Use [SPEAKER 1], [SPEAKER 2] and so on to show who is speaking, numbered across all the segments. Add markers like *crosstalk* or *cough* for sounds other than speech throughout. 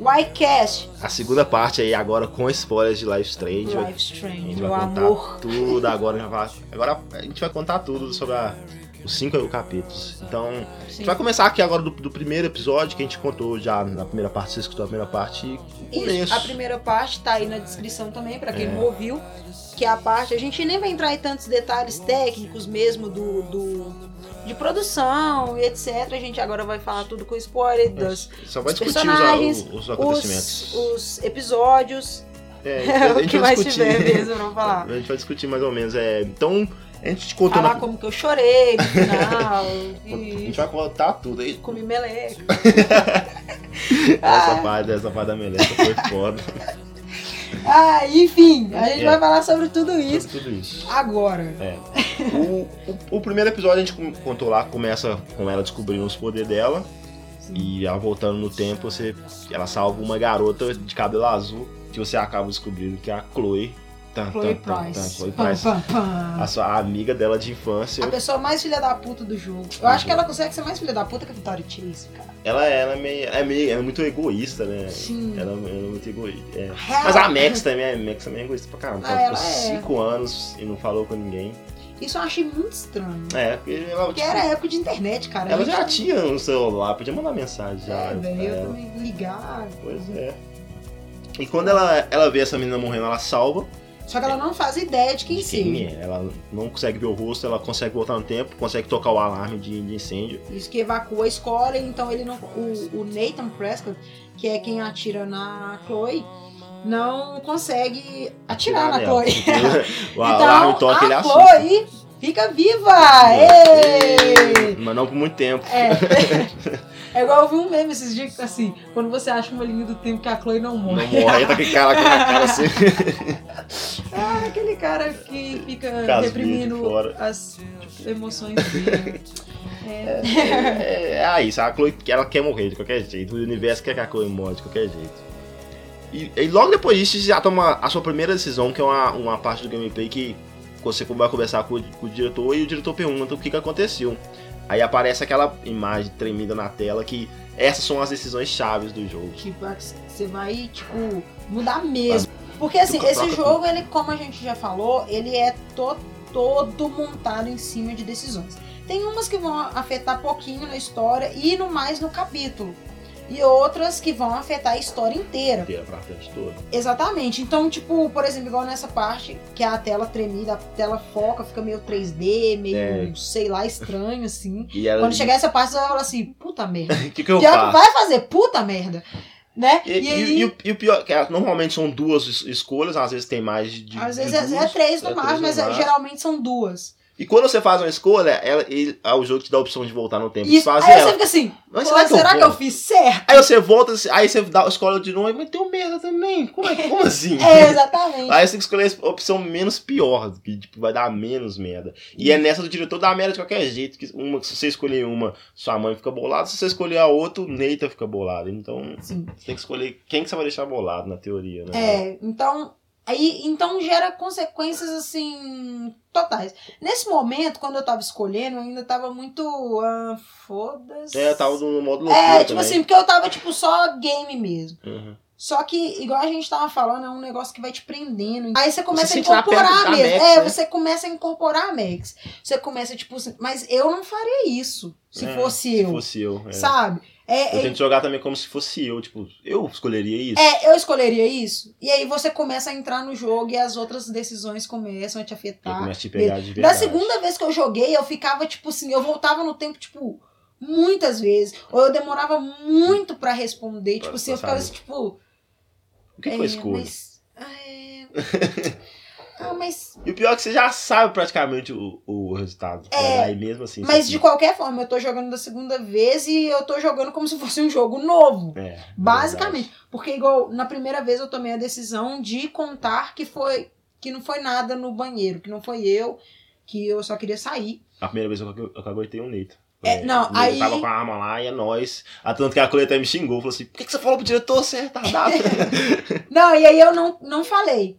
[SPEAKER 1] Ycast.
[SPEAKER 2] A segunda parte aí, agora com spoilers de Life Strange. vai-
[SPEAKER 1] Life
[SPEAKER 2] a
[SPEAKER 1] Strange,
[SPEAKER 2] gente
[SPEAKER 1] meu
[SPEAKER 2] vai contar
[SPEAKER 1] amor.
[SPEAKER 2] tudo agora. a gente vai falar- Agora a gente vai contar tudo sobre a- os cinco capítulos. Então, a
[SPEAKER 1] Sim.
[SPEAKER 2] gente vai começar aqui agora do, do primeiro episódio que a gente contou já na primeira parte, você escutou a primeira parte e o
[SPEAKER 1] Isso,
[SPEAKER 2] começo.
[SPEAKER 1] a primeira parte tá aí na descrição também, pra quem
[SPEAKER 2] É.
[SPEAKER 1] não ouviu. Que é a parte. A gente nem vai entrar em tantos detalhes técnicos mesmo do. do de produção e etc. A gente agora vai falar tudo com spoiler das,
[SPEAKER 2] Só vai
[SPEAKER 1] os
[SPEAKER 2] discutir
[SPEAKER 1] personagens,
[SPEAKER 2] os, os É, acontecimentos.
[SPEAKER 1] os, os episódios.
[SPEAKER 2] É,
[SPEAKER 1] *laughs* É o que
[SPEAKER 2] vai
[SPEAKER 1] mais tiver
[SPEAKER 2] *laughs*
[SPEAKER 1] mesmo pra falar.
[SPEAKER 2] A gente vai discutir mais ou menos. É, então, a gente contou
[SPEAKER 1] Falar
[SPEAKER 2] na.
[SPEAKER 1] como que eu
[SPEAKER 2] *laughs*
[SPEAKER 1] chorei no final.
[SPEAKER 2] A
[SPEAKER 1] e
[SPEAKER 2] gente vai contar
[SPEAKER 1] *laughs*
[SPEAKER 2] tudo aí.
[SPEAKER 1] comi meleca.
[SPEAKER 2] Essa parte, essa parte da meleca foi foda.
[SPEAKER 1] Ah, enfim, a gente
[SPEAKER 2] É.
[SPEAKER 1] vai falar sobre tudo *laughs* isso
[SPEAKER 2] Tudo, tudo isso.
[SPEAKER 1] agora.
[SPEAKER 2] Tá, O, o- o primeiro episódio a gente com- contou lá, começa com ela descobrindo os poderes dela. E ela voltando no tempo, você, ela salva uma garota de cabelo azul que você acaba descobrindo que é a Chloe. Tan,
[SPEAKER 1] Chloe
[SPEAKER 2] tan, tan, tan,
[SPEAKER 1] Price.
[SPEAKER 2] tá, Chloe
[SPEAKER 1] Pam,
[SPEAKER 2] Price.
[SPEAKER 1] pam, pam.
[SPEAKER 2] A sua amiga dela de infância.
[SPEAKER 1] A pessoa mais filha da puta do jogo. Eu acho que ela consegue ser mais filha da puta que a Vitória Chase, cara.
[SPEAKER 2] Ela, ela é meio. É meio. Ela é muito egoísta, né?
[SPEAKER 1] Sim.
[SPEAKER 2] Ela, ela é muito egoísta. é.
[SPEAKER 1] Real.
[SPEAKER 2] Mas a Max também, a Max também é egoísta pra caramba.
[SPEAKER 1] Ah,
[SPEAKER 2] Ela ficou
[SPEAKER 1] ela é.
[SPEAKER 2] 5 anos e não falou com ninguém.
[SPEAKER 1] Isso eu achei muito estranho.
[SPEAKER 2] É, porque ela,
[SPEAKER 1] Porque
[SPEAKER 2] tipo,
[SPEAKER 1] era época de internet, cara.
[SPEAKER 2] ela
[SPEAKER 1] A gente
[SPEAKER 2] já
[SPEAKER 1] não-
[SPEAKER 2] tinha um celular, podia mandar mensagem já.
[SPEAKER 1] É, velho,
[SPEAKER 2] pra
[SPEAKER 1] eu
[SPEAKER 2] ela.
[SPEAKER 1] também ligar.
[SPEAKER 2] Pois é. E quando ela, ela vê essa menina morrendo, ela salva.
[SPEAKER 1] Só que ela não faz ideia de quem
[SPEAKER 2] É. de quem
[SPEAKER 1] seja.
[SPEAKER 2] é. Ela não consegue ver o rosto, ela consegue voltar no tempo, consegue tocar o alarme de, de incêndio.
[SPEAKER 1] Isso que evacua a escola, então ele não. O, o Nathan Prescott, que é quem atira na Chloe, não consegue atirar, na
[SPEAKER 2] nela.
[SPEAKER 1] Chloe.
[SPEAKER 2] o
[SPEAKER 1] Então,
[SPEAKER 2] alarme toca, ele
[SPEAKER 1] a
[SPEAKER 2] assusta.
[SPEAKER 1] Chloe fica viva! Ê!
[SPEAKER 2] Mas não por muito tempo.
[SPEAKER 1] É. *laughs* É igual eu vi um meme esses dias que tá assim, quando você acha uma linha do tempo que a Chloe não
[SPEAKER 2] Não
[SPEAKER 1] morre.
[SPEAKER 2] morre, tá com aquela cara assim.
[SPEAKER 1] Ah, aquele cara que fica
[SPEAKER 2] Casbinho de
[SPEAKER 1] reprimindo
[SPEAKER 2] fora.
[SPEAKER 1] as tipo, emoções dele. É.
[SPEAKER 2] É, é isso, a Chloe ela quer morrer de qualquer jeito. O universo quer que a Chloe morra de qualquer jeito. E, e logo depois disso, você já toma a sua primeira decisão, que é uma, uma parte do gameplay que você vai conversar com, o- com o diretor e o diretor pergunta o que, que aconteceu. Aí aparece aquela imagem tremida na tela que essas são as decisões chaves do jogo.
[SPEAKER 1] Tipo, é que vai- você vai, tipo, mudar mesmo. Porque assim,
[SPEAKER 2] Troca
[SPEAKER 1] esse
[SPEAKER 2] tudo.
[SPEAKER 1] jogo, ele, como a gente já falou, ele é to- todo montado em cima de decisões. Tem umas que vão afetar pouquinho na história e no mais no capítulo. E outras que vão afetar a história inteira.
[SPEAKER 2] Inteira pra frente toda.
[SPEAKER 1] Exatamente. Então, tipo, por exemplo, igual nessa parte que a tela tremida, a tela foca, fica meio 3D, meio, sei lá, estranho, assim.
[SPEAKER 2] E É. ela
[SPEAKER 1] Quando chegar essa parte, você vai falar assim, puta merda.
[SPEAKER 2] o *laughs* que, que eu
[SPEAKER 1] Que ela
[SPEAKER 2] faço?
[SPEAKER 1] vai fazer puta merda, né?
[SPEAKER 2] E, e- e o- e o pior, que ela- normalmente são duas es- escolhas, às vezes tem mais de. de
[SPEAKER 1] Às vezes
[SPEAKER 2] de
[SPEAKER 1] é,
[SPEAKER 2] duas.
[SPEAKER 1] é três no
[SPEAKER 2] é
[SPEAKER 1] máximo,
[SPEAKER 2] três
[SPEAKER 1] mas
[SPEAKER 2] no
[SPEAKER 1] é-
[SPEAKER 2] máximo.
[SPEAKER 1] geralmente são duas.
[SPEAKER 2] E quando você faz uma escolha, ela, ele- ah, o jogo te dá a opção de voltar no tempo.
[SPEAKER 1] E
[SPEAKER 2] Isso.
[SPEAKER 1] isso, aí
[SPEAKER 2] Fazer ela.
[SPEAKER 1] você fica assim,
[SPEAKER 2] é Mas
[SPEAKER 1] "Pô,
[SPEAKER 2] será, que, é eu volto?
[SPEAKER 1] fiz
[SPEAKER 2] *laughs*
[SPEAKER 1] certo?
[SPEAKER 2] Aí você volta, aí você dá, escolhe de novo, mas tem um merda também. Como, é, como assim?
[SPEAKER 1] *laughs* É, exatamente.
[SPEAKER 2] *laughs* Aí você tem que escolher a opção menos pior, que tipo, vai dar menos merda. E é nessa do diretor dar merda de qualquer jeito. Que uma, se você escolher uma, sua mãe fica bolada. Se você escolher a outra, o Neita fica bolado. Então
[SPEAKER 1] Sim.
[SPEAKER 2] tem que escolher quem que você vai deixar bolado na teoria, né?
[SPEAKER 1] É, então. Aí, então gera consequências assim. totais. Nesse momento, quando eu tava escolhendo, eu ainda tava muito. ah, Foda-se.
[SPEAKER 2] É, eu tava no modo loucura
[SPEAKER 1] É, tipo
[SPEAKER 2] também.
[SPEAKER 1] assim, porque eu tava, tipo, só game mesmo.
[SPEAKER 2] Uhum.
[SPEAKER 1] Só que, igual a gente tava falando, é um negócio que vai te prendendo. Aí você começa a
[SPEAKER 2] sente lá perto
[SPEAKER 1] incorporar
[SPEAKER 2] da
[SPEAKER 1] mesmo.
[SPEAKER 2] Max,
[SPEAKER 1] é,
[SPEAKER 2] né?
[SPEAKER 1] você começa a incorporar a Max. Você começa, tipo, assim, mas eu não faria isso se
[SPEAKER 2] É,
[SPEAKER 1] fosse
[SPEAKER 2] Se
[SPEAKER 1] eu.
[SPEAKER 2] fosse eu. é.
[SPEAKER 1] Sabe? É,
[SPEAKER 2] Eu
[SPEAKER 1] é-
[SPEAKER 2] tento jogar também como se fosse eu. Tipo, eu escolheria isso.
[SPEAKER 1] é, eu escolheria isso. E aí você começa a entrar no jogo e as outras decisões começam a te
[SPEAKER 2] Eu
[SPEAKER 1] afetar.
[SPEAKER 2] começo a te pegar de
[SPEAKER 1] Da
[SPEAKER 2] verdade.
[SPEAKER 1] Ah, segunda vez que eu joguei, eu ficava, tipo assim, eu voltava no tempo, tipo, muitas vezes. Ou eu demorava muito pra responder. Tipo assim, eu ficava assim, tipo.
[SPEAKER 2] O que, que foi
[SPEAKER 1] É,
[SPEAKER 2] escolha?
[SPEAKER 1] Mas, ah, é... ah,
[SPEAKER 2] *laughs*
[SPEAKER 1] mas,
[SPEAKER 2] E o pior é que você já sabe praticamente o, o resultado.
[SPEAKER 1] É,
[SPEAKER 2] Aí mesmo assim.
[SPEAKER 1] mas
[SPEAKER 2] você
[SPEAKER 1] de qualquer forma, eu tô jogando da segunda vez e eu tô jogando como se fosse um jogo novo.
[SPEAKER 2] fica- É,
[SPEAKER 1] Basicamente. Porque, igual, na primeira vez eu tomei a decisão de contar que foi que não foi nada no banheiro, que não foi eu, que eu só queria sair.
[SPEAKER 2] A primeira vez eu cago- eu caguetei um Neito.
[SPEAKER 1] É, não,
[SPEAKER 2] eu
[SPEAKER 1] aí-
[SPEAKER 2] tava com a arma lá e é nóis. A tanto que a Chloe até me xingou. Falou
[SPEAKER 1] *laughs*
[SPEAKER 2] assim: por que, que você falou pro diretor? Você é retardado.
[SPEAKER 1] Não, e aí eu não, não falei.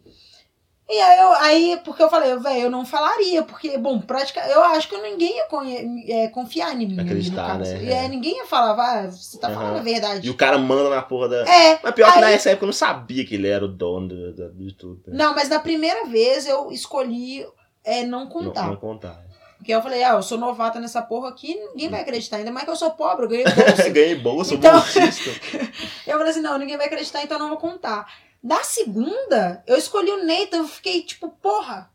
[SPEAKER 1] E aí, eu, aí porque eu falei, velho, eu não falaria, porque, bom, prática, eu acho que ninguém ia conhe- é, confiar em mim. ali, no
[SPEAKER 2] Acreditar,
[SPEAKER 1] caso.
[SPEAKER 2] né?
[SPEAKER 1] E aí ninguém ia falar, vai, você tá
[SPEAKER 2] Aham.
[SPEAKER 1] falando a verdade.
[SPEAKER 2] E o cara manda na porra da.
[SPEAKER 1] É,
[SPEAKER 2] Mas pior que
[SPEAKER 1] Aí-
[SPEAKER 2] nessa época eu não sabia que ele era o dono do- do- de tudo. né?
[SPEAKER 1] não, mas na primeira vez eu escolhi é, não contar.
[SPEAKER 2] Não, não contar. *laughs*
[SPEAKER 1] Porque eu falei, ah, eu sou novata nessa porra aqui,
[SPEAKER 2] Hum.
[SPEAKER 1] ninguém vai acreditar, ainda mais que eu sou pobre, eu ganhei bolsa.
[SPEAKER 2] Ganhei bolsa,
[SPEAKER 1] Então-
[SPEAKER 2] bolsista.
[SPEAKER 1] *laughs* eu falei assim, não, ninguém vai acreditar, então eu não vou contar. Da segunda, eu escolhi o Nathan, eu fiquei tipo, porra,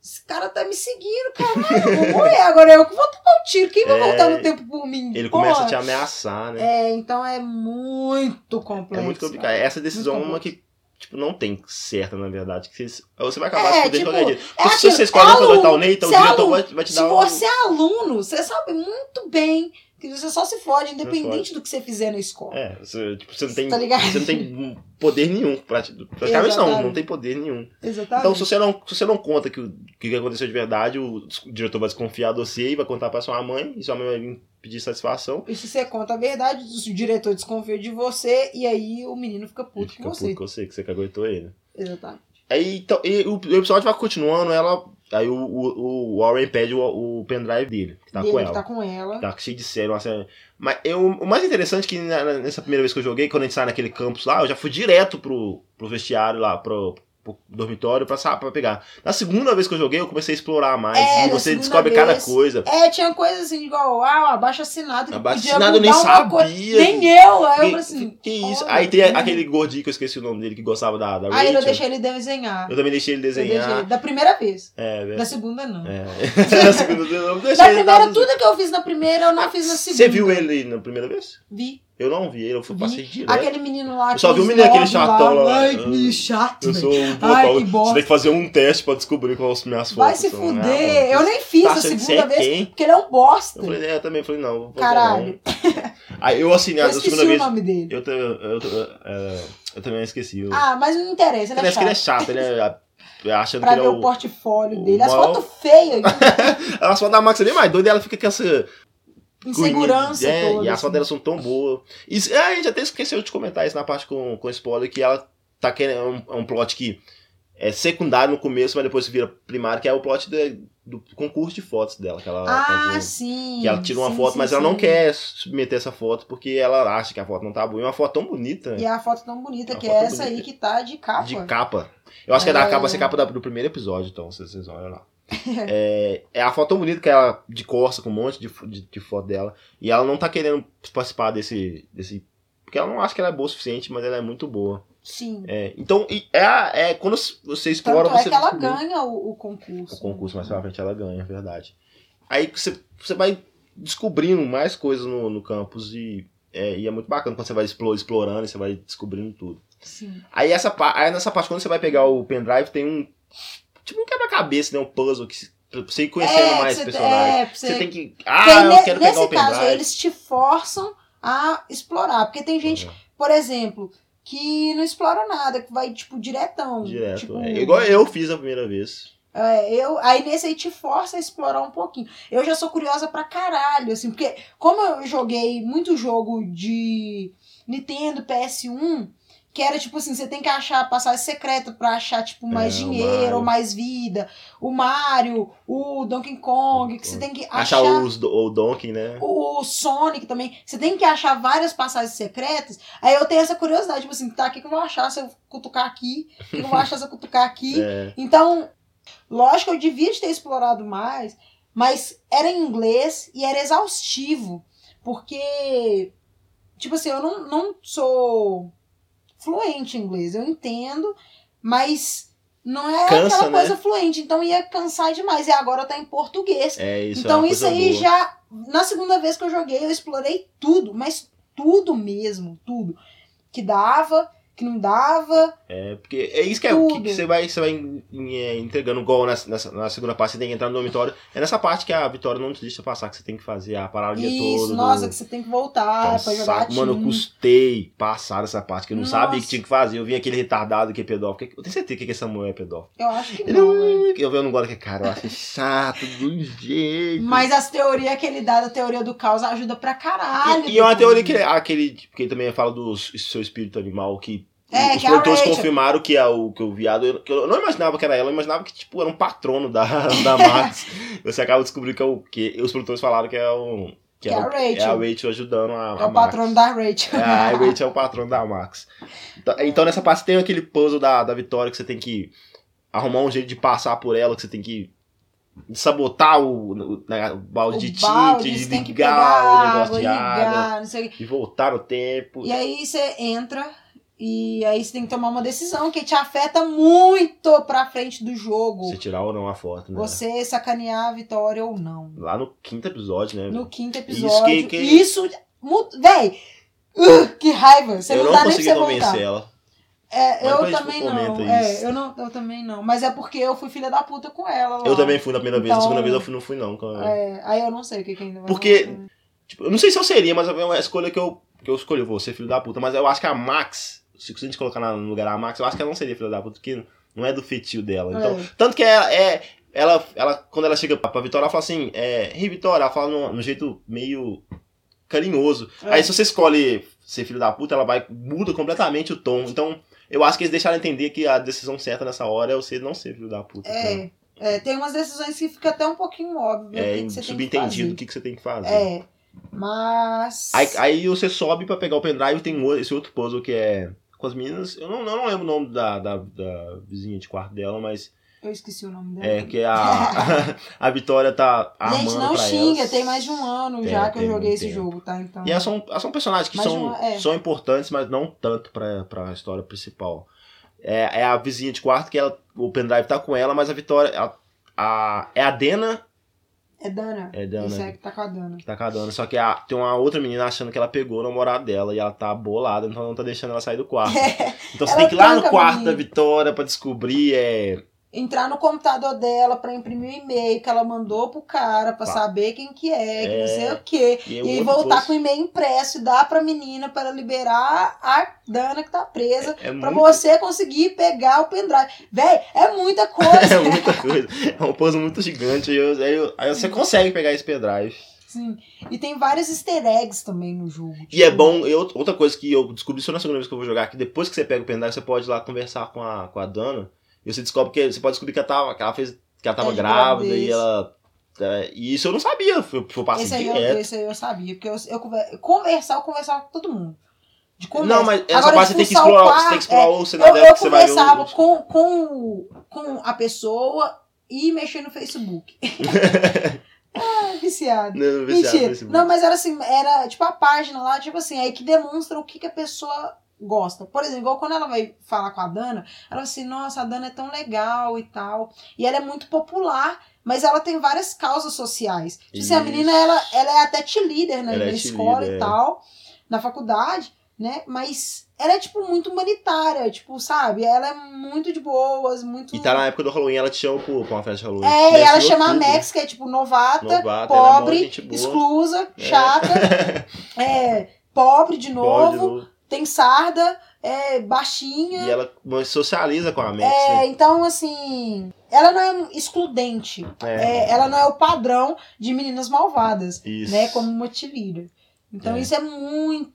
[SPEAKER 1] esse cara tá me seguindo, caralho, vou morrer, agora eu que vou tomar um tiro, quem vai
[SPEAKER 2] É,
[SPEAKER 1] voltar no tempo por mim?
[SPEAKER 2] Ele
[SPEAKER 1] Porra.
[SPEAKER 2] começa a te ameaçar, né?
[SPEAKER 1] É, então é muito complexo.
[SPEAKER 2] É muito complicado. Essa decisão é
[SPEAKER 1] Muito
[SPEAKER 2] uma que, tipo, não tem certa, na verdade. Que você, você vai acabar
[SPEAKER 1] É,
[SPEAKER 2] se fudendo
[SPEAKER 1] tipo,
[SPEAKER 2] qualquer dia.
[SPEAKER 1] É
[SPEAKER 2] Porque se
[SPEAKER 1] aquilo,
[SPEAKER 2] você escolhe não
[SPEAKER 1] aluno,
[SPEAKER 2] contratar o Nathan, o
[SPEAKER 1] se é
[SPEAKER 2] diretor
[SPEAKER 1] aluno,
[SPEAKER 2] vai, vai te
[SPEAKER 1] Se
[SPEAKER 2] dar um...
[SPEAKER 1] você é aluno, você sabe muito bem que você só se fode, independente do que você fizer na escola.
[SPEAKER 2] É, você, tipo, você não tem...
[SPEAKER 1] Tá ligado?
[SPEAKER 2] você não tem poder nenhum, prati- praticamente não,
[SPEAKER 1] Exatamente. Tá
[SPEAKER 2] não tem poder nenhum.
[SPEAKER 1] Exatamente.
[SPEAKER 2] Então, se você não, se você não conta que o que o que aconteceu de verdade, o des- diretor vai desconfiar de você e vai contar pra sua mãe, e sua mãe vai vir pedir satisfação.
[SPEAKER 1] E se você conta a verdade, o diretor desconfia de você e aí o menino fica
[SPEAKER 2] Ele
[SPEAKER 1] puto
[SPEAKER 2] fica
[SPEAKER 1] com
[SPEAKER 2] puto
[SPEAKER 1] você.
[SPEAKER 2] com você, que você caguetou ele.
[SPEAKER 1] Exatamente.
[SPEAKER 2] Aí então, e o, o episódio vai continuando, ela. Aí o, o, o Warren pede o, o pendrive dele, que tá
[SPEAKER 1] Dele
[SPEAKER 2] com
[SPEAKER 1] que
[SPEAKER 2] ela.
[SPEAKER 1] tá
[SPEAKER 2] Tá...
[SPEAKER 1] com ela.
[SPEAKER 2] cheio de sério, uma série. assim, Mas eu, o mais interessante é que na- na- nessa primeira vez que eu joguei, quando a gente sai naquele campus lá, eu já fui direto pro, pro vestiário lá, pro, pro dormitório pra, sa- pra pegar. Na segunda vez que eu joguei, eu comecei a explorar mais.
[SPEAKER 1] É,
[SPEAKER 2] e
[SPEAKER 1] na
[SPEAKER 2] você
[SPEAKER 1] segunda
[SPEAKER 2] descobre cada
[SPEAKER 1] vez.
[SPEAKER 2] coisa.
[SPEAKER 1] É, tinha coisa assim, igual, ah, o abaixo assinado que
[SPEAKER 2] Abaixo
[SPEAKER 1] podia mudar
[SPEAKER 2] assinado eu nem
[SPEAKER 1] uma
[SPEAKER 2] sabia.
[SPEAKER 1] coisa. Nem eu, aí eu falei
[SPEAKER 2] que,
[SPEAKER 1] assim.
[SPEAKER 2] que isso?
[SPEAKER 1] olha,
[SPEAKER 2] Aí tem
[SPEAKER 1] hum.
[SPEAKER 2] a- aquele gordinho que eu esqueci o nome dele, que gostava da, da
[SPEAKER 1] Aí
[SPEAKER 2] Rachel.
[SPEAKER 1] eu deixei ele desenhar.
[SPEAKER 2] Eu também deixei ele
[SPEAKER 1] Eu deixei
[SPEAKER 2] desenhar.
[SPEAKER 1] ele- da primeira vez. *laughs*
[SPEAKER 2] É, velho. *laughs*
[SPEAKER 1] Da segunda, não.
[SPEAKER 2] É. Na segunda vez, eu deixei
[SPEAKER 1] Da
[SPEAKER 2] ele
[SPEAKER 1] primeira,
[SPEAKER 2] dar-
[SPEAKER 1] tudo que eu fiz na primeira, eu não fiz na segunda.
[SPEAKER 2] Você viu ele na primeira vez?
[SPEAKER 1] Vi.
[SPEAKER 2] Eu não vi ele, eu fui,
[SPEAKER 1] Vi.
[SPEAKER 2] passei direto.
[SPEAKER 1] Aquele menino lá.
[SPEAKER 2] Eu só vi o
[SPEAKER 1] aqueles
[SPEAKER 2] menino, aquele
[SPEAKER 1] nove
[SPEAKER 2] chatão lá.
[SPEAKER 1] Ai, que menino chato.
[SPEAKER 2] Eu
[SPEAKER 1] velho.
[SPEAKER 2] sou o
[SPEAKER 1] Ai,
[SPEAKER 2] Paulo.
[SPEAKER 1] que bosta.
[SPEAKER 2] Você tem que fazer um teste pra descobrir quais as minhas
[SPEAKER 1] Vai
[SPEAKER 2] fotos
[SPEAKER 1] se
[SPEAKER 2] são.
[SPEAKER 1] fuder.
[SPEAKER 2] Ah,
[SPEAKER 1] eu nem fiz
[SPEAKER 2] tá
[SPEAKER 1] a
[SPEAKER 2] achando que
[SPEAKER 1] segunda
[SPEAKER 2] você é
[SPEAKER 1] vez,
[SPEAKER 2] quem?
[SPEAKER 1] porque ele é um bosta.
[SPEAKER 2] Eu falei, é, eu também falei, não, vou fazer
[SPEAKER 1] Caralho.
[SPEAKER 2] não. Aí eu
[SPEAKER 1] *laughs*
[SPEAKER 2] assinei
[SPEAKER 1] Eu
[SPEAKER 2] a
[SPEAKER 1] esqueci
[SPEAKER 2] segunda
[SPEAKER 1] o
[SPEAKER 2] vez.
[SPEAKER 1] nome dele.
[SPEAKER 2] Eu, ta- eu, ta- é, eu também esqueci. Eu,
[SPEAKER 1] Ah, mas não interessa, ele é
[SPEAKER 2] parece que ele é
[SPEAKER 1] chato.
[SPEAKER 2] chato, ele
[SPEAKER 1] *laughs*
[SPEAKER 2] é. a- Achando
[SPEAKER 1] Pra
[SPEAKER 2] que ele
[SPEAKER 1] ver
[SPEAKER 2] é
[SPEAKER 1] o
[SPEAKER 2] o.
[SPEAKER 1] portfólio
[SPEAKER 2] o
[SPEAKER 1] dele. As
[SPEAKER 2] maior-
[SPEAKER 1] fotos feias,
[SPEAKER 2] As fotos da Max é bem mais doida e ela fica com essa.
[SPEAKER 1] insegurança
[SPEAKER 2] É,
[SPEAKER 1] toda.
[SPEAKER 2] e as fotos
[SPEAKER 1] assim.
[SPEAKER 2] delas são tão boas. Isso, é, a gente até esqueceu de comentar isso na parte com, com spoiler, que ela tá querendo. É um, é um plot que é secundário no começo, mas depois vira primário, que é o plot de- do concurso de fotos dela. Que ela,
[SPEAKER 1] Ah,
[SPEAKER 2] fazia.
[SPEAKER 1] sim.
[SPEAKER 2] que ela tira uma
[SPEAKER 1] sim,
[SPEAKER 2] foto,
[SPEAKER 1] sim,
[SPEAKER 2] mas ela não
[SPEAKER 1] sim.
[SPEAKER 2] quer submeter essa foto porque ela acha que a foto não tá boa. E é uma foto tão bonita
[SPEAKER 1] E é a foto tão bonbonita
[SPEAKER 2] É uma
[SPEAKER 1] que
[SPEAKER 2] foto
[SPEAKER 1] é essa aí
[SPEAKER 2] bonita.
[SPEAKER 1] que tá de capa.
[SPEAKER 2] de capa. Eu acho que é da
[SPEAKER 1] É.
[SPEAKER 2] capa, vai ser capa da- do primeiro episódio, então, vocês, vocês
[SPEAKER 1] *laughs*
[SPEAKER 2] olham lá. É, é a foto tão bonita que ela de Corsa, com um monte de, fo- de, de foto dela. E ela não tá querendo participar desse. desse porque ela não acha que ela é boa o suficiente, mas ela é muito boa.
[SPEAKER 1] Sim.
[SPEAKER 2] É, então, e é, a- é quando s- você explora,
[SPEAKER 1] Tanto é
[SPEAKER 2] você.
[SPEAKER 1] que ela
[SPEAKER 2] descobre
[SPEAKER 1] ganha o, o concurso.
[SPEAKER 2] O concurso mais pra frente ela ganha, é verdade. Aí você, você vai descobrindo mais coisas no, no campus e é, e é muito bacana quando você vai explo- explorando e você vai descobrindo tudo.
[SPEAKER 1] Sim.
[SPEAKER 2] Aí, essa, pa- aí nessa parte, quando você vai pegar o pendrive, tem um. Tipo um quebra-cabeça, né? Um puzzle que se- pra você ir conhecendo
[SPEAKER 1] É,
[SPEAKER 2] mais
[SPEAKER 1] você-
[SPEAKER 2] personagens.
[SPEAKER 1] é, pra
[SPEAKER 2] Você
[SPEAKER 1] você-
[SPEAKER 2] tem que.
[SPEAKER 1] Porque
[SPEAKER 2] Ah,
[SPEAKER 1] ne-
[SPEAKER 2] eu quero pegar
[SPEAKER 1] nesse
[SPEAKER 2] o pendrive.
[SPEAKER 1] caso, eles te forçam a explorar. Porque tem gente,
[SPEAKER 2] Uhum.
[SPEAKER 1] por exemplo, que não explora nada, que vai, tipo, diretão.
[SPEAKER 2] Direto.
[SPEAKER 1] Tipo,
[SPEAKER 2] é. Igual eu fiz a primeira vez.
[SPEAKER 1] é, eu, aí nesse aí te força a explorar um pouquinho. Eu já sou curiosa pra caralho, assim, porque como eu joguei muito jogo de Nintendo PS1, que era tipo assim, você tem que achar passagem secreta pra achar, tipo, mais
[SPEAKER 2] É, o
[SPEAKER 1] dinheiro,
[SPEAKER 2] Mario.
[SPEAKER 1] ou mais vida. O Mario, o Donkey Kong, que você
[SPEAKER 2] Kong.
[SPEAKER 1] tem que
[SPEAKER 2] Achar os, do- o Donkey, né?
[SPEAKER 1] o Sonic também. Você tem que achar várias passagens secretas. Aí eu tenho essa curiosidade, tipo assim, tá, o que, que eu vou achar se eu cutucar aqui? O que, que eu vou achar se eu cutucar aqui?
[SPEAKER 2] É.
[SPEAKER 1] Então, lógico, eu devia ter explorado mais, mas era em inglês e era exaustivo. Porque, tipo assim, eu não, não sou fluente em inglês, eu entendo, mas não é
[SPEAKER 2] Cansa,
[SPEAKER 1] aquela
[SPEAKER 2] né?
[SPEAKER 1] coisa fluente, então ia cansar demais. E agora tá em português.
[SPEAKER 2] É isso. é
[SPEAKER 1] Então
[SPEAKER 2] uma
[SPEAKER 1] isso
[SPEAKER 2] coisa
[SPEAKER 1] aí
[SPEAKER 2] boa.
[SPEAKER 1] já. Na segunda vez que eu joguei, eu explorei tudo, mas tudo mesmo, tudo. Que dava, que não dava.
[SPEAKER 2] É, porque é isso que é o que,
[SPEAKER 1] Tudo.
[SPEAKER 2] que você vai, você vai em- em- é, entregando gol nessa, nessa- na segunda parte, você tem que entrar no dormitório. É nessa parte que a Vitória não te deixa passar, que você tem que fazer a parada o dia
[SPEAKER 1] Isso,
[SPEAKER 2] todo.
[SPEAKER 1] nossa,
[SPEAKER 2] do-
[SPEAKER 1] que você tem que
[SPEAKER 2] Tá
[SPEAKER 1] voltar
[SPEAKER 2] um
[SPEAKER 1] Ah, é pra jogar
[SPEAKER 2] saco. Mano, eu
[SPEAKER 1] time.
[SPEAKER 2] custei passar essa parte, que eu não
[SPEAKER 1] Nossa.
[SPEAKER 2] sabia que tinha que fazer. Eu vi aquele retardado que é pedófilo. que- Eu tenho certeza que essa mulher é um pedófila.
[SPEAKER 1] Eu acho que
[SPEAKER 2] Ele,
[SPEAKER 1] não. né?
[SPEAKER 2] "Ui", eu vi não gosto que cara, eu acho chato de um jeito.
[SPEAKER 1] Mas as teorias que ele dá da teoria do caos ajuda pra caralho.
[SPEAKER 2] E, e é uma
[SPEAKER 1] depois.
[SPEAKER 2] teoria que aquele, que ele também fala do s- seu espírito animal que
[SPEAKER 1] É,
[SPEAKER 2] os
[SPEAKER 1] que é a
[SPEAKER 2] produtores
[SPEAKER 1] Rachel.
[SPEAKER 2] confirmaram que, é o, que o viado. eu- que eu não imaginava que era ela, eu imaginava que tipo, era um patrono da, *laughs* da Max. Você acaba descobrindo que é o que os produtores falaram que é o.
[SPEAKER 1] Que é a
[SPEAKER 2] o-
[SPEAKER 1] Rachel.
[SPEAKER 2] É a Rachel ajudando a.
[SPEAKER 1] É o patrono da Rachel.
[SPEAKER 2] É, a Rachel é o patrono da Max. Então, então, nessa parte tem aquele puzzle da, da Vitória que você tem que arrumar um jeito de passar por ela, que você tem que sabotar o, o, né, o
[SPEAKER 1] *laughs*
[SPEAKER 2] balde
[SPEAKER 1] O
[SPEAKER 2] de tinte,
[SPEAKER 1] balde, você tem que
[SPEAKER 2] desligar
[SPEAKER 1] pegar
[SPEAKER 2] o negócio
[SPEAKER 1] água,
[SPEAKER 2] de água
[SPEAKER 1] ligar, não sei o quê.
[SPEAKER 2] e voltar no tempo.
[SPEAKER 1] E aí você entra e aí você tem que tomar uma decisão que te afeta muito pra frente do jogo.
[SPEAKER 2] Você tirar ou não a foto, né?
[SPEAKER 1] Você sacanear a vitória ou não.
[SPEAKER 2] Lá no quinto episódio, né?
[SPEAKER 1] No quinto
[SPEAKER 2] Isso
[SPEAKER 1] episódio.
[SPEAKER 2] que-
[SPEAKER 1] Isso.
[SPEAKER 2] que-
[SPEAKER 1] mu- Véi! uh, que raiva! Você
[SPEAKER 2] eu
[SPEAKER 1] não
[SPEAKER 2] não,
[SPEAKER 1] dá nem pra
[SPEAKER 2] consegui
[SPEAKER 1] você
[SPEAKER 2] convencer
[SPEAKER 1] voltar.
[SPEAKER 2] ela.
[SPEAKER 1] É,
[SPEAKER 2] Mas
[SPEAKER 1] eu
[SPEAKER 2] depois a gente
[SPEAKER 1] também
[SPEAKER 2] comenta
[SPEAKER 1] não. É,
[SPEAKER 2] isso.
[SPEAKER 1] eu não. Eu também não. Mas é porque eu fui filha da puta com ela. Lá.
[SPEAKER 2] Eu também fui na primeira vez, na
[SPEAKER 1] Então-
[SPEAKER 2] segunda vez eu fui- não fui, não. cara.
[SPEAKER 1] É, aí eu não sei o que, que ainda vai
[SPEAKER 2] Porque-
[SPEAKER 1] rolar.
[SPEAKER 2] Tipo, eu não sei se eu seria, mas é uma escolha que eu, que eu escolhi. Eu vou ser filho da puta. Mas eu acho que a Max, se a gente colocar na- no lugar da Max, eu acho que ela não seria filha da puta, porque não é do feitio dela. Então,
[SPEAKER 1] É.
[SPEAKER 2] Tanto que ela, é, ela, ela, quando ela chega pra, pra Vitória, ela fala assim: é, Ei, Vitória, ela fala num, num jeito meio carinhoso.
[SPEAKER 1] É.
[SPEAKER 2] Aí se você escolhe ser filho da puta, ela vai, muda completamente o tom. Então. Eu acho que eles deixaram entender que a decisão certa nessa hora é você não ser filho da puta. cara.
[SPEAKER 1] É, é, tem umas decisões que fica até um pouquinho óbvio. o
[SPEAKER 2] É,
[SPEAKER 1] que que você tem que
[SPEAKER 2] subentendido o
[SPEAKER 1] fazer.
[SPEAKER 2] que, que você tem que fazer.
[SPEAKER 1] É. Mas.
[SPEAKER 2] Aí, aí você sobe pra pegar o pendrive tem um- esse outro puzzle que é com as meninas. Eu não, eu não lembro o nome da, da, da vizinha de quarto dela, mas
[SPEAKER 1] Eu esqueci o nome dela.
[SPEAKER 2] é que a, *laughs* a Vitória tá armando
[SPEAKER 1] Hum. Gente, não
[SPEAKER 2] pra
[SPEAKER 1] xinga,
[SPEAKER 2] elas.
[SPEAKER 1] tem mais de um ano
[SPEAKER 2] Tem,
[SPEAKER 1] já que eu
[SPEAKER 2] tem
[SPEAKER 1] joguei
[SPEAKER 2] muito
[SPEAKER 1] esse
[SPEAKER 2] tempo.
[SPEAKER 1] jogo, tá? Então.
[SPEAKER 2] E elas são, elas são personagens que
[SPEAKER 1] Mais
[SPEAKER 2] são,
[SPEAKER 1] uma, é.
[SPEAKER 2] são importantes, mas não tanto pra, pra história principal. É, é a vizinha de quarto que ela, o pendrive tá com ela, mas a Vitória. ela- a, é a Dena.
[SPEAKER 1] É Dana.
[SPEAKER 2] É Dana.
[SPEAKER 1] Isso é que tá com a Dana.
[SPEAKER 2] que tá com a Dana. Só que a- tem uma outra menina achando que ela pegou o namorado dela e ela tá bolada, então não tá deixando ela sair do
[SPEAKER 1] *laughs*
[SPEAKER 2] quarto. Então você
[SPEAKER 1] É. Ela
[SPEAKER 2] tem que ir lá no
[SPEAKER 1] tranca a
[SPEAKER 2] quarto
[SPEAKER 1] menina.
[SPEAKER 2] da Vitória pra descobrir. É...
[SPEAKER 1] Entrar no computador dela pra imprimir o e-mail que ela mandou pro cara pra
[SPEAKER 2] Tá.
[SPEAKER 1] saber quem que é, que
[SPEAKER 2] É.
[SPEAKER 1] não sei o quê.
[SPEAKER 2] E,
[SPEAKER 1] e aí voltar com o e-mail impresso e dar pra menina para liberar a Dana que tá presa.
[SPEAKER 2] É, é
[SPEAKER 1] Pra
[SPEAKER 2] muito... *laughs*
[SPEAKER 1] você conseguir pegar o pendrive. Véi, é muita
[SPEAKER 2] *laughs* é
[SPEAKER 1] coisa.
[SPEAKER 2] muita coisa. É um puzzle muito gigante. Aí, eu- aí eu- aí você consegue pegar esse pendrive.
[SPEAKER 1] Sim. E tem vários easter eggs também no jogo.
[SPEAKER 2] E é
[SPEAKER 1] Tipo,
[SPEAKER 2] bom, eu, outra coisa que eu descobri só na segunda vez que eu vou jogar, que depois que você pega o pendrive, você pode ir lá conversar com a, com a Dana. E você descobre que você pode descobrir que ela tava, que ela fez, que ela tava
[SPEAKER 1] É de
[SPEAKER 2] grávida e
[SPEAKER 1] gravidez.
[SPEAKER 2] ela. é, e isso eu não sabia, foi, foi passei
[SPEAKER 1] Esse aí, eu,
[SPEAKER 2] direto.
[SPEAKER 1] esse aí eu sabia, porque eu, eu conver- conversar, eu conversava com todo mundo. De conversa.
[SPEAKER 2] Não, mas essa
[SPEAKER 1] Agora,
[SPEAKER 2] parte
[SPEAKER 1] de
[SPEAKER 2] você tem que
[SPEAKER 1] fuçar o
[SPEAKER 2] explorar,
[SPEAKER 1] par-
[SPEAKER 2] você tem que
[SPEAKER 1] é,
[SPEAKER 2] explorar o cenário
[SPEAKER 1] Eu,
[SPEAKER 2] dela
[SPEAKER 1] eu
[SPEAKER 2] que você vai ver o-
[SPEAKER 1] conversava com, com, o- com a pessoa e mexia no
[SPEAKER 2] *laughs*
[SPEAKER 1] Facebook. *laughs* ah, viciado.
[SPEAKER 2] Não, viciado
[SPEAKER 1] Mentira.
[SPEAKER 2] nesse mundo.
[SPEAKER 1] Não, mas era assim, era tipo a página lá, tipo assim, aí que demonstra o que, que a pessoa gosta. Por exemplo, igual quando ela vai falar com a Dana, ela fala assim, nossa, a Dana é tão legal e tal. E ela é muito popular, mas ela tem várias causas sociais. Tipo assim, a
[SPEAKER 2] Isso.
[SPEAKER 1] menina, ela, ela é até te líder na,
[SPEAKER 2] Ela é
[SPEAKER 1] na escola
[SPEAKER 2] cheerleader,
[SPEAKER 1] e
[SPEAKER 2] é.
[SPEAKER 1] tal, na faculdade, né? Mas ela é, tipo, muito humanitária, tipo, sabe? Ela é muito de boas, muito...
[SPEAKER 2] E tá na né, época do Halloween, ela te chama pro- pra uma festa de Halloween.
[SPEAKER 1] É, e
[SPEAKER 2] Começa
[SPEAKER 1] ela
[SPEAKER 2] em
[SPEAKER 1] chama a
[SPEAKER 2] outubro,
[SPEAKER 1] Max, que é, tipo, novata,
[SPEAKER 2] novata, ela é mó
[SPEAKER 1] pobre,
[SPEAKER 2] gente boa.
[SPEAKER 1] exclusa,
[SPEAKER 2] É. *laughs*
[SPEAKER 1] chata, é, pobre de
[SPEAKER 2] Pobre de
[SPEAKER 1] novo, tem sarda, é baixinha.
[SPEAKER 2] E ela mas socializa com a Max,
[SPEAKER 1] É,
[SPEAKER 2] né?
[SPEAKER 1] então, assim, ela não é excludente. É, ela não é o padrão de meninas malvadas,
[SPEAKER 2] Isso.
[SPEAKER 1] né? Como uma tilira. Então,
[SPEAKER 2] É. Hum.
[SPEAKER 1] isso é muito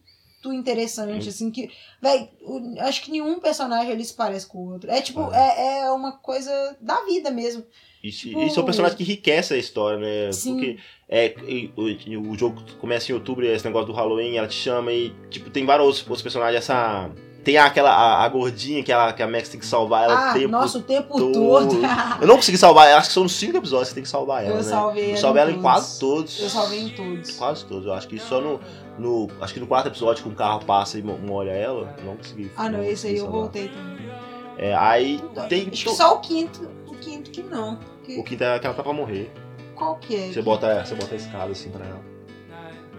[SPEAKER 1] interessante, assim, que. Véi, o- acho que nenhum personagem ali se parece com o outro. É tipo, é, é uma coisa da vida mesmo.
[SPEAKER 2] Isso,
[SPEAKER 1] tipo-
[SPEAKER 2] isso é um personagem que enriquece a história, né?
[SPEAKER 1] Sim.
[SPEAKER 2] Porque é, e- e- e o jogo começa em outubro, esse negócio do Halloween, ela te chama e, tipo, tem vários outros, outros personagens, essa... Tem aquela, a, a gordinha que, ela, que a Max tem que salvar ela o
[SPEAKER 1] ah,
[SPEAKER 2] tempo
[SPEAKER 1] nossa, o tempo
[SPEAKER 2] todo.
[SPEAKER 1] todo. *laughs*
[SPEAKER 2] Eu não consegui salvar ela, acho que são cinco episódios que você tem que salvar ela,
[SPEAKER 1] Eu
[SPEAKER 2] né?
[SPEAKER 1] salvei ela
[SPEAKER 2] Eu
[SPEAKER 1] em
[SPEAKER 2] salvei ela em
[SPEAKER 1] todos.
[SPEAKER 2] quase todos.
[SPEAKER 1] Eu salvei em todos.
[SPEAKER 2] Quase todos. Eu acho que só no, no. Acho que no quarto episódio que um carro passa e mo- molha ela, não consegui.
[SPEAKER 1] Ah, não, esse aí eu
[SPEAKER 2] consegui
[SPEAKER 1] voltei também.
[SPEAKER 2] salvar. É, aí tem.
[SPEAKER 1] Acho
[SPEAKER 2] to-
[SPEAKER 1] que só o quinto, o quinto que não.
[SPEAKER 2] O quinto é que ela tá pra morrer.
[SPEAKER 1] Qual que é?
[SPEAKER 2] Você bota, você bota a escada assim pra ela.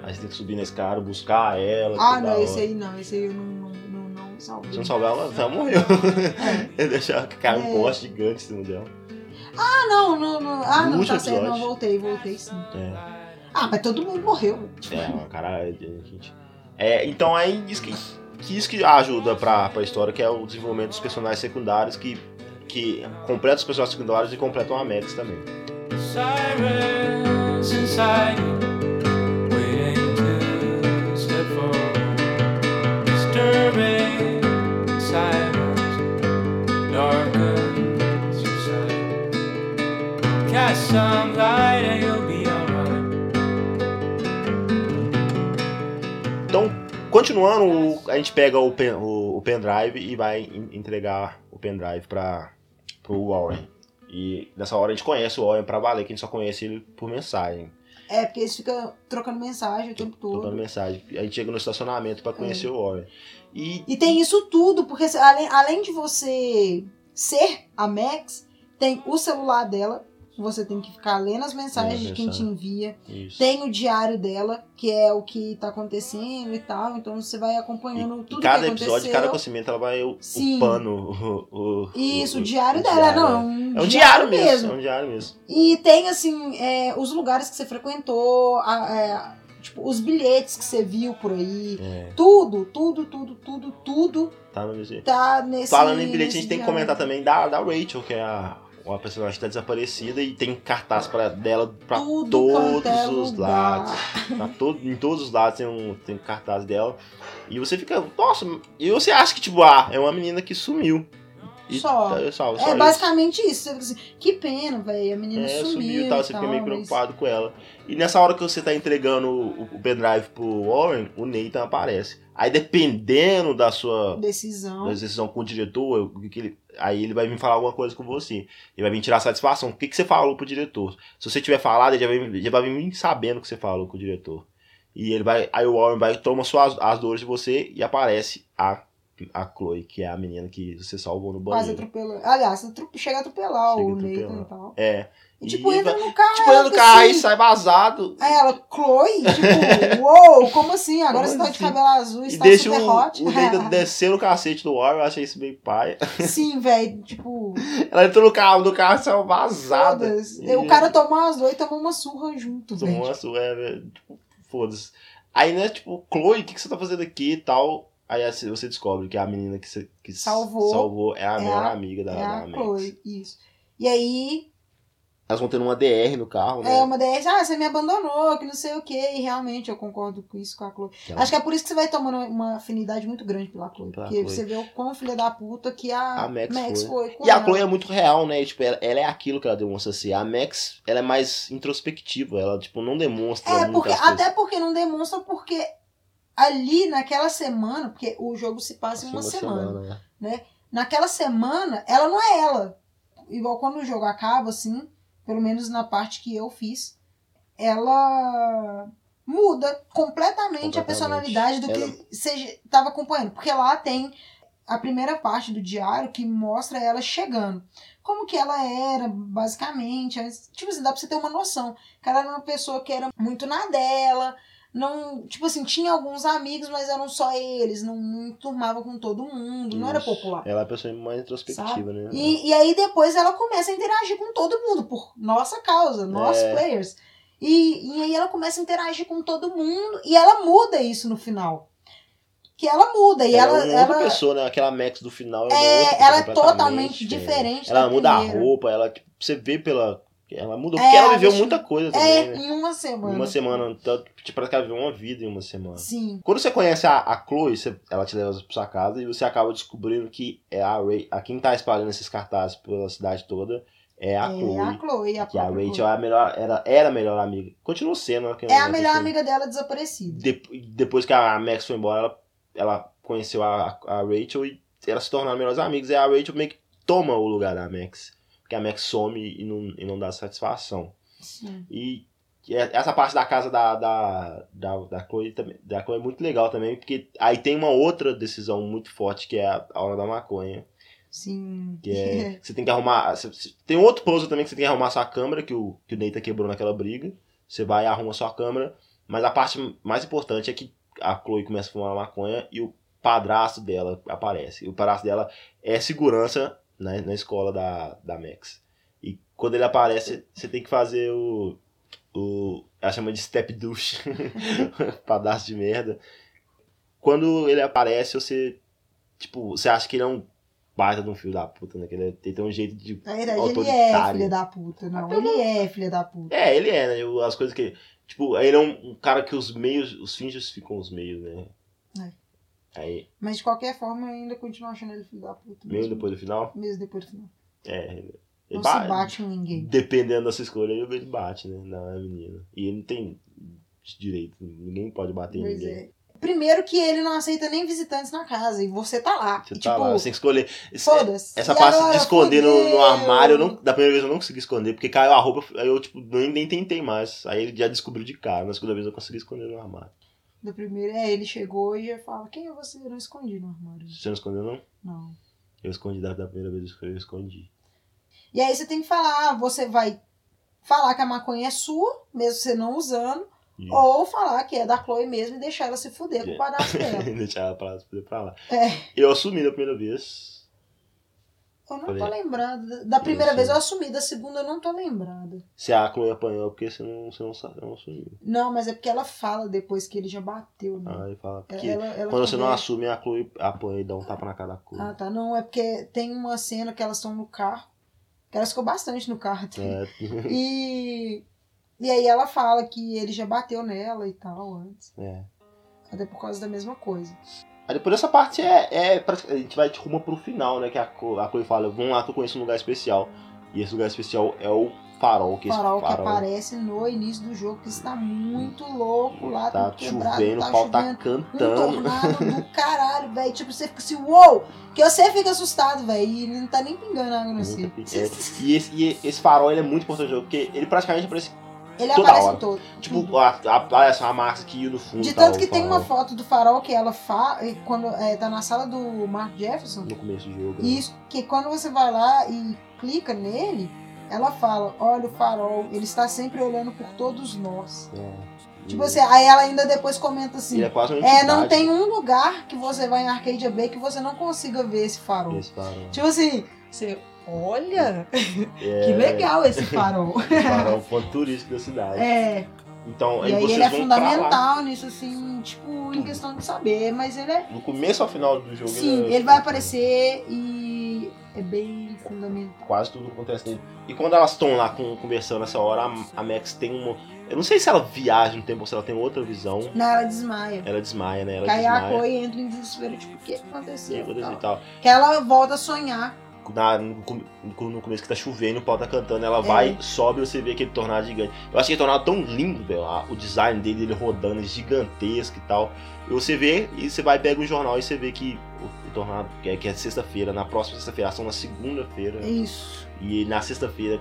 [SPEAKER 2] Aí você tem que subir na escada, buscar ela.
[SPEAKER 1] Ah,
[SPEAKER 2] toda
[SPEAKER 1] não, esse
[SPEAKER 2] hora.
[SPEAKER 1] aí não, esse aí eu não, não, não, não salvei.
[SPEAKER 2] Se não salvar ela, ela morreu. *laughs* Deixar cair um
[SPEAKER 1] É.
[SPEAKER 2] poste gigante em cima dela.
[SPEAKER 1] Ah, não, não, não. Ah,
[SPEAKER 2] No
[SPEAKER 1] não,
[SPEAKER 2] último
[SPEAKER 1] tá certo, não,
[SPEAKER 2] episódio.
[SPEAKER 1] voltei, voltei sim.
[SPEAKER 2] É,
[SPEAKER 1] Ah, mas todo mundo morreu.
[SPEAKER 2] é caralho, gente. É, então aí isso que, que isso que ajuda pra, pra história, que é o desenvolvimento dos personagens secundários que, que completa os personagens secundários e completam a Max também.
[SPEAKER 3] Sirens inside you, waiting to step forward, disturbing silence. some light and you'll be alright.
[SPEAKER 2] Então, continuando, o- a gente pega o, pen, o, o pendrive e vai en- entregar o pendrive para pro Warren. E nessa hora a gente conhece o Warren pra valer, que a gente só conhece ele por mensagem.
[SPEAKER 1] É, porque eles ficam trocando mensagem o tempo todo.
[SPEAKER 2] Tocando mensagem. A gente chega no estacionamento pra conhecer o Warren. E
[SPEAKER 1] E tem isso tudo, porque se- além, além de você ser a Max, tem o celular dela, que você tem que ficar lendo as mensagens de quem te
[SPEAKER 2] mensagem.
[SPEAKER 1] envia.
[SPEAKER 2] isso.
[SPEAKER 1] Tem o diário dela, que é o que tá acontecendo e tal. Então você vai acompanhando
[SPEAKER 2] E-
[SPEAKER 1] tudo
[SPEAKER 2] e cada
[SPEAKER 1] que aconteceu.
[SPEAKER 2] episódio, cada acontecimento, ela vai o,
[SPEAKER 1] Sim.
[SPEAKER 2] o pano, o, o-
[SPEAKER 1] Isso,
[SPEAKER 2] o-
[SPEAKER 1] o diário
[SPEAKER 2] o
[SPEAKER 1] dela.
[SPEAKER 2] diário,
[SPEAKER 1] Não, é
[SPEAKER 2] né?
[SPEAKER 1] um,
[SPEAKER 2] É um diário mesmo, É um diário mesmo.
[SPEAKER 1] E tem, assim, é, os lugares que você frequentou, a- é, tipo, os bilhetes que você viu por aí.
[SPEAKER 2] É,
[SPEAKER 1] Tudo, tudo, tudo, tudo, tudo
[SPEAKER 2] tá no mesmo.
[SPEAKER 1] tá nesse.
[SPEAKER 2] Falando em bilhete, a
[SPEAKER 1] nesse
[SPEAKER 2] gente tem que
[SPEAKER 1] diário.
[SPEAKER 2] comentar também da, da Rachel, que é a, uma personagem que tá desaparecida e tem cartaz pra, dela pra
[SPEAKER 1] Tudo quanto é
[SPEAKER 2] todos os
[SPEAKER 1] lugar.
[SPEAKER 2] lados. Pra to- em todos os lados tem, um, tem cartaz dela. E você fica, nossa, e você acha que, tipo, ah, é uma menina que sumiu. E,
[SPEAKER 1] Só.
[SPEAKER 2] tá, só, só
[SPEAKER 1] É
[SPEAKER 2] isso.
[SPEAKER 1] basicamente isso. Você fica assim, que pena, velho. A menina
[SPEAKER 2] É,
[SPEAKER 1] sumiu.
[SPEAKER 2] sumiu e
[SPEAKER 1] tal,
[SPEAKER 2] tal, você fica meio
[SPEAKER 1] mas-
[SPEAKER 2] preocupado com ela. E nessa hora que você tá entregando o, o pendrive pro Warren, o Nathan aparece. Aí dependendo da sua
[SPEAKER 1] Decisão.
[SPEAKER 2] da decisão com o diretor, o que ele- aí ele vai vir falar alguma coisa com você. Ele vai vir tirar satisfação. O que, que você falou pro diretor? Se você tiver falado, ele já vai, já vai vir sabendo o que você falou com o diretor. E ele vai. Aí o Warren vai toma suas as dores de você e aparece a, a Chloe, que é a menina que você salvou no
[SPEAKER 1] Quase
[SPEAKER 2] banheiro.
[SPEAKER 1] atropelou. Aliás, atro- chega a atropelar
[SPEAKER 2] Chega
[SPEAKER 1] o
[SPEAKER 2] a
[SPEAKER 1] Nathan
[SPEAKER 2] atropelar.
[SPEAKER 1] e tal.
[SPEAKER 2] É.
[SPEAKER 1] E, tipo,
[SPEAKER 2] E
[SPEAKER 1] entra
[SPEAKER 2] vai-
[SPEAKER 1] no carro.
[SPEAKER 2] Tipo, olhando o
[SPEAKER 1] fica
[SPEAKER 2] carro
[SPEAKER 1] assim.
[SPEAKER 2] e sai vazado.
[SPEAKER 1] Aí ela,
[SPEAKER 2] *laughs*
[SPEAKER 1] Chloe? Tipo, uou, como assim? Agora
[SPEAKER 2] Como
[SPEAKER 1] você tá de
[SPEAKER 2] assim?
[SPEAKER 1] cabelo azul,
[SPEAKER 2] E
[SPEAKER 1] está
[SPEAKER 2] deixa
[SPEAKER 1] super
[SPEAKER 2] o,
[SPEAKER 1] hot. *laughs*
[SPEAKER 2] o Nathan descer o cacete do Warren, eu achei isso meio paia.
[SPEAKER 1] Sim, velho. Tipo,
[SPEAKER 2] *laughs* Ela entrou no carro, do carro saiu vazada.
[SPEAKER 1] foda-se. O cara tomou as duas e tomou uma surra junto,
[SPEAKER 2] Tomou
[SPEAKER 1] velho.
[SPEAKER 2] uma surra, né? Tipo, Foda-se. Aí, né, tipo, Chloe, o que, que você tá fazendo aqui e tal? Aí assim, você descobre que a menina que, você, que
[SPEAKER 1] Salvou.
[SPEAKER 2] salvou é a
[SPEAKER 1] É
[SPEAKER 2] melhor
[SPEAKER 1] a-
[SPEAKER 2] amiga da,
[SPEAKER 1] É
[SPEAKER 2] da
[SPEAKER 1] a
[SPEAKER 2] Max.
[SPEAKER 1] Chloe, isso. E aí,
[SPEAKER 2] Elas vão tendo uma DR no carro, né?
[SPEAKER 1] É, uma DS, ah, você me abandonou, que não sei o que, e realmente eu concordo com isso com a Chloe.
[SPEAKER 2] Que ela-
[SPEAKER 1] Acho que é por isso que você vai tomando uma afinidade muito grande pela Chloe.
[SPEAKER 2] Pela
[SPEAKER 1] porque
[SPEAKER 2] Chloe.
[SPEAKER 1] você vê o quão filha da puta que a,
[SPEAKER 2] A Max
[SPEAKER 1] foi. com
[SPEAKER 2] E a
[SPEAKER 1] ela.
[SPEAKER 2] Chloe é muito real, né? Tipo, ela, ela é aquilo que ela demonstra assim. A Max, ela é mais introspectiva. Ela, tipo, não demonstra
[SPEAKER 1] É,
[SPEAKER 2] muitas
[SPEAKER 1] porque,
[SPEAKER 2] coisas.
[SPEAKER 1] até porque não demonstra, porque ali naquela semana, porque o jogo se passa em
[SPEAKER 2] Assim,
[SPEAKER 1] uma, semana.
[SPEAKER 2] né?
[SPEAKER 1] Naquela semana, ela não é ela. Igual quando o jogo acaba, assim, pelo menos na parte que eu fiz, ela muda completamente a
[SPEAKER 2] Completamente.
[SPEAKER 1] personalidade do
[SPEAKER 2] Ela-
[SPEAKER 1] que você estava acompanhando. Porque lá tem a primeira parte do diário que mostra ela chegando. Como que ela era, basicamente. antes- Tipo assim, dá pra você ter uma noção. Que ela era uma pessoa que era muito na dela. Não, tipo assim, tinha alguns amigos, mas eram só eles, não, não turmava com todo mundo, não era
[SPEAKER 2] Isso.
[SPEAKER 1] popular.
[SPEAKER 2] Ela é a pessoa mais introspectiva,
[SPEAKER 1] Sabe?
[SPEAKER 2] né?
[SPEAKER 1] E, e aí depois ela começa a interagir com todo mundo, por nossa causa, nós
[SPEAKER 2] É.
[SPEAKER 1] players. E, e aí ela começa a interagir com todo mundo e ela muda isso no final. Que ela muda e
[SPEAKER 2] Ela
[SPEAKER 1] ela.
[SPEAKER 2] é uma outra
[SPEAKER 1] ela-
[SPEAKER 2] pessoa, né? Aquela Max do final uma
[SPEAKER 1] É,
[SPEAKER 2] outra pessoa
[SPEAKER 1] ela é
[SPEAKER 2] completamente
[SPEAKER 1] totalmente diferente
[SPEAKER 2] Ela
[SPEAKER 1] da
[SPEAKER 2] muda a
[SPEAKER 1] primeira.
[SPEAKER 2] roupa, ela tipo, você vê pela. Ela mudou,
[SPEAKER 1] É,
[SPEAKER 2] porque ela
[SPEAKER 1] ela
[SPEAKER 2] viveu
[SPEAKER 1] deixa-
[SPEAKER 2] muita coisa também,
[SPEAKER 1] é,
[SPEAKER 2] né?
[SPEAKER 1] em uma semana.
[SPEAKER 2] Em uma semana, então, tipo, parece que ela viveu uma vida em uma semana.
[SPEAKER 1] Sim.
[SPEAKER 2] Quando você conhece a, a Chloe, você- ela te leva pra sua casa e você acaba descobrindo que é a Ray, a quem tá espalhando esses cartazes pela cidade toda é a
[SPEAKER 1] é
[SPEAKER 2] Chloe.
[SPEAKER 1] a Chloe. A
[SPEAKER 2] que a
[SPEAKER 1] própria
[SPEAKER 2] Rachel
[SPEAKER 1] Chloe.
[SPEAKER 2] é a melhor, era, era a melhor amiga. Continua sendo, né? que
[SPEAKER 1] é a
[SPEAKER 2] uma
[SPEAKER 1] melhor
[SPEAKER 2] pessoa-
[SPEAKER 1] amiga dela desaparecida.
[SPEAKER 2] Dep- depois que a Max foi embora, ela, ela conheceu a, a Rachel e elas se tornaram melhores amigas. E a Rachel meio que toma o lugar da Max. Porque a Max some e não, e não dá satisfação.
[SPEAKER 1] Sim.
[SPEAKER 2] E e é- essa parte da casa da, da, da, da, Chloe, também- da Chloe é muito legal também. Porque aí tem uma outra decisão muito forte que é a, a hora da maconha.
[SPEAKER 1] Sim. *laughs*
[SPEAKER 2] Que é. Você tem que arrumar. você- você- Tem outro puzzle também que você tem que arrumar sua câmera, que o, que o Neita quebrou naquela briga. Você vai e arruma sua câmera. Mas a parte mais importante é que a Chloe começa a fumar maconha e o padrasto dela aparece. E o padrasto dela é segurança na, na escola da, da Max. E quando ele aparece, você tem que fazer o. o ela chama de step douche. *laughs* padrasto de merda. Quando ele aparece, você. Tipo, você acha que ele é um baita de um filho da puta, né? Que ele é- tem, tem um jeito de
[SPEAKER 1] Na verdade, ele é
[SPEAKER 2] Autoritário.
[SPEAKER 1] filha da puta. Não, ele é filha da puta.
[SPEAKER 2] É, ele é, né? Eu- As coisas que. Tipo, ele é um, um cara que os meios. Os fins justificam os meios, né?
[SPEAKER 1] É.
[SPEAKER 2] Aí,
[SPEAKER 1] Mas de qualquer forma, eu ainda continuo achando ele filho da puta.
[SPEAKER 2] meio depois do final.
[SPEAKER 1] Mesmo depois do final.
[SPEAKER 2] É,
[SPEAKER 1] Não
[SPEAKER 2] Ele ba-
[SPEAKER 1] se bate em ninguém.
[SPEAKER 2] Dependendo da sua escolha, ele bate, né? Não, é menina. E ele não tem direito. Ninguém pode bater em
[SPEAKER 1] Pois
[SPEAKER 2] ninguém.
[SPEAKER 1] é. Primeiro que ele não aceita nem visitantes na casa e você tá lá.
[SPEAKER 2] Você
[SPEAKER 1] E,
[SPEAKER 2] tá
[SPEAKER 1] tipo,
[SPEAKER 2] lá, você tem que escolher. Esse-
[SPEAKER 1] foda-se.
[SPEAKER 2] Essa
[SPEAKER 1] E
[SPEAKER 2] parte
[SPEAKER 1] agora,
[SPEAKER 2] de esconder no, no
[SPEAKER 1] fudeu.
[SPEAKER 2] armário, eu não, da primeira vez eu não consegui esconder, porque caiu a roupa, aí eu tipo, nem, nem tentei mais. Aí ele já descobriu de cara, na segunda vez eu consegui esconder no armário.
[SPEAKER 1] Do primeiro, é, ele chegou e já fala, quem é você? Eu não escondi no armário.
[SPEAKER 2] Você não escondeu, não?
[SPEAKER 1] Não.
[SPEAKER 2] Eu escondi da, da primeira vez eu escondi.
[SPEAKER 1] E aí você tem que falar, ah, você vai falar que a maconha é sua, mesmo você não usando,
[SPEAKER 2] E- *laughs*
[SPEAKER 1] ou falar que é da Chloe mesmo e deixar ela se fuder com o
[SPEAKER 2] É.
[SPEAKER 1] padastro dela.
[SPEAKER 2] Deixar ela pra, pra lá.
[SPEAKER 1] É.
[SPEAKER 2] Eu assumi da primeira vez.
[SPEAKER 1] Eu não tô
[SPEAKER 2] Falei.
[SPEAKER 1] lembrada. Da primeira
[SPEAKER 2] Isso.
[SPEAKER 1] vez eu assumi, da segunda eu não tô lembrada.
[SPEAKER 2] Se a Chloe apanhou, é porque você não, você não, sa- não assumiu.
[SPEAKER 1] Não, mas é porque ela fala depois que ele já bateu, né?
[SPEAKER 2] Aí fala,
[SPEAKER 1] Ela-
[SPEAKER 2] porque
[SPEAKER 1] ela, ela
[SPEAKER 2] Ah, quando você não
[SPEAKER 1] conversa-
[SPEAKER 2] assume, a Chloe apanha e dá um tapa na cara da Chloe.
[SPEAKER 1] Ah, tá. Não, é porque tem uma cena que elas estão no carro. Que elas ficou bastante no carro. até.
[SPEAKER 2] É,
[SPEAKER 1] E. E aí ela fala que ele já bateu nela e tal antes.
[SPEAKER 2] é.
[SPEAKER 1] Até por causa da mesma coisa.
[SPEAKER 2] Aí depois essa parte é, é pra- a gente vai de rumo pro final, né? Que a, Co- a Chloe fala, vamos lá que eu conheço um lugar especial. E esse lugar especial é o farol,
[SPEAKER 1] O
[SPEAKER 2] que esse
[SPEAKER 1] farol
[SPEAKER 2] farol,
[SPEAKER 1] que aparece no início do jogo, que está muito louco lá.
[SPEAKER 2] tá
[SPEAKER 1] tudo quebrado,
[SPEAKER 2] chovendo,
[SPEAKER 1] tá
[SPEAKER 2] o pau tá
[SPEAKER 1] chovendo. Um
[SPEAKER 2] cantando.
[SPEAKER 1] tornado
[SPEAKER 2] *laughs*
[SPEAKER 1] do caralho, velho. Tipo, você fica assim, uou! Que você fica assustado, velho. E não tá nem pingando água no
[SPEAKER 2] Nunca
[SPEAKER 1] você.
[SPEAKER 2] fiquei- é. E, esse, e esse farol ele é muito importante no jogo, porque ele praticamente é aparece.
[SPEAKER 1] Ele
[SPEAKER 2] Toda
[SPEAKER 1] aparece
[SPEAKER 2] hora.
[SPEAKER 1] em todo.
[SPEAKER 2] Tipo, a, a, essa massa que ia no fundo.
[SPEAKER 1] De
[SPEAKER 2] tá,
[SPEAKER 1] tanto
[SPEAKER 2] o
[SPEAKER 1] que tem
[SPEAKER 2] farol
[SPEAKER 1] uma foto do farol que ela fa... eh, quando eh, tá na sala do Mark Jefferson.
[SPEAKER 2] No começo do jogo. né?
[SPEAKER 1] E isso, que quando você vai lá e clica nele, ela fala, olha o farol, ele está sempre olhando por todos nós.
[SPEAKER 2] É.
[SPEAKER 1] Tipo
[SPEAKER 2] E-
[SPEAKER 1] assim, aí ela ainda depois comenta assim,
[SPEAKER 2] Ele é quase uma
[SPEAKER 1] é, não
[SPEAKER 2] entidade,
[SPEAKER 1] tem um lugar que você vai em Arcadia Bay que você não consiga ver esse farol.
[SPEAKER 2] Esse farol.
[SPEAKER 1] Tipo assim, você, olha,
[SPEAKER 2] É,
[SPEAKER 1] Tipo, que legal
[SPEAKER 2] *laughs*
[SPEAKER 1] esse farol.
[SPEAKER 2] Esse farol é um ponto turístico da cidade.
[SPEAKER 1] é,
[SPEAKER 2] Então,
[SPEAKER 1] e
[SPEAKER 2] aí
[SPEAKER 1] aí
[SPEAKER 2] vocês
[SPEAKER 1] ele é
[SPEAKER 2] vão pra lá.
[SPEAKER 1] fundamental nisso, assim, tipo, em questão de saber, mas ele é
[SPEAKER 2] Do começo ao final do jogo.
[SPEAKER 1] Sim,
[SPEAKER 2] é-
[SPEAKER 1] ele vai aparecer e é bem fundamental.
[SPEAKER 2] Quase tudo acontece nele. E quando elas estão lá com- conversando nessa hora, a, a Max tem uma. Eu não sei se ela viaja no tempo ou se ela tem outra visão.
[SPEAKER 1] Não, ela desmaia.
[SPEAKER 2] Ela desmaia, né? Ela
[SPEAKER 1] Cai a
[SPEAKER 2] desmaia.
[SPEAKER 1] cor e entra em desespero, tipo, o que
[SPEAKER 2] E
[SPEAKER 1] aconteceu?
[SPEAKER 2] acontece e
[SPEAKER 1] Tal.
[SPEAKER 2] tal.
[SPEAKER 1] Que ela volta a sonhar.
[SPEAKER 2] Na- no, com- no começo que tá chovendo, o pau tá cantando, ela vai,
[SPEAKER 1] É.
[SPEAKER 2] sobe e você vê aquele tornado gigante. Eu achei aquele tornado é tão lindo, velho. a- O design dele, ele rodando, é gigantesco e tal. E você vê, e você vai, pega o jornal e você vê que o, o tornado, que é, que é sexta-feira, na próxima sexta-feira, ação na segunda-feira.
[SPEAKER 1] É Isso.
[SPEAKER 2] E na sexta-feira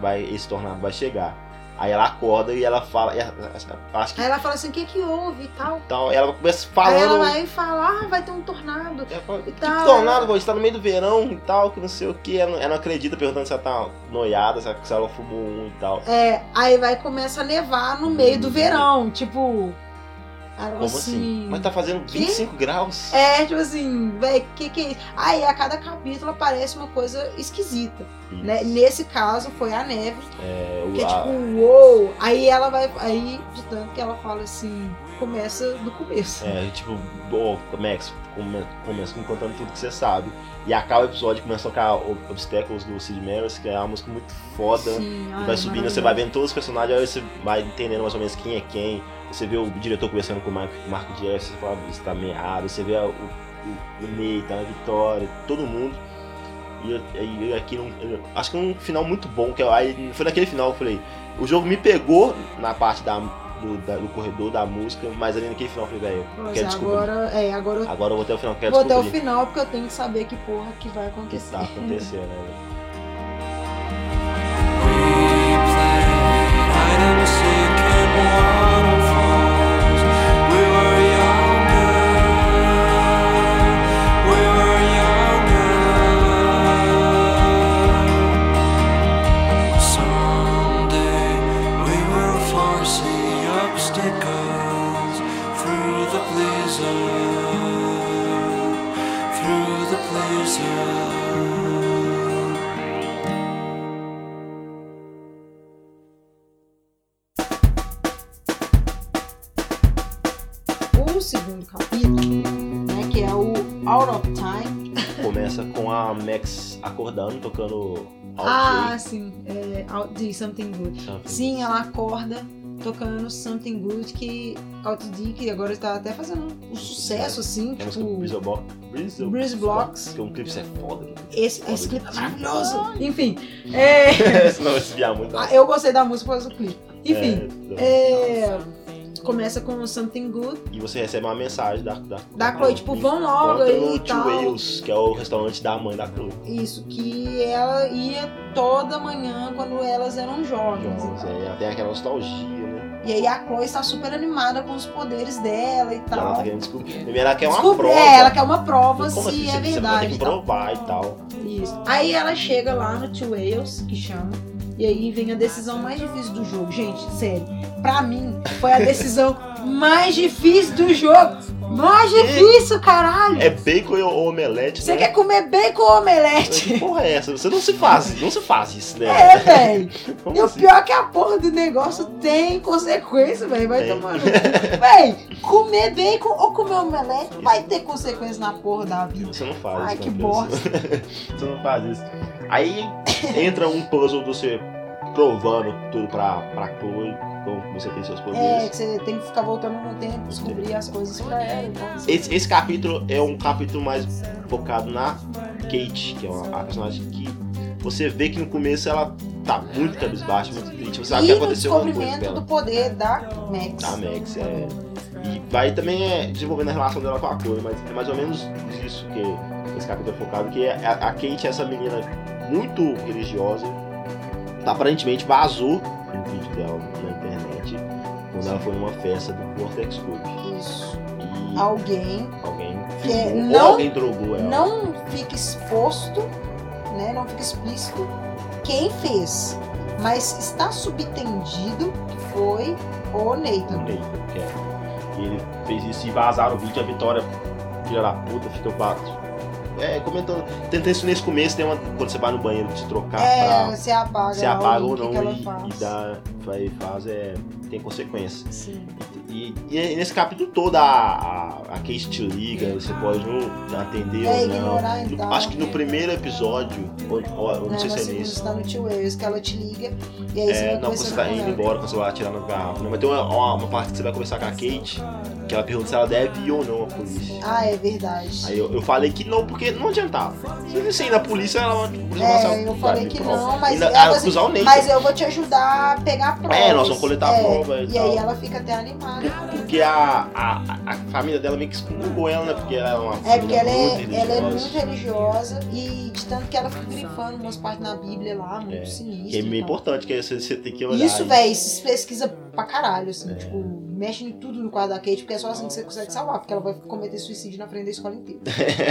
[SPEAKER 2] vai esse tornado vai chegar. Aí ela acorda e ela fala, e a- a- a- acho que
[SPEAKER 1] Aí ela fala assim, o que que houve e tal.
[SPEAKER 2] tal, ela começa
[SPEAKER 1] Aí ela
[SPEAKER 2] falando,
[SPEAKER 1] vai e fala, ah, vai ter um tornado.
[SPEAKER 2] ela fala,
[SPEAKER 1] e
[SPEAKER 2] que
[SPEAKER 1] tal."
[SPEAKER 2] tornado, você tá no meio do verão e tal, que não sei o que, ela, não- ela não acredita, perguntando se ela tá noiada, se ela, se ela fumou um e tal.
[SPEAKER 1] É, aí vai e começa a nevar no meio do verão, tipo... Aí ela
[SPEAKER 2] Uhum. Como assim?
[SPEAKER 1] assim...
[SPEAKER 2] Mas tá fazendo 25 graus?
[SPEAKER 1] É, tipo assim, velho, o que que é isso? Aí a cada capítulo aparece uma coisa esquisita, né? Nesse caso foi a neve,
[SPEAKER 2] É, o-
[SPEAKER 1] Que é
[SPEAKER 2] a-
[SPEAKER 1] tipo, uou! Aí ela vai. Aí, de tanto que ela fala assim, começa do começo.
[SPEAKER 2] É, tipo, ô, é Max, come- começa me é, assim, contando tudo que você sabe. E acaba o episódio, começa a tocar o- Obstacles do Sid Meier's, que é uma música muito foda.
[SPEAKER 1] Sim,
[SPEAKER 2] E
[SPEAKER 1] ai,
[SPEAKER 2] vai subindo, você vai vendo todos os personagens, aí você vai entendendo mais ou menos quem é quem. Você vê o diretor conversando com o Marco, Marco Jefferson, você fala, isso tá meio errado. Você vê a- o, o, o Ney, tá na Vitória, todo mundo. E, eu- e eu aqui, não- eu acho que é um final muito bom. Que eu- aí foi naquele final que eu falei, o jogo me pegou na parte da, do, da- do corredor da música, mas ali naquele final eu falei, velho,
[SPEAKER 1] maravilhoso.
[SPEAKER 2] quer
[SPEAKER 1] Mas
[SPEAKER 2] descobrir. Agora...
[SPEAKER 1] agora, é, agora eu
[SPEAKER 2] eu vou até o final, quero
[SPEAKER 1] vou até o
[SPEAKER 2] descobrir
[SPEAKER 1] final porque eu tenho que saber que porra que vai
[SPEAKER 2] o que
[SPEAKER 1] acontecer.
[SPEAKER 2] tá acontecendo. né?
[SPEAKER 4] Obstacles through the blizzard, through the blizzard.
[SPEAKER 1] O segundo capítulo, né, que é o Out of Time.
[SPEAKER 2] Começa com a Max acordando,
[SPEAKER 1] *laughs*
[SPEAKER 2] tocando All
[SPEAKER 1] Ah, sim. É, Out- de Something Good.
[SPEAKER 2] Day, sabe?
[SPEAKER 1] Sim, ela acorda tocando Something Good, que Out D, que agora está até fazendo um sucesso, assim,
[SPEAKER 2] Tem a É, música
[SPEAKER 1] tipo.
[SPEAKER 2] Breeze Block. Breeze
[SPEAKER 1] Breeze Blocks.
[SPEAKER 2] Porque um clipe isso é foda. mano.
[SPEAKER 1] Esse, esse
[SPEAKER 2] Foda
[SPEAKER 1] clipe é
[SPEAKER 2] demais.
[SPEAKER 1] maravilhoso. Enfim. é,
[SPEAKER 2] *laughs* Senão eu desviar muito. né?
[SPEAKER 1] ah, eu gostei da música por causa do clipe. Enfim.
[SPEAKER 2] É,
[SPEAKER 1] é, começa com Something Good.
[SPEAKER 2] E você recebe uma mensagem da, da,
[SPEAKER 1] Da Chloe, tipo, vão logo
[SPEAKER 2] Encontra
[SPEAKER 1] aí
[SPEAKER 2] no
[SPEAKER 1] e
[SPEAKER 2] Two
[SPEAKER 1] tal.
[SPEAKER 2] Whales, que é o restaurante da mãe da Chloe.
[SPEAKER 1] Isso, que ela ia toda manhã quando elas eram jovens. e
[SPEAKER 2] Jones,
[SPEAKER 1] tal.
[SPEAKER 2] é, tem aquela nostalgia, né?
[SPEAKER 1] E aí a Chloe está super animada com os poderes dela e
[SPEAKER 2] E ela tá
[SPEAKER 1] tal.
[SPEAKER 2] querendo descobrir. Primeiro ela quer uma
[SPEAKER 1] Desculpa,
[SPEAKER 2] prova.
[SPEAKER 1] É, ela quer uma prova
[SPEAKER 2] Como assim?
[SPEAKER 1] se é
[SPEAKER 2] Você- Você vai ter
[SPEAKER 1] verdade.
[SPEAKER 2] que
[SPEAKER 1] e tal.
[SPEAKER 2] provar e tal.
[SPEAKER 1] Isso. Aí ela chega lá no Two Whales, que chama. E aí vem a decisão mais difícil do jogo. Gente, sério. Pra mim, foi a decisão *laughs* mais difícil do jogo. Mais difícil, caralho.
[SPEAKER 2] É bacon ou omelete,
[SPEAKER 1] Você
[SPEAKER 2] né?
[SPEAKER 1] quer comer bacon ou *laughs*
[SPEAKER 2] Que
[SPEAKER 1] omelete?
[SPEAKER 2] porra é essa? Você não se faz, não se faz isso, né?
[SPEAKER 1] *laughs* É, velho.
[SPEAKER 2] Como
[SPEAKER 1] E o
[SPEAKER 2] assim?
[SPEAKER 1] pior é que a porra do negócio tem consequência, velho. Vai
[SPEAKER 2] Tem.
[SPEAKER 1] tomar no cu. Véi, comer bacon ou comer omelete vai ter consequência na porra da vida.
[SPEAKER 2] Você não faz
[SPEAKER 1] Ai,
[SPEAKER 2] isso.
[SPEAKER 1] que
[SPEAKER 2] meu Deus.
[SPEAKER 1] bosta.
[SPEAKER 2] *laughs* Você não faz isso. Aí entra um puzzle de você provando tudo pra, pra Chloe, como você tem seus
[SPEAKER 1] É,
[SPEAKER 2] poderes.
[SPEAKER 1] que você tem que ficar voltando no tempo, descobrir as coisas pra ela. Então, assim.
[SPEAKER 2] Esse, esse capítulo é um capítulo mais focado na Kate, que é uma a personagem que você vê que no começo ela tá muito cabisbaixa, muito triste. Você sabe
[SPEAKER 1] e
[SPEAKER 2] que
[SPEAKER 1] no
[SPEAKER 2] aconteceu alguma coisa com
[SPEAKER 1] descobrimento
[SPEAKER 2] ela. É.
[SPEAKER 1] do poder da Max.
[SPEAKER 2] Da Max, é. E vai também é, desenvolvendo a relação dela com a Chloe, mas é mais ou menos isso que esse capítulo é focado, que a, a Kate é essa menina muito religiosa, tá aparentemente vazou um vídeo dela na internet, quando ela foi numa festa do Vortex Club.
[SPEAKER 1] Isso.
[SPEAKER 2] E
[SPEAKER 1] Alguém
[SPEAKER 2] alguém
[SPEAKER 1] que é,
[SPEAKER 2] filmou,
[SPEAKER 1] não-
[SPEAKER 2] ou alguém drogou ela.
[SPEAKER 1] não fica exposto, né? Não fica explícito quem fez. Mas está subtendido que foi o
[SPEAKER 2] com
[SPEAKER 1] Nathan.
[SPEAKER 2] ele, que é. E ele fez isso e vazaram o vídeo, a Vitória, filha da puta, fica bato. É, comentando. Tenta isso nesse começo, tem uma. Quando você vai no banheiro de trocar
[SPEAKER 1] É,
[SPEAKER 2] tá pra.
[SPEAKER 1] se apaga.
[SPEAKER 2] Se
[SPEAKER 1] lá,
[SPEAKER 2] apaga
[SPEAKER 1] o
[SPEAKER 2] ou
[SPEAKER 1] que
[SPEAKER 2] não
[SPEAKER 1] que ela
[SPEAKER 2] e,
[SPEAKER 1] faz.
[SPEAKER 2] e dá. Vai, faz é. Tem consequência.
[SPEAKER 1] Sim.
[SPEAKER 2] E, e nesse capítulo todo a, a, a Kate te liga, você pode não atender
[SPEAKER 1] É,
[SPEAKER 2] ou não.
[SPEAKER 1] ignorar e
[SPEAKER 2] No-
[SPEAKER 1] tal.
[SPEAKER 2] Acho que no primeiro episódio, ou, ou- eu não
[SPEAKER 1] Né,
[SPEAKER 2] sei
[SPEAKER 1] você
[SPEAKER 2] se é nisso.
[SPEAKER 1] está no Two Ways, que ela te liga. E aí você
[SPEAKER 2] É,
[SPEAKER 1] vai
[SPEAKER 2] não, você
[SPEAKER 1] conversando
[SPEAKER 2] tá
[SPEAKER 1] com
[SPEAKER 2] indo
[SPEAKER 1] ela.
[SPEAKER 2] embora quando você vai atirar no garrafa. Não, mas tem uma, uma- uma parte que você vai conversar com a Kate, que ela pergunta se ela deve ir ou não à polícia.
[SPEAKER 1] Ah, é verdade.
[SPEAKER 2] Aí eu, eu falei que não, porque não adiantava. Se você ir na polícia, ela vai
[SPEAKER 1] É, eu falei que não, mas
[SPEAKER 2] Ainda,
[SPEAKER 1] ela
[SPEAKER 2] ela
[SPEAKER 1] falou assim,
[SPEAKER 2] acusar o Nathan.
[SPEAKER 1] Mas eu vou te ajudar a pegar provas.
[SPEAKER 2] É, nós vamos coletar
[SPEAKER 1] É,
[SPEAKER 2] prova e
[SPEAKER 1] E
[SPEAKER 2] tal.
[SPEAKER 1] aí ela fica até animada.
[SPEAKER 2] Porque a, a, a família dela meio que excluiu ela, né? Porque ela é uma
[SPEAKER 1] É, porque
[SPEAKER 2] família
[SPEAKER 1] ela é,
[SPEAKER 2] muito
[SPEAKER 1] ela é
[SPEAKER 2] religiosa.
[SPEAKER 1] muito religiosa e de tanto que ela fica grifando umas partes na Bíblia lá, muito
[SPEAKER 2] É,
[SPEAKER 1] sinistro.
[SPEAKER 2] Que é meio
[SPEAKER 1] e tal.
[SPEAKER 2] importante, que você, você tem que olhar.
[SPEAKER 1] então. Isso,
[SPEAKER 2] e-
[SPEAKER 1] velho, isso pesquisa pra caralho, assim,
[SPEAKER 2] É.
[SPEAKER 1] tipo, mexe em tudo no quadro da Kate, porque é só assim que você consegue salvar, porque ela vai cometer suicídio na frente da escola inteira.
[SPEAKER 2] *laughs*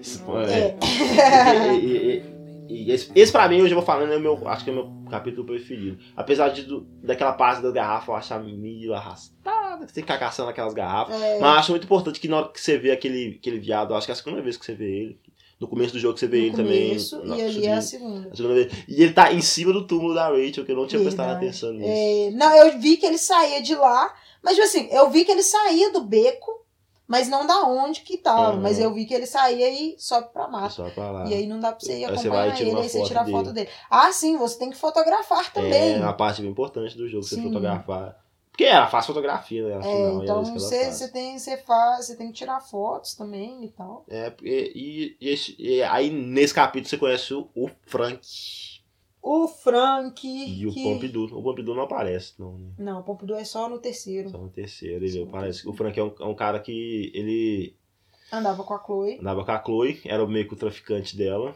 [SPEAKER 2] Isso, pô, é.
[SPEAKER 1] É.
[SPEAKER 2] *laughs* E- e- e- e esse, esse pra mim, hoje eu vou falando, é o meu, acho que é o meu capítulo preferido. Apesar de, do- daquela parte da garrafa eu achar meio arrastada, você tem que ficar caçando aquelas garrafas.
[SPEAKER 1] É.
[SPEAKER 2] Mas eu acho muito importante que na hora que você vê aquele, aquele viado, acho que é a segunda vez que você vê ele. No começo do jogo você vê ele
[SPEAKER 1] No
[SPEAKER 2] também.
[SPEAKER 1] começo,
[SPEAKER 2] na-
[SPEAKER 1] e ali
[SPEAKER 2] subindo.
[SPEAKER 1] é a segunda.
[SPEAKER 2] A segunda vez. E ele tá em cima do túmulo da Rachel, que eu não tinha prestado
[SPEAKER 1] Verdade.
[SPEAKER 2] atenção nisso.
[SPEAKER 1] É, não, eu vi que ele saía de lá, mas tipo assim, eu vi que ele saía do beco, mas não da onde que tava,
[SPEAKER 2] Uhum.
[SPEAKER 1] mas eu vi que ele saía e sobe pra mata.
[SPEAKER 2] Só pra lá.
[SPEAKER 1] E aí não dá pra você ir
[SPEAKER 2] Aí você
[SPEAKER 1] acompanhar
[SPEAKER 2] vai e tira
[SPEAKER 1] ele,
[SPEAKER 2] uma
[SPEAKER 1] aí você
[SPEAKER 2] foto
[SPEAKER 1] tira a foto dele. Ah, sim, você tem que fotografar também.
[SPEAKER 2] É uma parte bem importante do jogo, você
[SPEAKER 1] Sim.
[SPEAKER 2] fotografar. Porque ela faz fotografia, né?
[SPEAKER 1] É,
[SPEAKER 2] afinal, e é
[SPEAKER 1] então
[SPEAKER 2] isso que ela
[SPEAKER 1] você,
[SPEAKER 2] faz.
[SPEAKER 1] você tem, você faz, você tem que tirar fotos também e tal.
[SPEAKER 2] É, e, e- e esse- e aí nesse capítulo você conhece o, o Frank
[SPEAKER 1] O Frank.
[SPEAKER 2] e o
[SPEAKER 1] que-
[SPEAKER 2] Pompidou. O Pompidou não aparece, não, né?
[SPEAKER 1] Não, o Pompidou é só no terceiro.
[SPEAKER 2] Só no terceiro. Ele aparece. O Frank é um, é um cara que ele
[SPEAKER 1] Andava com a Chloe.
[SPEAKER 2] andava com a Chloe, era meio que o traficante dela.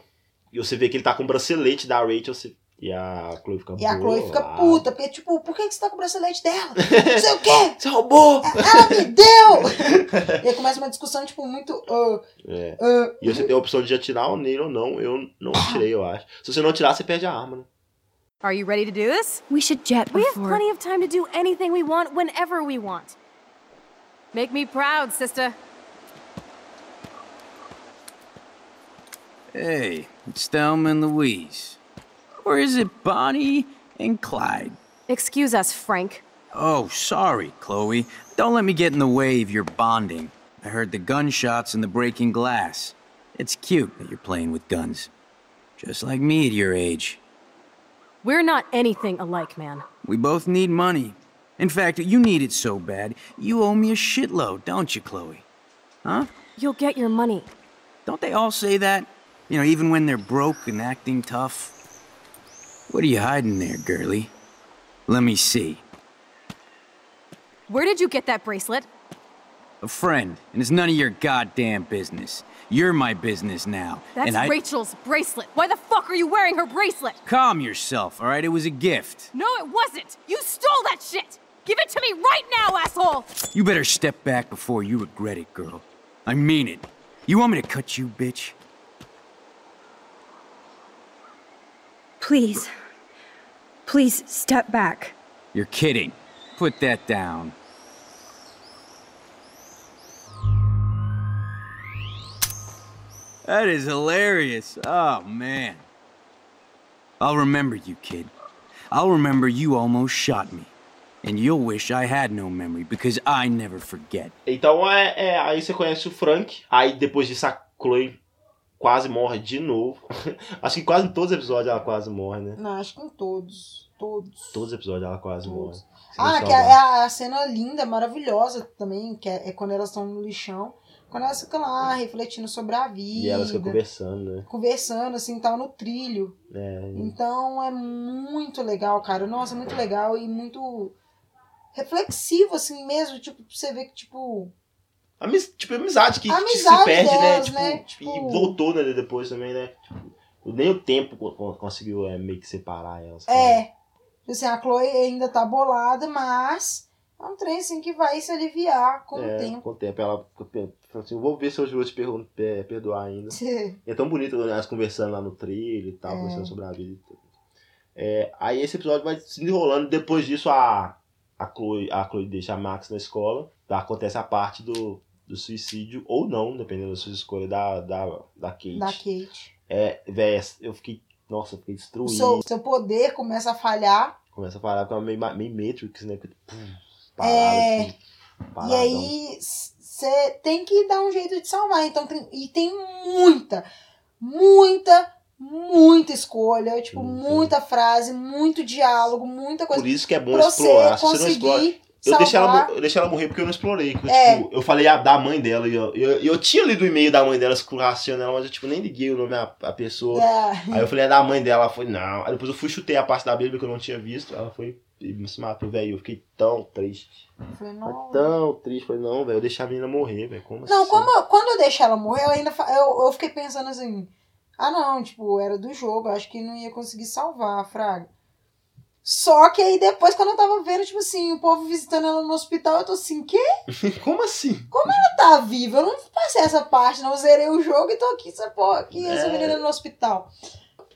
[SPEAKER 2] E você vê que ele tá com o bracelete da Rachel você- e a Chloe fica
[SPEAKER 1] E a Chloe fica
[SPEAKER 2] bolada.
[SPEAKER 1] puta, porque tipo, por que que você tá com o bracelete dela? Não sei o quê!
[SPEAKER 2] Você roubou!
[SPEAKER 1] Ela me deu! e aí começa uma discussão, tipo, muito. ah,
[SPEAKER 2] É.
[SPEAKER 1] ah,
[SPEAKER 2] E você tem a opção de atirar nele ou não. Eu não tirei, eu acho. Se você não tirar, você perde a arma, né?
[SPEAKER 5] Are you ready to do this?
[SPEAKER 6] We should jet
[SPEAKER 5] We have
[SPEAKER 6] before.
[SPEAKER 5] plenty of time to do anything we want whenever we want. Make me proud, sister.
[SPEAKER 7] Hey, it's Thelma and Louise. Or is it Bonnie and Clyde?
[SPEAKER 5] Excuse us, Frank.
[SPEAKER 7] Oh, sorry, Chloe. Don't let me get in the way of your bonding. I heard the gunshots and the breaking glass. It's cute that you're playing with guns. Just like me at your age.
[SPEAKER 5] We're not anything alike, man.
[SPEAKER 7] We both need money. In fact, you need it so bad, you owe me a shitload, don't you, Chloe? Huh?
[SPEAKER 5] You'll get your money.
[SPEAKER 7] Don't they all say that? You know, even when they're broke and acting tough. What are you hiding there, girlie? Let me see.
[SPEAKER 5] Where did you get that bracelet?
[SPEAKER 7] A friend, and it's none of your goddamn business. You're my business now.
[SPEAKER 5] That's
[SPEAKER 7] and I-
[SPEAKER 5] Rachel's bracelet. Why the fuck are you wearing her bracelet?
[SPEAKER 7] Calm yourself, alright? It was a gift.
[SPEAKER 5] No, it wasn't. You stole that shit. Give it to me right now, asshole.
[SPEAKER 7] You better step back before you regret it, girl. I mean it. You want me to cut you, bitch?
[SPEAKER 6] Please. Please step back.
[SPEAKER 7] You're kidding. Put that down. That is hilarious. Oh, man. I'll remember you, kid. I'll remember you almost shot me. And you'll wish I had no memory because I never forget.
[SPEAKER 2] Então é, é, aí você conhece o Frank, aí depois disso a Chloe quase morre de novo. *laughs* Acho que quase em todos os episódios ela quase morre, né?
[SPEAKER 1] Não, acho que em todos. Todos.
[SPEAKER 2] Todos os episódios ela quase morre.
[SPEAKER 1] Todos.
[SPEAKER 2] Você
[SPEAKER 1] Ah,
[SPEAKER 2] não
[SPEAKER 1] que é
[SPEAKER 2] salva.
[SPEAKER 1] a, a cena linda, maravilhosa também, que é, é quando elas estão no lixão. Quando elas ficam lá refletindo sobre a vida.
[SPEAKER 2] E elas ficam conversando, né?
[SPEAKER 1] conversando, assim, tal, no trilho.
[SPEAKER 2] É,
[SPEAKER 1] Então é muito legal, cara. Nossa, muito legal e muito reflexivo, assim mesmo. Tipo, pra você ver que, tipo.
[SPEAKER 2] amiz- tipo, amizade que, que
[SPEAKER 1] Amizade
[SPEAKER 2] se perde,
[SPEAKER 1] delas,
[SPEAKER 2] né?
[SPEAKER 1] né?
[SPEAKER 2] Tipo,
[SPEAKER 1] Tipo-
[SPEAKER 2] E voltou, né, depois também, né? Tipo, nem o tempo co- co- conseguiu é, meio que separar elas.
[SPEAKER 1] É. Tipo Assim, a Chloe ainda tá bolada, mas é um trem assim que vai se aliviar com
[SPEAKER 2] É,
[SPEAKER 1] o tempo. *laughs*
[SPEAKER 2] Com o tempo. Ela fica pe- fala assim, eu vou ver se eu vou te pergun- pe- perdoar ainda. E é tão bonito né, elas conversando lá no trilho e tal,
[SPEAKER 1] É.
[SPEAKER 2] conversando sobre a vida e tudo. É, aí esse episódio vai se enrolando. Depois disso, a, a, Chloe, a Chloe deixa a Max na escola. Tá, acontece a parte do, do suicídio, ou não, dependendo da sua escolha da, da, da Kate.
[SPEAKER 1] da Kate.
[SPEAKER 2] É, véi, eu fiquei. Nossa, eu fiquei
[SPEAKER 1] O
[SPEAKER 2] destruído.
[SPEAKER 1] seu, seu poder começa a falhar.
[SPEAKER 2] Começa a parar com meio, ma- meio Matrix, né? Puf,
[SPEAKER 1] É.
[SPEAKER 2] parado, assim, paradão.
[SPEAKER 1] E aí você tem que dar um jeito de salvar. Então tem, e tem muita, muita, muita escolha. Tipo,
[SPEAKER 2] Sim, sim.
[SPEAKER 1] muita frase, muito diálogo, muita coisa.
[SPEAKER 2] Por isso que é bom
[SPEAKER 1] pra você
[SPEAKER 2] explorar. Se você não explora.
[SPEAKER 1] conseguir
[SPEAKER 2] Eu
[SPEAKER 1] salvar.
[SPEAKER 2] deixei, ela, mo- eu deixei ela morrer porque eu não explorei. porque,
[SPEAKER 1] É.
[SPEAKER 2] tipo, eu falei a, da mãe dela. E eu, eu, eu tinha lido o e-mail da mãe dela escurraciando ela, mas eu tipo, nem liguei o nome da a pessoa.
[SPEAKER 1] É.
[SPEAKER 2] Aí eu falei, é da mãe dela. Ela foi, não. Aí depois eu fui chutei a parte da Bíblia que eu não tinha visto. Ela foi e me se matou, velho. Eu fiquei tão triste.
[SPEAKER 1] Eu falei,
[SPEAKER 2] Mas
[SPEAKER 1] não,
[SPEAKER 2] tão triste. Falei, não, velho, eu deixei a menina morrer, velho. Como
[SPEAKER 1] Não,
[SPEAKER 2] assim?
[SPEAKER 1] como, eu- quando eu deixei ela morrer, eu ainda fa- eu, eu fiquei pensando assim. Ah não, tipo, era do jogo, eu acho que não ia conseguir salvar a Fraga. Só que aí depois, quando eu tava vendo, tipo assim, o povo visitando ela no hospital, eu tô assim, que
[SPEAKER 2] *laughs* Como assim?
[SPEAKER 1] ela tá viva? Eu não passei essa parte, não. Eu zerei o jogo e tô aqui, essa porra aqui, essa
[SPEAKER 2] É.
[SPEAKER 1] menina no hospital.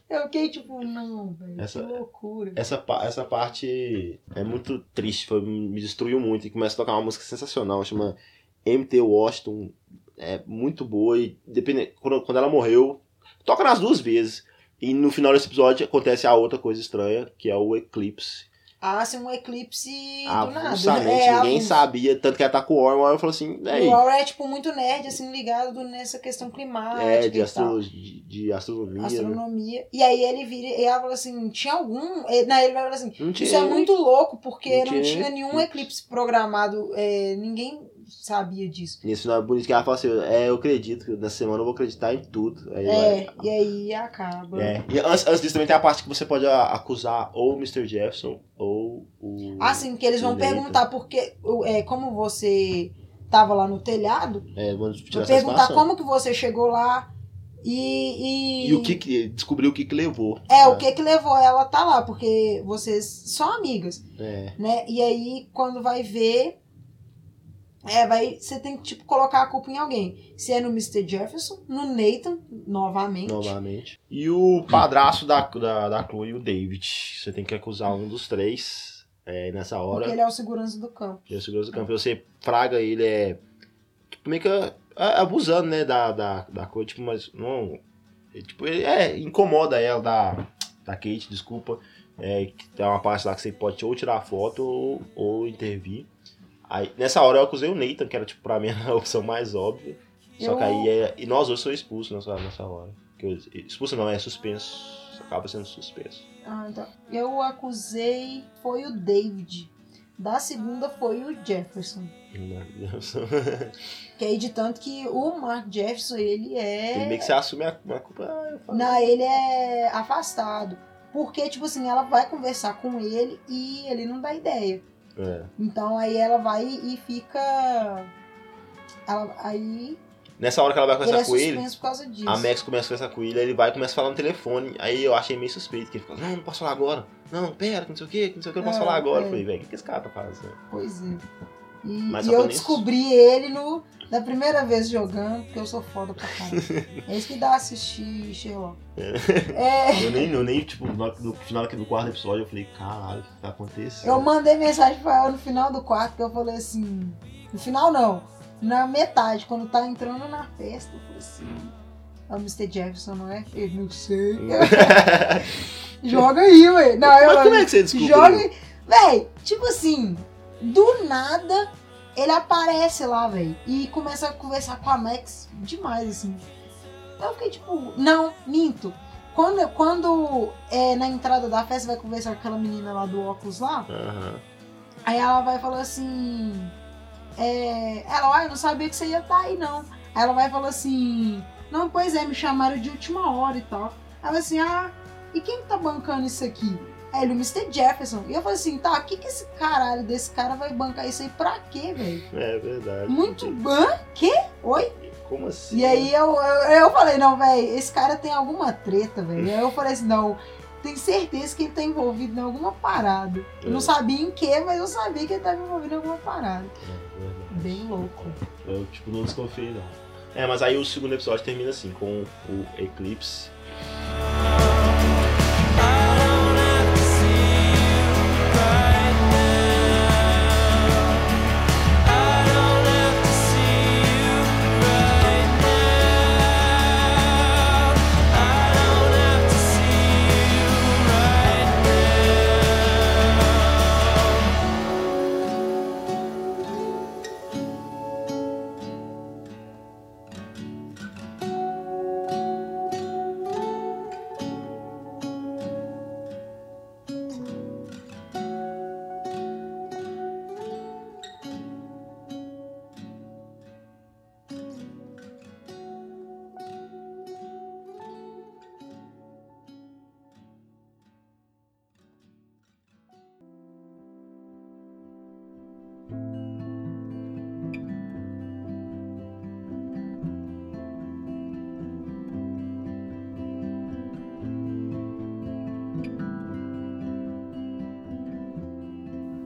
[SPEAKER 1] Eu fiquei tipo, não, velho,
[SPEAKER 2] Essa- é
[SPEAKER 1] que loucura.
[SPEAKER 2] Essa, pa- essa parte é muito triste, foi, me destruiu muito. E começa a tocar uma música sensacional, chama MT Washington. É muito boa e depende, quando, quando ela morreu, toca nas duas vezes. E no final desse episódio acontece a outra coisa estranha, que é o eclipse.
[SPEAKER 1] Ah, assim, um eclipse do nada.
[SPEAKER 2] Avulsamente,
[SPEAKER 1] É,
[SPEAKER 2] Ah, ninguém
[SPEAKER 1] avulsa.
[SPEAKER 2] sabia. Tanto que ela tá com o Warren, o Warren falou assim,
[SPEAKER 1] O
[SPEAKER 2] "Ei,
[SPEAKER 1] Laura é, tipo, muito nerd, assim, ligado nessa questão climática
[SPEAKER 2] é, de,
[SPEAKER 1] e tal.
[SPEAKER 2] astro, de, de astronomia. né?
[SPEAKER 1] Astronomia. E aí ele vira e ela fala assim, tinha algum... eh, Na ele fala assim,
[SPEAKER 2] Não tinha-
[SPEAKER 1] isso é muito louco, porque
[SPEAKER 2] Não
[SPEAKER 1] não,
[SPEAKER 2] tinha
[SPEAKER 1] tinha, nenhum
[SPEAKER 2] eclipse.
[SPEAKER 1] eclipse programado, eh, ninguém sabia disso.
[SPEAKER 2] Nesse final é bonito que ela fala assim, é, eu acredito, que nessa semana eu vou acreditar em tudo. Aí
[SPEAKER 1] É,
[SPEAKER 2] vai-
[SPEAKER 1] e aí acaba.
[SPEAKER 2] É. E antes, antes disso também tem a parte que você pode a- acusar ou o Mr. Jefferson ou o.
[SPEAKER 1] Assim, que eles vão
[SPEAKER 2] Direito.
[SPEAKER 1] perguntar porque, o- é, como você tava lá no telhado,
[SPEAKER 2] É, vamos
[SPEAKER 1] vão
[SPEAKER 2] tirar essa
[SPEAKER 1] perguntar
[SPEAKER 2] informação.
[SPEAKER 1] como que você chegou lá e...
[SPEAKER 2] E, o que Ah. que. Descobrir o que que levou.
[SPEAKER 1] É, o que que levou ela a tá lá, porque vocês são amigas.
[SPEAKER 2] É.
[SPEAKER 1] né? E aí, quando vai ver, é, vai, você tem que tipo, colocar a culpa em alguém. Se é no Mr. Jefferson, no Nathan, novamente.
[SPEAKER 2] é, Novamente. E
[SPEAKER 1] Hum.
[SPEAKER 2] o padrasto da, da, da Chloe, o David. Você tem que acusar um dos três. É, e nessa hora.
[SPEAKER 1] Porque ele é o segurança do campo.
[SPEAKER 2] Ele é o segurança do campo. Você fraga ele, é. Tipo, meio que a- a- abusando, né? Da, da, da coisa, tipo, mas não. é, Tipo, ele é, incomoda ela da, da Kate, desculpa. É, que tem uma parte lá que você pode ou tirar foto ou, ou intervir. Aí, nessa hora eu acusei o Nathan, que era, tipo, pra mim *laughs* a opção mais óbvia. Só que
[SPEAKER 1] Eu-
[SPEAKER 2] aí é. E nós dois somos expulsos nessa, nessa hora. Que eu- expulso não, é suspenso. Acaba sendo suspenso.
[SPEAKER 1] Ah, então. Eu acusei, foi o David. Da segunda foi o Jefferson. Que aí de tanto que o Mark Jefferson, ele é.
[SPEAKER 2] *laughs* Ele meio que você assume a, a culpa. Ah, eu falei.
[SPEAKER 1] Não, ele é afastado. Porque, tipo assim, ela vai conversar com ele e ele não dá ideia.
[SPEAKER 2] É.
[SPEAKER 1] Então aí ela vai e fica. Ela, aí
[SPEAKER 2] Nessa hora que ela vai
[SPEAKER 1] ele é
[SPEAKER 2] conversar com ele,
[SPEAKER 1] suspenso por causa disso.
[SPEAKER 2] a Max começa a conversar com ele, aí ele vai e começa a falar no telefone. Aí eu achei meio suspeito, que ele fica, não, não posso falar agora. Não, pera, que não sei o que, que não sei o que, eu não posso
[SPEAKER 1] É,
[SPEAKER 2] falar agora.
[SPEAKER 1] é.
[SPEAKER 2] Eu falei, velho, o que, que esse cara tá fazendo?
[SPEAKER 1] Pois é. E,
[SPEAKER 2] Mas
[SPEAKER 1] e
[SPEAKER 2] só
[SPEAKER 1] eu
[SPEAKER 2] tá nisso.
[SPEAKER 1] descobri ele no, na primeira vez jogando, porque eu sou foda pra
[SPEAKER 2] *laughs*
[SPEAKER 1] caralho. é isso que dá assistir Sherlock. É,
[SPEAKER 2] Eu nem, eu nem, tipo, no, no final aqui do quarto episódio, eu falei, caralho, o que tá acontecendo? *laughs*
[SPEAKER 1] eu mandei mensagem pra ela no final do quarto, que eu falei assim. No final não. Na metade, quando tá entrando na festa, eu falei assim. É o Mr. Jefferson, não é? Ele não sei. Joga aí, ué. Não, eu,
[SPEAKER 2] Mas como é que você descobriu?
[SPEAKER 1] Joga. Véi, tipo assim, do nada ele aparece lá, véi. E começa a conversar com a Max demais, assim. Eu fiquei tipo, não, minto. Quando, quando é, na entrada da festa vai conversar com aquela menina lá do óculos lá,
[SPEAKER 2] Aham.
[SPEAKER 1] aí ela vai falar assim. é, ela, ah, eu não sabia que você ia estar aí, não. Aí ela vai falar assim, não, pois é, me chamaram de última hora e tal. Ela assim, ah, e quem que tá bancando isso aqui? Aí ele, é o Mr. Jefferson. E eu falei assim, tá, o que que esse caralho desse cara vai bancar isso aí pra quê, velho?
[SPEAKER 2] É verdade.
[SPEAKER 1] Muito ban? Quê? Oi?
[SPEAKER 2] Como assim?
[SPEAKER 1] E aí eu, eu, eu falei, não, velho, esse cara tem alguma treta, velho. Aí eu falei assim, não, tenho certeza que ele tá envolvido em alguma parada. Eu não
[SPEAKER 2] É.
[SPEAKER 1] sabia em quê, mas eu sabia que ele tava envolvido em alguma parada.
[SPEAKER 2] É verdade.
[SPEAKER 1] Bem louco.
[SPEAKER 2] Eu, tipo, não desconfiei, não. É, mas aí o segundo episódio termina assim, com o Eclipse.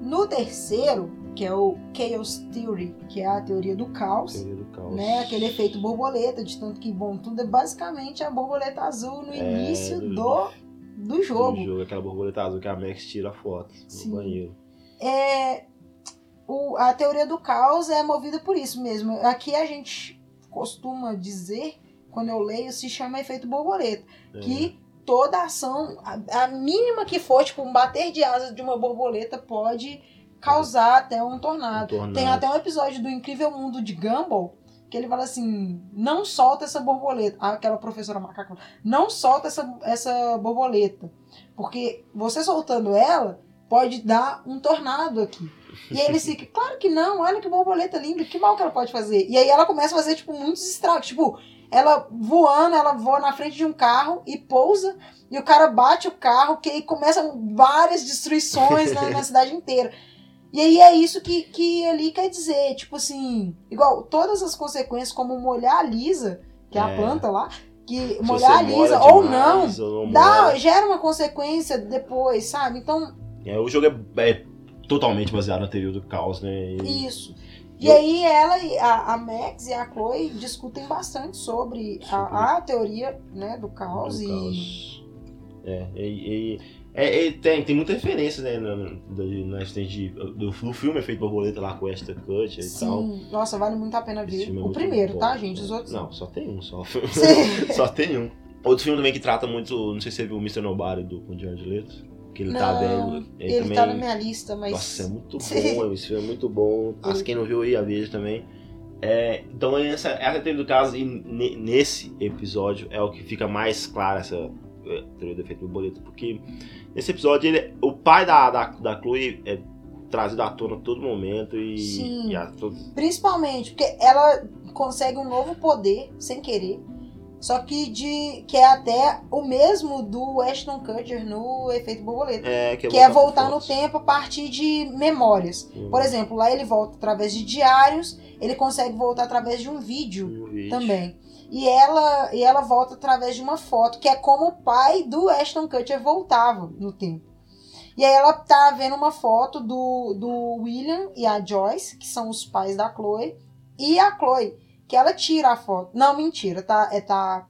[SPEAKER 1] No terceiro, que é o Chaos Theory, que é a teoria do caos,
[SPEAKER 2] Teoria do caos.
[SPEAKER 1] né? Aquele efeito borboleta, de tanto que bom tudo é basicamente a borboleta azul no início
[SPEAKER 2] É, do-
[SPEAKER 1] do, do jogo.
[SPEAKER 2] Do jogo, aquela borboleta azul que a Max tira a foto
[SPEAKER 1] Sim.
[SPEAKER 2] no banheiro.
[SPEAKER 1] É, o- a teoria do caos é movida por isso mesmo. Aqui a gente costuma dizer, quando eu leio, se chama efeito borboleta.
[SPEAKER 2] É.
[SPEAKER 1] que toda ação, a, a mínima que for, tipo, um bater de asas de uma borboleta pode causar até um tornado.
[SPEAKER 2] Um tornado.
[SPEAKER 1] Tem até um episódio do Incrível Mundo de Gumball que ele fala assim, não solta essa borboleta. Ah, Aquela professora macaca, fala, não solta essa, essa borboleta, porque você soltando ela pode dar um tornado aqui. E aí ele fica, claro que não, olha que borboleta linda, que mal que ela pode fazer. E aí ela começa a fazer, tipo, muitos estragos. Tipo, ela voando, ela voa na frente de um carro e pousa, e o cara bate o carro, que aí começam várias destruições na,
[SPEAKER 2] *laughs*
[SPEAKER 1] na cidade inteira. E aí é isso que, que ali quer dizer, tipo assim, igual todas as consequências, como molhar a lisa, que é, a
[SPEAKER 2] É.
[SPEAKER 1] planta lá, que
[SPEAKER 2] Se
[SPEAKER 1] molhar a
[SPEAKER 2] você molha
[SPEAKER 1] lisa ou não,
[SPEAKER 2] demais, ou não molha.
[SPEAKER 1] dá, um gera uma consequência depois, sabe? Então,
[SPEAKER 2] É, o jogo é, é totalmente baseado na teoria do caos, né? E-
[SPEAKER 1] isso. E aí ela, e a, a Max e a Chloe discutem bastante sobre a, a teoria né, do caos
[SPEAKER 2] do
[SPEAKER 1] e...
[SPEAKER 2] caos. É, e, e- é, e tem, tem muitas referências, né? Na, na, na de, do, do filme é feito borboleta lá com esta cut e tal.
[SPEAKER 1] Sim, nossa, vale muito a pena
[SPEAKER 2] Esse
[SPEAKER 1] ver.
[SPEAKER 2] filme é
[SPEAKER 1] o
[SPEAKER 2] muito
[SPEAKER 1] primeiro,
[SPEAKER 2] bom.
[SPEAKER 1] tá, gente? Os outros
[SPEAKER 2] Não, só tem um só.
[SPEAKER 1] Sim.
[SPEAKER 2] *laughs* só tem um. Outro filme também que trata muito, não sei se você viu o Mr. Nobody do com o Jared Leto, que ele tá
[SPEAKER 1] Não,
[SPEAKER 2] velho. Ele,
[SPEAKER 1] Ele
[SPEAKER 2] também.
[SPEAKER 1] tá na minha lista, mas.
[SPEAKER 2] Nossa, é muito
[SPEAKER 1] Sim.
[SPEAKER 2] bom, esse filme é muito bom. As quem não viu aí a veja também. É, então essa, essa teoria do caso, e ne- nesse episódio, é o que fica mais clara essa eh, é, teoria do efeito borboleta, porque nesse episódio ele, o pai da, da, da Chloe é trazido à tona a todo momento e,
[SPEAKER 1] Sim.
[SPEAKER 2] e a todos.
[SPEAKER 1] Principalmente porque ela consegue um novo poder sem querer. Só que de que é até o mesmo do Ashton Kutcher no Efeito Borboleta.
[SPEAKER 2] É, que
[SPEAKER 1] que é voltar no tempo a partir de memórias.
[SPEAKER 2] tempo.
[SPEAKER 1] Por exemplo, lá ele volta através de diários, ele consegue voltar através de um vídeo também. E ela, e ela volta através de uma foto, que é como o pai do Ashton Kutcher voltava no tempo. E aí ela tá vendo uma foto do, do William e a Joyce, que são os pais da Chloe, e a Chloe, que ela tira a foto. Não, mentira, tá? É tá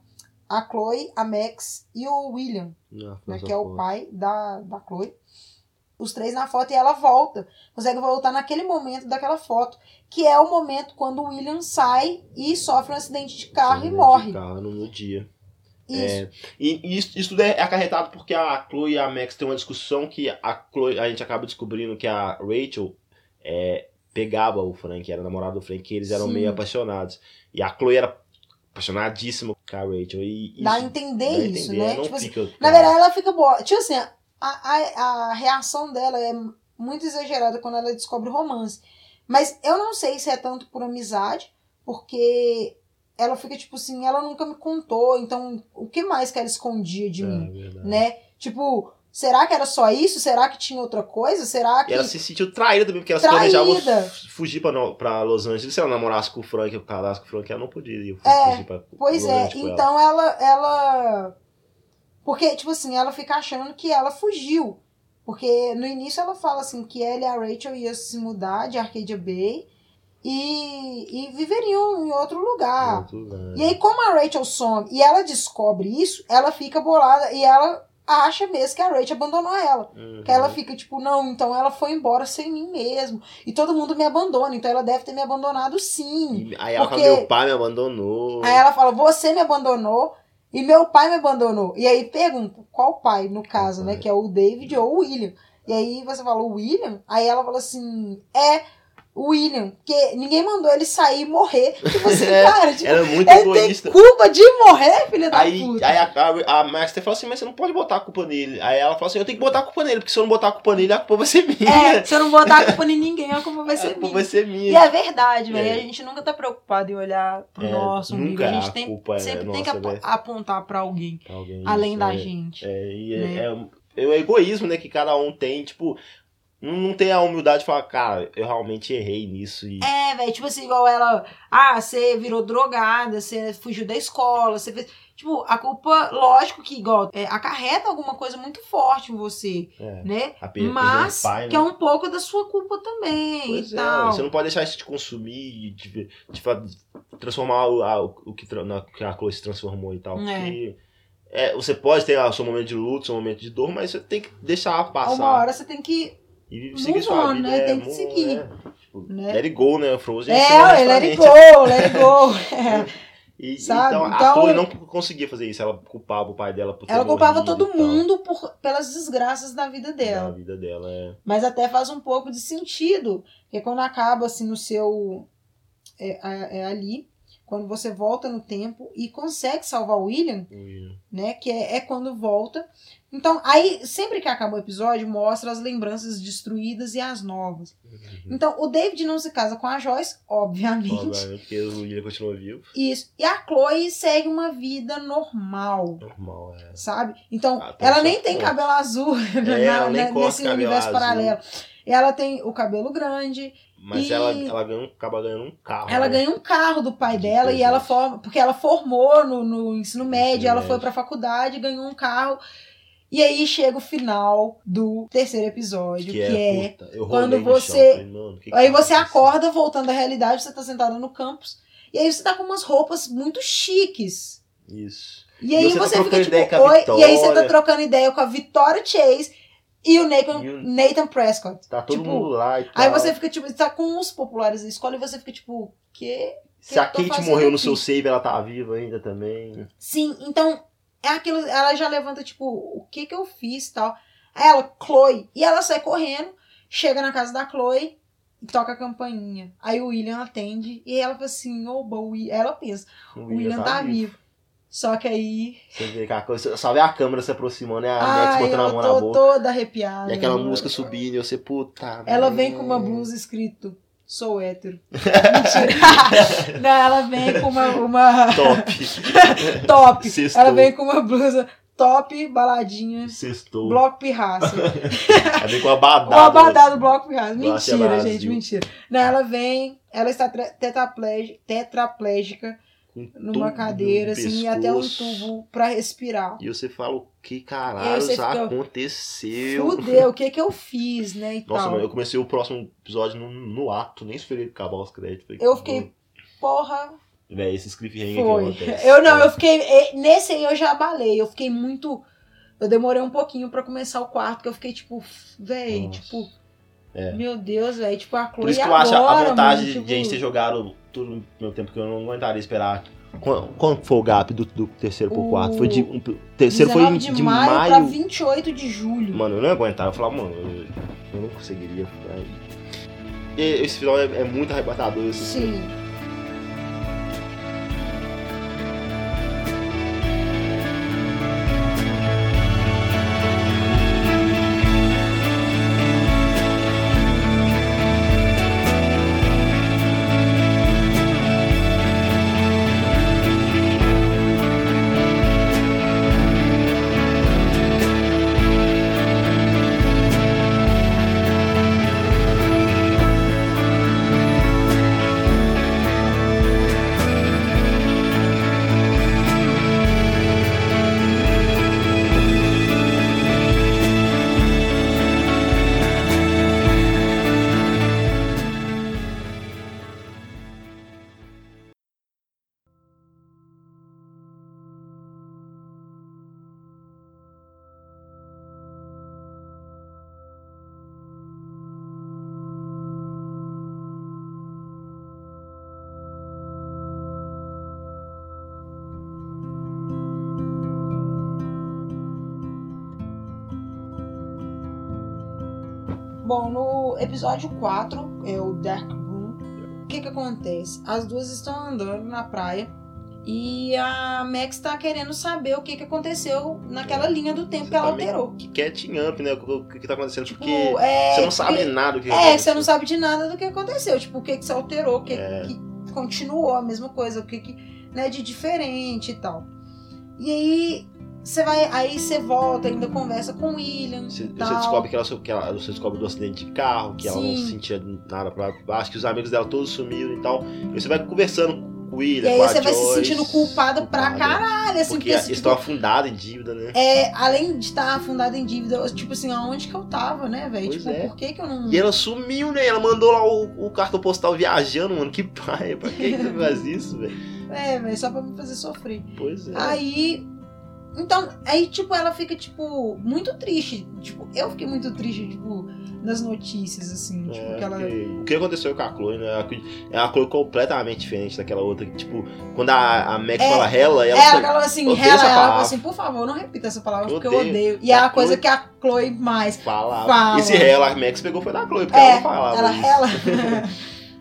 [SPEAKER 1] a Chloe, a Max e o William né, que é o pai da, da Chloe. Os três na foto e ela volta. Consegue voltar naquele momento daquela foto, que é o momento quando o William sai e sofre um acidente de carro e morre.
[SPEAKER 2] Carro no no dia.
[SPEAKER 1] Isso.
[SPEAKER 2] É, e e isso, isso tudo é acarretado porque a Chloe e a Max têm uma discussão que a Chloe, a gente acaba descobrindo que a Rachel é, pegava o Frank, era namorada do Frank, e eles eram
[SPEAKER 1] Sim.
[SPEAKER 2] meio apaixonados. E a Chloe era apaixonadíssima com a Rachel. E isso
[SPEAKER 1] Dá a entender
[SPEAKER 2] dá a
[SPEAKER 1] isso,
[SPEAKER 2] entender,
[SPEAKER 1] né?
[SPEAKER 2] não
[SPEAKER 1] Tipo assim,
[SPEAKER 2] fica
[SPEAKER 1] na
[SPEAKER 2] claro.
[SPEAKER 1] verdade, ela fica boa. Tipo assim, a, a, a reação dela é muito exagerada quando ela descobre o romance. Mas eu não sei se é tanto por amizade, porque ela fica tipo assim, ela nunca me contou, então o que mais que ela escondia de mim?
[SPEAKER 2] É, verdade.
[SPEAKER 1] né? Tipo, será que era só isso? Será que tinha outra coisa? Será
[SPEAKER 2] E
[SPEAKER 1] que.
[SPEAKER 2] ela se sentiu traída também, porque ela
[SPEAKER 1] Traída.
[SPEAKER 2] se planejava f- fugir pra, no- pra Los Angeles. Se ela namorasse com o Frank, casasse com o Frank, ela não podia ir fu-
[SPEAKER 1] É,
[SPEAKER 2] fugir pra
[SPEAKER 1] Pois
[SPEAKER 2] Los
[SPEAKER 1] é,
[SPEAKER 2] Angeles com ela.
[SPEAKER 1] então ela, ela. Porque, tipo assim, ela fica achando que ela fugiu. Porque no início ela fala assim que ela e a Rachel iam se mudar de Arcadia Bay e, e viveriam em outro lugar.
[SPEAKER 2] Muito, né?
[SPEAKER 1] então, ah, E aí, como a Rachel some e ela descobre isso, ela fica bolada e ela acha mesmo que a Rachel abandonou ela.
[SPEAKER 2] Uhum.
[SPEAKER 1] Que ela fica tipo, não, então ela foi embora sem mim mesmo. E todo mundo me abandona, então ela deve ter me abandonado sim.
[SPEAKER 2] E aí ela
[SPEAKER 1] porque-
[SPEAKER 2] fala, meu pai me abandonou.
[SPEAKER 1] Aí ela fala, você me abandonou e meu pai me abandonou. E aí pergunta, qual pai, no caso, né?
[SPEAKER 2] pai?
[SPEAKER 1] Que é o David ou o William. E aí você fala, o William? Aí ela fala assim, é, o William. Porque ninguém mandou ele sair e morrer. Tipo assim,
[SPEAKER 2] *laughs* É,
[SPEAKER 1] cara, tipo,
[SPEAKER 2] Ela é muito
[SPEAKER 1] ele
[SPEAKER 2] egoísta.
[SPEAKER 1] tem culpa de morrer, filha da
[SPEAKER 2] Aí,
[SPEAKER 1] puta.
[SPEAKER 2] aí a, a, a Max até fala assim, mas você não pode botar a culpa nele. Aí ela fala assim, eu tenho que botar a culpa nele, porque se eu não botar a culpa nele, a culpa vai ser minha. *laughs*
[SPEAKER 1] É, se eu não botar a culpa em ninguém, a culpa vai
[SPEAKER 2] É, a
[SPEAKER 1] ser
[SPEAKER 2] culpa
[SPEAKER 1] minha.
[SPEAKER 2] vai ser
[SPEAKER 1] E
[SPEAKER 2] minha.
[SPEAKER 1] é verdade, velho.
[SPEAKER 2] É.
[SPEAKER 1] A gente nunca tá preocupado em olhar pro
[SPEAKER 2] É,
[SPEAKER 1] nosso umbigo.
[SPEAKER 2] nunca
[SPEAKER 1] A gente
[SPEAKER 2] a
[SPEAKER 1] tem-
[SPEAKER 2] culpa é
[SPEAKER 1] sempre tem
[SPEAKER 2] nossa,
[SPEAKER 1] que apo-
[SPEAKER 2] né?
[SPEAKER 1] apontar pra alguém
[SPEAKER 2] Alguém,
[SPEAKER 1] além
[SPEAKER 2] isso,
[SPEAKER 1] da
[SPEAKER 2] é.
[SPEAKER 1] gente.
[SPEAKER 2] É, e é,
[SPEAKER 1] Né?
[SPEAKER 2] é um- é o egoísmo, né, que cada um tem, tipo, não- não tem a humildade de falar, cara, eu realmente errei nisso e
[SPEAKER 1] É, velho. Tipo assim, igual ela. Ah, você virou drogada, você fugiu da escola, você fez. Tipo, a culpa, lógico que igual, é, acarreta alguma coisa muito forte em você,
[SPEAKER 2] é,
[SPEAKER 1] né?
[SPEAKER 2] a perda
[SPEAKER 1] Mas
[SPEAKER 2] do pai, né?
[SPEAKER 1] que é um pouco da sua culpa também
[SPEAKER 2] Pois
[SPEAKER 1] e
[SPEAKER 2] é,
[SPEAKER 1] tal.
[SPEAKER 2] você não pode deixar isso te consumir, de, de fa- transformar o, a- o que, tra- na- que a Chloe se transformou e tal.
[SPEAKER 1] É.
[SPEAKER 2] Porque é, você pode ter o seu momento de luto, seu momento de dor, mas você tem que deixar passar.
[SPEAKER 1] Uma hora você tem que.
[SPEAKER 2] E
[SPEAKER 1] move
[SPEAKER 2] seguir sua
[SPEAKER 1] on,
[SPEAKER 2] vida.
[SPEAKER 1] né?
[SPEAKER 2] é,
[SPEAKER 1] Tem que
[SPEAKER 2] mo-
[SPEAKER 1] seguir,
[SPEAKER 2] é, tipo,
[SPEAKER 1] né?
[SPEAKER 2] Let it go, né? Frozen. ensinou
[SPEAKER 1] É,
[SPEAKER 2] isso pra
[SPEAKER 1] let it
[SPEAKER 2] gente.
[SPEAKER 1] go, let
[SPEAKER 2] *laughs*
[SPEAKER 1] it go. É.
[SPEAKER 2] E,
[SPEAKER 1] sabe?
[SPEAKER 2] Então, a
[SPEAKER 1] Então-
[SPEAKER 2] Chloe não conseguia fazer isso. Ela culpava o pai dela por ter
[SPEAKER 1] Ela culpava
[SPEAKER 2] morrido e
[SPEAKER 1] todo
[SPEAKER 2] tal,
[SPEAKER 1] mundo por, pelas desgraças da vida dela.
[SPEAKER 2] Da vida dela, é.
[SPEAKER 1] Mas até faz um pouco de sentido. Porque quando acaba assim no seu. É, é- é ali, quando você volta no tempo e consegue salvar o William, né? Que é, é quando volta. Então, aí, sempre que acaba o episódio, mostra as lembranças destruídas e as novas. Então, o David não se casa com a Joyce, obviamente.
[SPEAKER 2] Uhum. Obviamente, porque o William continua vivo.
[SPEAKER 1] Isso. E a Chloe segue uma vida normal
[SPEAKER 2] Normal, é.
[SPEAKER 1] sabe? Então,
[SPEAKER 2] Ah, tem
[SPEAKER 1] ela
[SPEAKER 2] seu
[SPEAKER 1] nem tem
[SPEAKER 2] ponto.
[SPEAKER 1] cabelo azul *laughs* na-
[SPEAKER 2] É, ela nem
[SPEAKER 1] na-
[SPEAKER 2] corta
[SPEAKER 1] nesse
[SPEAKER 2] cabelo
[SPEAKER 1] universo
[SPEAKER 2] azul.
[SPEAKER 1] paralelo. Ela tem o cabelo grande,
[SPEAKER 2] Mas
[SPEAKER 1] E-
[SPEAKER 2] ela, ela ganha um, acaba ganhando um carro.
[SPEAKER 1] ela
[SPEAKER 2] né?
[SPEAKER 1] ganha um carro do pai
[SPEAKER 2] Que
[SPEAKER 1] dela e ela
[SPEAKER 2] presente.
[SPEAKER 1] forma, porque ela formou no, no ensino
[SPEAKER 2] No
[SPEAKER 1] médio,
[SPEAKER 2] ensino
[SPEAKER 1] ela
[SPEAKER 2] médio.
[SPEAKER 1] foi pra faculdade, ganhou um carro. E aí chega o final do terceiro episódio, que é,
[SPEAKER 2] puta, eu
[SPEAKER 1] quando
[SPEAKER 2] rolei no chão,
[SPEAKER 1] você-
[SPEAKER 2] falei, "Mano, que que
[SPEAKER 1] aí
[SPEAKER 2] tá
[SPEAKER 1] você
[SPEAKER 2] acontecendo?"
[SPEAKER 1] acorda voltando à realidade, você tá sentada no campus, e aí você tá com umas roupas muito chiques.
[SPEAKER 2] Isso.
[SPEAKER 1] E aí
[SPEAKER 2] você
[SPEAKER 1] você,
[SPEAKER 2] tá trocando
[SPEAKER 1] fica
[SPEAKER 2] ideia com
[SPEAKER 1] tipo,
[SPEAKER 2] a
[SPEAKER 1] oi, e aí você tá
[SPEAKER 2] Vitória.
[SPEAKER 1] trocando ideia com a Vitória Chase e o Nathan,
[SPEAKER 2] E o-
[SPEAKER 1] Nathan Prescott.
[SPEAKER 2] Tá todo
[SPEAKER 1] Tipo,
[SPEAKER 2] mundo lá e tal.
[SPEAKER 1] Aí você fica tipo, tá com os populares da escola e você fica tipo, o quê?
[SPEAKER 2] Se a
[SPEAKER 1] eu tô
[SPEAKER 2] Kate
[SPEAKER 1] fazendo
[SPEAKER 2] morreu no
[SPEAKER 1] aqui?
[SPEAKER 2] seu save, ela tá viva ainda também.
[SPEAKER 1] Sim, então é aquilo, ela já levanta tipo, o que que eu fiz e tal. Aí ela, Chloe, e ela sai correndo, chega na casa da Chloe e toca a campainha. Aí o William atende e "Oh, ela fala assim, oba, o Wi-" ela pensa,
[SPEAKER 2] O
[SPEAKER 1] o William tá vivo. Só que aí.
[SPEAKER 2] Você vê que a coisa. Só vê a câmera se aproximando e a Max
[SPEAKER 1] Ai,
[SPEAKER 2] botando a
[SPEAKER 1] eu
[SPEAKER 2] mão na
[SPEAKER 1] tô
[SPEAKER 2] boca.
[SPEAKER 1] toda arrepiada. né?
[SPEAKER 2] E aquela
[SPEAKER 1] mano.
[SPEAKER 2] música subindo e você, puta.
[SPEAKER 1] Ela
[SPEAKER 2] mano.
[SPEAKER 1] vem com uma blusa escrito Sou hétero. *laughs* Mentira. Não, ela vem com uma. uma...
[SPEAKER 2] Top.
[SPEAKER 1] *laughs* top.
[SPEAKER 2] Sextou.
[SPEAKER 1] Ela vem com uma blusa top, baladinha,
[SPEAKER 2] Sextou.
[SPEAKER 1] bloco
[SPEAKER 2] *laughs*
[SPEAKER 1] pirraça.
[SPEAKER 2] Ela vem com a
[SPEAKER 1] O
[SPEAKER 2] badada.
[SPEAKER 1] abadá do bloco pirraça.
[SPEAKER 2] Nossa,
[SPEAKER 1] Mentira,
[SPEAKER 2] Brasil.
[SPEAKER 1] gente, mentira. Não, ela vem, ela está tra- tetraplégi- tetraplégica
[SPEAKER 2] Com tudo
[SPEAKER 1] numa
[SPEAKER 2] no
[SPEAKER 1] cadeira, assim, e até um
[SPEAKER 2] pescoço.
[SPEAKER 1] tubo pra respirar.
[SPEAKER 2] E você fala, o que
[SPEAKER 1] E aí
[SPEAKER 2] caralho
[SPEAKER 1] você
[SPEAKER 2] já
[SPEAKER 1] fica,
[SPEAKER 2] aconteceu?
[SPEAKER 1] Fudeu, o que que eu fiz, né, e
[SPEAKER 2] Nossa,
[SPEAKER 1] tal.
[SPEAKER 2] mano, eu comecei o próximo episódio no, no ato, nem esperei acabar os créditos. Falei, "Hum,
[SPEAKER 1] Eu fiquei, porra,
[SPEAKER 2] Véi, esse cliffhanger
[SPEAKER 1] Foi.
[SPEAKER 2] que acontece.
[SPEAKER 1] Eu não, eu fiquei. eh, Nesse aí eu já abalei. Eu fiquei muito. Eu demorei um pouquinho pra começar o quarto, que eu fiquei tipo, f- véi,
[SPEAKER 2] Nossa.
[SPEAKER 1] tipo.
[SPEAKER 2] É.
[SPEAKER 1] Meu Deus, velho. Tipo, a Chloe
[SPEAKER 2] Por isso que eu
[SPEAKER 1] agora,
[SPEAKER 2] acho a vantagem
[SPEAKER 1] mano, tipo,
[SPEAKER 2] de a gente ter jogado tudo no meu tempo, que eu não aguentaria esperar. Quando, quando foi o gap do, do terceiro pro
[SPEAKER 1] O-
[SPEAKER 2] quarto? Foi de. Um, terceiro foi
[SPEAKER 1] 19
[SPEAKER 2] de,
[SPEAKER 1] de maio,
[SPEAKER 2] maio.
[SPEAKER 1] pra 28 de julho.
[SPEAKER 2] Mano, eu não ia aguentar. Eu falava, mano, eu, eu não conseguiria. véi. E Esse final é, é muito arrebatador. assim. Esse
[SPEAKER 1] Sim. Bom, no episódio 4, é o Dark Room, o que que acontece? As duas estão andando na praia e a Max tá querendo saber o que que aconteceu
[SPEAKER 2] É.
[SPEAKER 1] naquela linha do tempo que ela
[SPEAKER 2] Exatamente.
[SPEAKER 1] alterou.
[SPEAKER 2] que catching up, né? O que, que tá acontecendo?
[SPEAKER 1] Tipo,
[SPEAKER 2] porque
[SPEAKER 1] é,
[SPEAKER 2] você não sabe
[SPEAKER 1] porque-
[SPEAKER 2] nada do que
[SPEAKER 1] É, você não sabe de nada do que aconteceu. Tipo, o que que se alterou, o que,
[SPEAKER 2] É.
[SPEAKER 1] que continuou a mesma coisa, o que que, né, de diferente e tal. E aí, você vai, aí você volta, ainda conversa com o William
[SPEAKER 2] Você,
[SPEAKER 1] e
[SPEAKER 2] você
[SPEAKER 1] tal.
[SPEAKER 2] descobre que ela, so- que ela- você descobre do acidente de carro, que ela não
[SPEAKER 1] Sim.
[SPEAKER 2] sentia nada pra baixo, que os amigos dela todos sumiram e tal. E você vai conversando com o William,
[SPEAKER 1] E aí
[SPEAKER 2] com a
[SPEAKER 1] você vai se
[SPEAKER 2] Joyce,
[SPEAKER 1] sentindo culpada pra
[SPEAKER 2] culpada,
[SPEAKER 1] caralho, assim,
[SPEAKER 2] Porque
[SPEAKER 1] porque, assim,
[SPEAKER 2] eles estão
[SPEAKER 1] tipo,
[SPEAKER 2] afundados em dívida, né?
[SPEAKER 1] é, além de estar afundada em dívida, eu, tipo assim, aonde que eu tava, né, velho?
[SPEAKER 2] Pois
[SPEAKER 1] Tipo,
[SPEAKER 2] é.
[SPEAKER 1] por que que eu não...
[SPEAKER 2] E ela sumiu, né? Ela mandou lá o, o cartão postal viajando, mano. Que pai, pra que que você faz isso, velho?
[SPEAKER 1] É, velho, só pra me fazer sofrer.
[SPEAKER 2] Pois é.
[SPEAKER 1] Aí... Então, aí, tipo, ela fica, tipo, muito triste. Tipo, eu fiquei muito triste, tipo, nas notícias, assim. tipo,
[SPEAKER 2] É,
[SPEAKER 1] que ela...
[SPEAKER 2] porque O que aconteceu com a Chloe, né? Ela- É uma Chloe completamente diferente daquela outra. que, Tipo, quando a, a Max
[SPEAKER 1] É,
[SPEAKER 2] fala ela, ela.
[SPEAKER 1] Ela,
[SPEAKER 2] foi-
[SPEAKER 1] falou assim,
[SPEAKER 2] odeio
[SPEAKER 1] ela, ela
[SPEAKER 2] essa
[SPEAKER 1] falou
[SPEAKER 2] palavra.
[SPEAKER 1] assim, por favor, não repita essa palavra,
[SPEAKER 2] Eu
[SPEAKER 1] porque eu
[SPEAKER 2] odeio.
[SPEAKER 1] odeio. E é
[SPEAKER 2] A
[SPEAKER 1] a coisa
[SPEAKER 2] Chloe-
[SPEAKER 1] que a Chloe mais
[SPEAKER 2] Falava.
[SPEAKER 1] Fala.
[SPEAKER 2] Esse Hela a Max pegou foi da Chloe, porque
[SPEAKER 1] É,
[SPEAKER 2] ela não falava.
[SPEAKER 1] ela,
[SPEAKER 2] isso.
[SPEAKER 1] ela.
[SPEAKER 2] *laughs*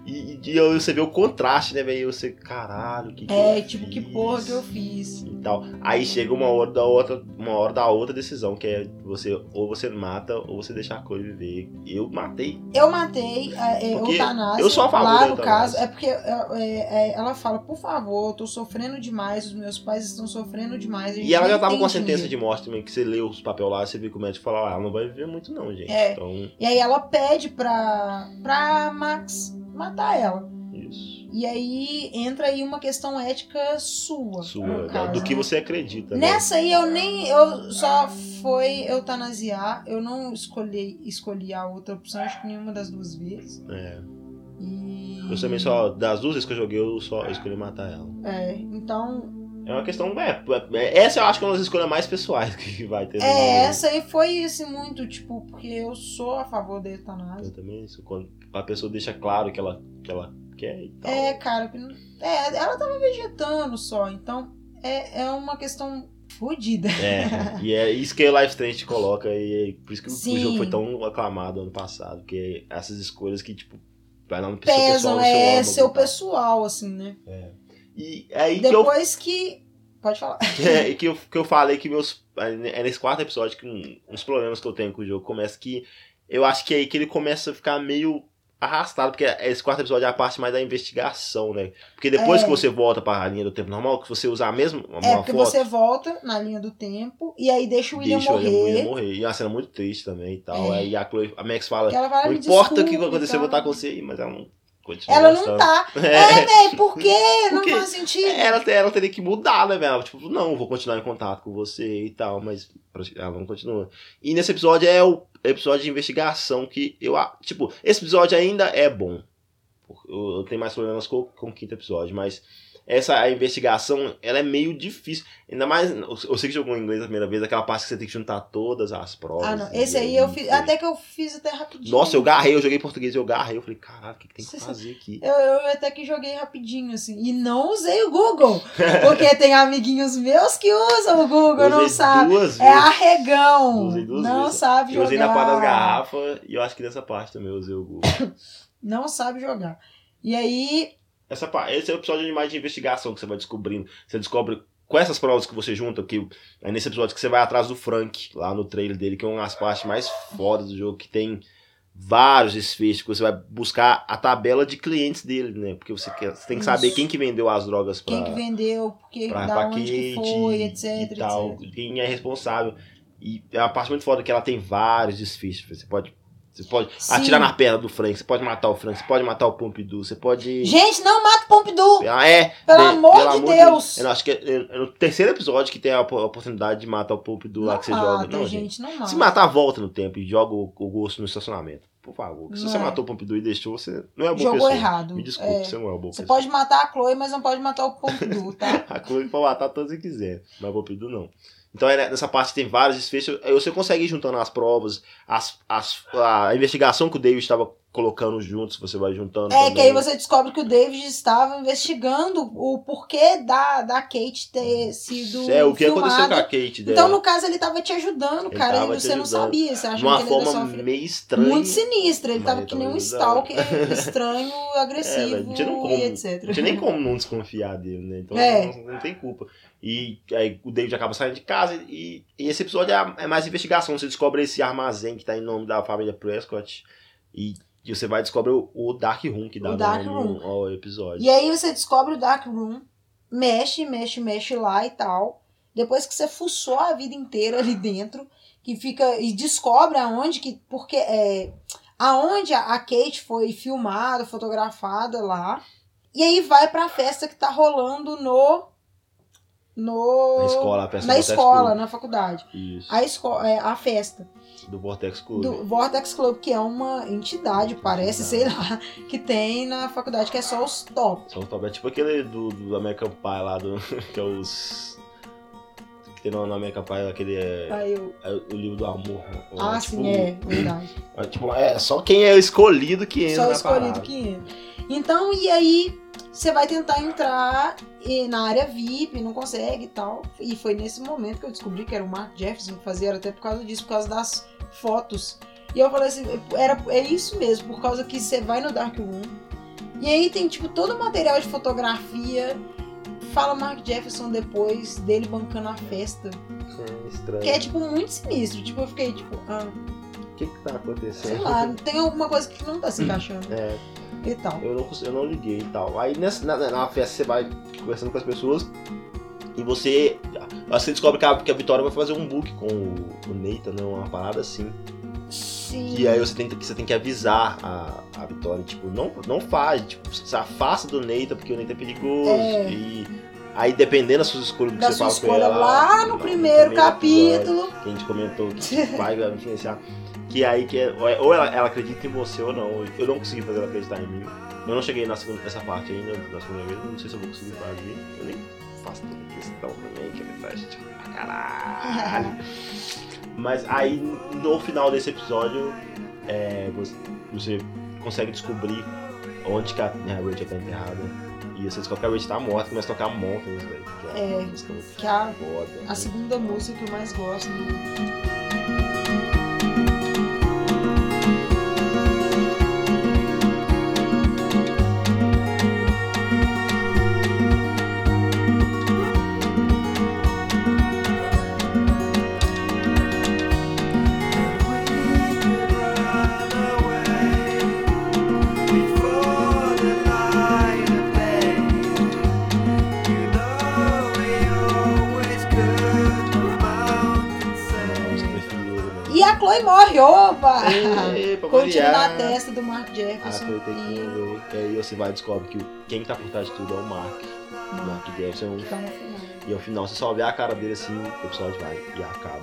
[SPEAKER 2] E, e- e eu- você vê o contraste, né, velho? Você, caralho, que que
[SPEAKER 1] É,
[SPEAKER 2] eu
[SPEAKER 1] tipo, que
[SPEAKER 2] fiz?
[SPEAKER 1] porra que eu fiz.
[SPEAKER 2] E tal. Aí chega uma hora da outra, uma hora da outra decisão, que é você ou você mata ou você deixa a Chloe viver. Eu matei.
[SPEAKER 1] Eu matei a, é,
[SPEAKER 2] Porque
[SPEAKER 1] eutanásia.
[SPEAKER 2] eu sou a favor da
[SPEAKER 1] Lá no caso,
[SPEAKER 2] eutanásia.
[SPEAKER 1] é porque é, é, ela fala, por favor, eu tô sofrendo demais, os meus pais estão sofrendo demais. a gente
[SPEAKER 2] E ela
[SPEAKER 1] não
[SPEAKER 2] já tava com a
[SPEAKER 1] entende
[SPEAKER 2] sentença
[SPEAKER 1] ainda."
[SPEAKER 2] de morte também, que você lê os papel lá, você vê que o médico fala, ah, ela não vai viver muito não, gente.
[SPEAKER 1] É.
[SPEAKER 2] Então,
[SPEAKER 1] E aí ela pede pra, pra Max matar ela.
[SPEAKER 2] isso.
[SPEAKER 1] E aí entra aí uma questão ética sua.
[SPEAKER 2] Sua,
[SPEAKER 1] no
[SPEAKER 2] né?
[SPEAKER 1] caso,
[SPEAKER 2] do que
[SPEAKER 1] né?
[SPEAKER 2] você acredita, né?
[SPEAKER 1] Nessa aí eu nem. Eu só foi eutanasiar. Eu não escolhi, escolhi a outra opção, acho que nenhuma das duas vezes.
[SPEAKER 2] É.
[SPEAKER 1] E.
[SPEAKER 2] Eu também só, das duas vezes que eu joguei, eu só escolhi matar ela.
[SPEAKER 1] É, então.
[SPEAKER 2] É uma questão, é, é- essa eu acho que é uma das escolhas mais pessoais *laughs* que vai ter. no jogo.
[SPEAKER 1] É, essa aí foi assim muito, tipo, porque eu sou a favor da
[SPEAKER 2] Eu
[SPEAKER 1] eutanásia.
[SPEAKER 2] também, isso, quando a pessoa deixa claro que ela, que ela quer e tal.
[SPEAKER 1] É, cara, que não- é, ela tava vegetando só, então é, é uma questão fodida. *laughs*
[SPEAKER 2] É, e é isso que o Life Strange te coloca, e é por isso que o
[SPEAKER 1] Sim.
[SPEAKER 2] jogo foi tão aclamado ano passado, porque essas escolhas que, tipo, vai lá no seu pessoal,
[SPEAKER 1] Pesam,
[SPEAKER 2] no
[SPEAKER 1] é
[SPEAKER 2] âmago e
[SPEAKER 1] seu
[SPEAKER 2] tal.
[SPEAKER 1] pessoal, assim, né?
[SPEAKER 2] E aí que eu
[SPEAKER 1] Depois que Pode falar.
[SPEAKER 2] *laughs* É, e que eu, que eu falei que meus. É nesse quarto episódio que um- uns problemas que eu tenho com o jogo começa que. Eu acho que é aí que ele começa a ficar meio arrastado, porque esse quarto episódio é a parte mais da investigação, né? Porque depois
[SPEAKER 1] É.
[SPEAKER 2] que você volta pra linha do tempo normal, que você usa a mesma uma
[SPEAKER 1] É, porque
[SPEAKER 2] foto,
[SPEAKER 1] você volta na linha do tempo e aí deixa o William
[SPEAKER 2] deixa
[SPEAKER 1] morrer.
[SPEAKER 2] ele morrer. morrer. E é uma cena muito triste também e tal.
[SPEAKER 1] É.
[SPEAKER 2] Aí a, Chloe, a Max fala,
[SPEAKER 1] que ela vai,
[SPEAKER 2] não
[SPEAKER 1] "Me
[SPEAKER 2] importa o que
[SPEAKER 1] desculpe",
[SPEAKER 2] aconteceu, eu vou
[SPEAKER 1] então.
[SPEAKER 2] estar com você aí, mas ela não continua
[SPEAKER 1] Ela não
[SPEAKER 2] gostando.
[SPEAKER 1] tá.
[SPEAKER 2] *laughs* É.
[SPEAKER 1] É, velho, por quê? Não
[SPEAKER 2] *laughs* Por quê?
[SPEAKER 1] faz sentido.
[SPEAKER 2] Ela, te- ela teria que mudar, né, velho? Ela, Tipo, não, eu vou continuar em contato com você e tal, mas ela não continua. E nesse episódio é o episódio de investigação que eu. a- Tipo, esse episódio ainda é bom. Eu, eu tenho mais problemas com, com o quinto episódio, mas essa a investigação, ela é meio difícil. Ainda mais, eu, eu sei que jogou em inglês a primeira vez, aquela parte que você tem que juntar todas as provas.
[SPEAKER 1] Ah, não.
[SPEAKER 2] né?
[SPEAKER 1] Esse aí eu fiz. Até que eu fiz até rapidinho.
[SPEAKER 2] Nossa, eu garrei, eu joguei em português, eu garrei. Eu falei, caralho, o que, que tem que fazer aqui?
[SPEAKER 1] *laughs* Eu, eu até que joguei rapidinho, assim. E não usei o Google. *laughs* Porque tem amiguinhos meus que usam o Google, não
[SPEAKER 2] Usei
[SPEAKER 1] sabe.
[SPEAKER 2] Duas
[SPEAKER 1] É
[SPEAKER 2] vezes.
[SPEAKER 1] arregão.
[SPEAKER 2] Usei duas
[SPEAKER 1] Não
[SPEAKER 2] vezes.
[SPEAKER 1] sabe
[SPEAKER 2] Eu
[SPEAKER 1] jogar.
[SPEAKER 2] usei na parte das garrafas e eu acho que nessa parte também eu usei o Google.
[SPEAKER 1] Não sabe jogar. E aí.
[SPEAKER 2] Essa pa- esse é o episódio de mais de investigação que você vai descobrindo. Você descobre com essas provas que você junta, que é nesse episódio que você vai atrás do Frank, lá no trailer dele, que é uma das partes mais fodas do jogo, que tem vários desfechos, que você vai buscar a tabela de clientes dele, né? Porque você, quer- você tem que saber
[SPEAKER 1] Isso.
[SPEAKER 2] quem que vendeu as drogas pra,
[SPEAKER 1] Quem que vendeu, porque
[SPEAKER 2] pra
[SPEAKER 1] da onde que
[SPEAKER 2] paquete
[SPEAKER 1] foi, etc,
[SPEAKER 2] e tal,
[SPEAKER 1] etc.
[SPEAKER 2] quem é responsável. E é uma parte muito foda que ela tem vários desfechos. Você pode, você pode
[SPEAKER 1] Sim.
[SPEAKER 2] atirar na perna do Frank, você pode matar o Frank, você pode matar o Pompidou, você pode.
[SPEAKER 1] Gente, não mata o Pompidou!
[SPEAKER 2] Ah, é!
[SPEAKER 1] Pelo amor de Deus.
[SPEAKER 2] Eu acho que é, é no terceiro episódio que tem a op- a oportunidade de matar o Pompidou lá
[SPEAKER 1] Não
[SPEAKER 2] que você
[SPEAKER 1] mata,
[SPEAKER 2] joga. Não, gente.
[SPEAKER 1] gente, não mata.
[SPEAKER 2] Se matar, volta no tempo e joga o, o gosto no estacionamento. Por favor. que Se
[SPEAKER 1] Não
[SPEAKER 2] você
[SPEAKER 1] é.
[SPEAKER 2] matou o Pompidou e deixou, você não é uma boa
[SPEAKER 1] Jogou
[SPEAKER 2] pessoa.
[SPEAKER 1] errado.
[SPEAKER 2] Me desculpe,
[SPEAKER 1] É.
[SPEAKER 2] você não é uma boa
[SPEAKER 1] Você
[SPEAKER 2] pessoa.
[SPEAKER 1] pode matar a Chloe, mas não pode matar o Pompidou,
[SPEAKER 2] *laughs*
[SPEAKER 1] tá?
[SPEAKER 2] A Chloe pode matar todos que quiser, mas o Pompidou não. Então é nessa parte que tem vários desfechos. Aí Você consegue ir juntando as provas, as, as- a investigação que o David estava colocando juntos, você vai juntando.
[SPEAKER 1] É, que aí
[SPEAKER 2] também.
[SPEAKER 1] você descobre que o David estava investigando o porquê da, da Kate ter sido
[SPEAKER 2] É, o que aconteceu com a
[SPEAKER 1] filmada.
[SPEAKER 2] Kate dela.
[SPEAKER 1] Então, no caso, ele estava te ajudando,
[SPEAKER 2] Ele
[SPEAKER 1] cara,
[SPEAKER 2] tava
[SPEAKER 1] e
[SPEAKER 2] te
[SPEAKER 1] você não
[SPEAKER 2] ajudando.
[SPEAKER 1] sabia, você
[SPEAKER 2] de
[SPEAKER 1] achava
[SPEAKER 2] uma
[SPEAKER 1] que ele era
[SPEAKER 2] forma
[SPEAKER 1] sua filha.
[SPEAKER 2] meio estranha.
[SPEAKER 1] Muito sinistra, ele
[SPEAKER 2] Mas
[SPEAKER 1] tava
[SPEAKER 2] ele
[SPEAKER 1] que nem um
[SPEAKER 2] tava ajudando.
[SPEAKER 1] stalker *laughs* estranho,
[SPEAKER 2] *laughs* É,
[SPEAKER 1] agressivo
[SPEAKER 2] velho, não tinha nem como.
[SPEAKER 1] e etc.
[SPEAKER 2] Não tinha nem como não desconfiar dele, né? Então
[SPEAKER 1] É.
[SPEAKER 2] não, não tem culpa. E aí o David acaba saindo de casa e, e esse episódio é, a- é mais investigação. Você descobre esse armazém que tá em nome da família Prescott e, e você vai descobrir o, o Dark Room que dá
[SPEAKER 1] O
[SPEAKER 2] nome
[SPEAKER 1] Dark Room.
[SPEAKER 2] ao- ao episódio.
[SPEAKER 1] E aí você descobre o Dark Room, mexe, mexe, mexe lá e tal. Depois que você fuçou a vida inteira ali dentro, que fica e descobre aonde que porque é aonde a a Kate foi filmada, fotografada lá. E aí vai pra festa que tá rolando no no
[SPEAKER 2] Na escola, a peça
[SPEAKER 1] é na
[SPEAKER 2] do Vortex
[SPEAKER 1] escola,
[SPEAKER 2] Club.
[SPEAKER 1] na faculdade.
[SPEAKER 2] Isso,
[SPEAKER 1] A escola, é, a festa
[SPEAKER 2] do Vortex Club.
[SPEAKER 1] do Vortex Club, que é uma entidade, parece, sei lá, que tem na faculdade, que é só os top.
[SPEAKER 2] São Paulo, é tipo aquele do, do American Pie lá, do, *laughs* que é os... Que tem no no American Pie, aquele é,
[SPEAKER 1] Aí eu,
[SPEAKER 2] é o livro do amor. né?
[SPEAKER 1] ah,
[SPEAKER 2] tipo,
[SPEAKER 1] sim, é, verdade.
[SPEAKER 2] É, tipo, é só quem é escolhido que entra.
[SPEAKER 1] Só o
[SPEAKER 2] na
[SPEAKER 1] escolhido
[SPEAKER 2] parada.
[SPEAKER 1] que entra. Então, e aí, você vai tentar entrar e na área VIP, não consegue e tal. E foi nesse momento que eu descobri que era o Mark Jefferson que fazia, era até por causa disso, por causa das fotos. E eu falei assim, era, é isso mesmo, por causa que você vai no Dark Room, E aí tem, tipo, todo o material de fotografia. Fala Mark Jefferson depois dele bancando a festa.
[SPEAKER 2] É estranho.
[SPEAKER 1] Que é, tipo, muito sinistro. Tipo, eu fiquei, tipo, ah,
[SPEAKER 2] O que que tá acontecendo?
[SPEAKER 1] sei lá, né? tem alguma coisa que não tá se encaixando
[SPEAKER 2] *laughs* É,
[SPEAKER 1] e tal.
[SPEAKER 2] eu não, cons- eu não liguei e tal. Aí nessa, na, na- na festa você vai conversando com as pessoas e você. Você descobre que a, que a Vitória vai fazer um book com o, o Nathan, né? Uma parada assim.
[SPEAKER 1] Sim.
[SPEAKER 2] E aí você tem, que- você tem que avisar a, a Vitória, tipo, não, não faz, tipo, se afasta do Neita, porque o Neita é perigoso.
[SPEAKER 1] É.
[SPEAKER 2] E aí dependendo das suas escolhas do que
[SPEAKER 1] Da
[SPEAKER 2] você
[SPEAKER 1] sua
[SPEAKER 2] fala com
[SPEAKER 1] escolha
[SPEAKER 2] ela.
[SPEAKER 1] lá no primeiro capítulo.
[SPEAKER 2] que a gente comentou que vai vai influenciar. Que aí que é, ou ela, ela acredita em você ou não. Eu não consegui fazer ela acreditar em mim. Eu não cheguei na segunda, nessa parte ainda, da segunda vez, não sei se eu vou conseguir fazer. Eu nem faço toda questão também, que é festa pra caralho. Mas aí no final desse episódio é, você, você consegue descobrir onde que a, né, a Rachel tá enterrada. E você descobre que a Rachel tá morta, começa a tocar Mountains, velho. Que é,
[SPEAKER 1] É,
[SPEAKER 2] uma música muito
[SPEAKER 1] que a-
[SPEAKER 2] foda,
[SPEAKER 1] A segunda música que eu mais gosto. do- e morre, *laughs* opa!
[SPEAKER 2] Ê, pra
[SPEAKER 1] Continua na
[SPEAKER 2] variar.
[SPEAKER 1] testa do Mark
[SPEAKER 2] É, Ah,
[SPEAKER 1] Jefferson.
[SPEAKER 2] foi ter que
[SPEAKER 1] e-
[SPEAKER 2] morrer. E aí você vai e descobre que o- quem tá por trás de tudo é o Mark. O Mark Jefferson. é um-
[SPEAKER 1] Tá no final.
[SPEAKER 2] E ao final você só vê a cara dele assim, o episódio vai e acaba.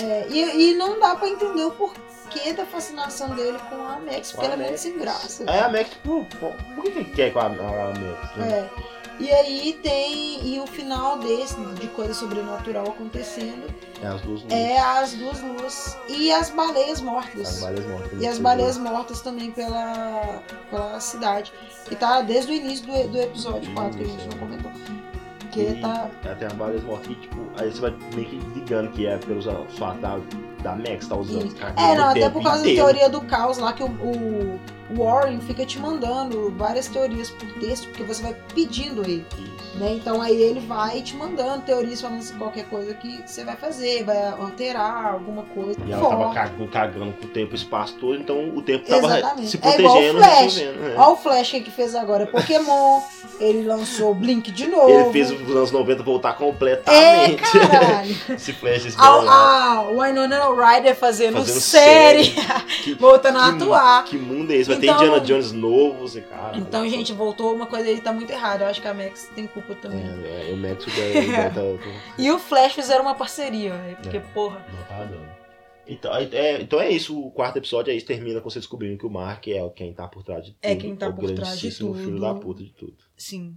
[SPEAKER 1] É, e, e não dá pra entender o porquê da fascinação dele com a Max, porque ela é muito
[SPEAKER 2] Alex.
[SPEAKER 1] sem graça.
[SPEAKER 2] Aí a Max, por, por, por que que quer com a, a, a Max? né?
[SPEAKER 1] É. E aí tem. E o final desse, de coisa sobrenatural acontecendo,
[SPEAKER 2] É, as duas lutas.
[SPEAKER 1] é as duas luas e as baleias
[SPEAKER 2] As
[SPEAKER 1] mortas.
[SPEAKER 2] baleias mortas.
[SPEAKER 1] E as baleias mortas também pela, pela cidade. Que tá desde o início do, do episódio 4 que a gente não comentou. Que
[SPEAKER 2] E-
[SPEAKER 1] tá.
[SPEAKER 2] É, tem as baleias mortas que, tipo, aí você vai meio que ligando que é pelos fato da, da Max tá usando.
[SPEAKER 1] Isso.
[SPEAKER 2] cara,
[SPEAKER 1] É,
[SPEAKER 2] o
[SPEAKER 1] não, até
[SPEAKER 2] tempo
[SPEAKER 1] por causa
[SPEAKER 2] inteiro.
[SPEAKER 1] da teoria do caos lá que o, o Warren fica te mandando várias teorias por texto, porque você vai pedindo ele.
[SPEAKER 2] Isso.
[SPEAKER 1] né? Então aí ele vai te mandando teorias falando se qualquer coisa que você vai fazer, vai alterar alguma coisa.
[SPEAKER 2] E ela
[SPEAKER 1] Forte.
[SPEAKER 2] tava cagando, cagando com o tempo e o espaço todo, então o tempo tava
[SPEAKER 1] Exatamente.
[SPEAKER 2] se
[SPEAKER 1] É igual o
[SPEAKER 2] protegendo,
[SPEAKER 1] Flash.
[SPEAKER 2] resolvendo. é.
[SPEAKER 1] Olha o Flash que fez agora,
[SPEAKER 2] *laughs*
[SPEAKER 1] Pokémon, ele lançou o Blink de novo.
[SPEAKER 2] Ele fez os anos 90 voltar
[SPEAKER 1] É,
[SPEAKER 2] *laughs* completamente.
[SPEAKER 1] caralho.
[SPEAKER 2] Esse flash esse
[SPEAKER 1] A,
[SPEAKER 2] bolado.
[SPEAKER 1] a Winona Ryder fazendo,
[SPEAKER 2] Fazendo
[SPEAKER 1] série, *laughs*
[SPEAKER 2] Que-
[SPEAKER 1] voltando a
[SPEAKER 2] que mu-
[SPEAKER 1] atuar.
[SPEAKER 2] Que mundo é esse? Vai
[SPEAKER 1] Então-
[SPEAKER 2] ter Indiana Jones novo, você cara.
[SPEAKER 1] Então, gente, voltou uma coisa aí tá muito errada. Eu acho que a Max tem culpa também.
[SPEAKER 2] É, é, o
[SPEAKER 1] *laughs*
[SPEAKER 2] Max vai
[SPEAKER 1] E o Flash fizeram uma parceria, né? porque,
[SPEAKER 2] É.
[SPEAKER 1] porra.
[SPEAKER 2] Não tá dando. Então aí- é, então é isso, o quarto episódio é isso, termina com você descobrindo que o Mark é quem tá por trás de tudo.
[SPEAKER 1] É quem tá
[SPEAKER 2] o
[SPEAKER 1] por trás de
[SPEAKER 2] grandíssimo
[SPEAKER 1] tudo.
[SPEAKER 2] filho da puta de tudo.
[SPEAKER 1] Sim. assim,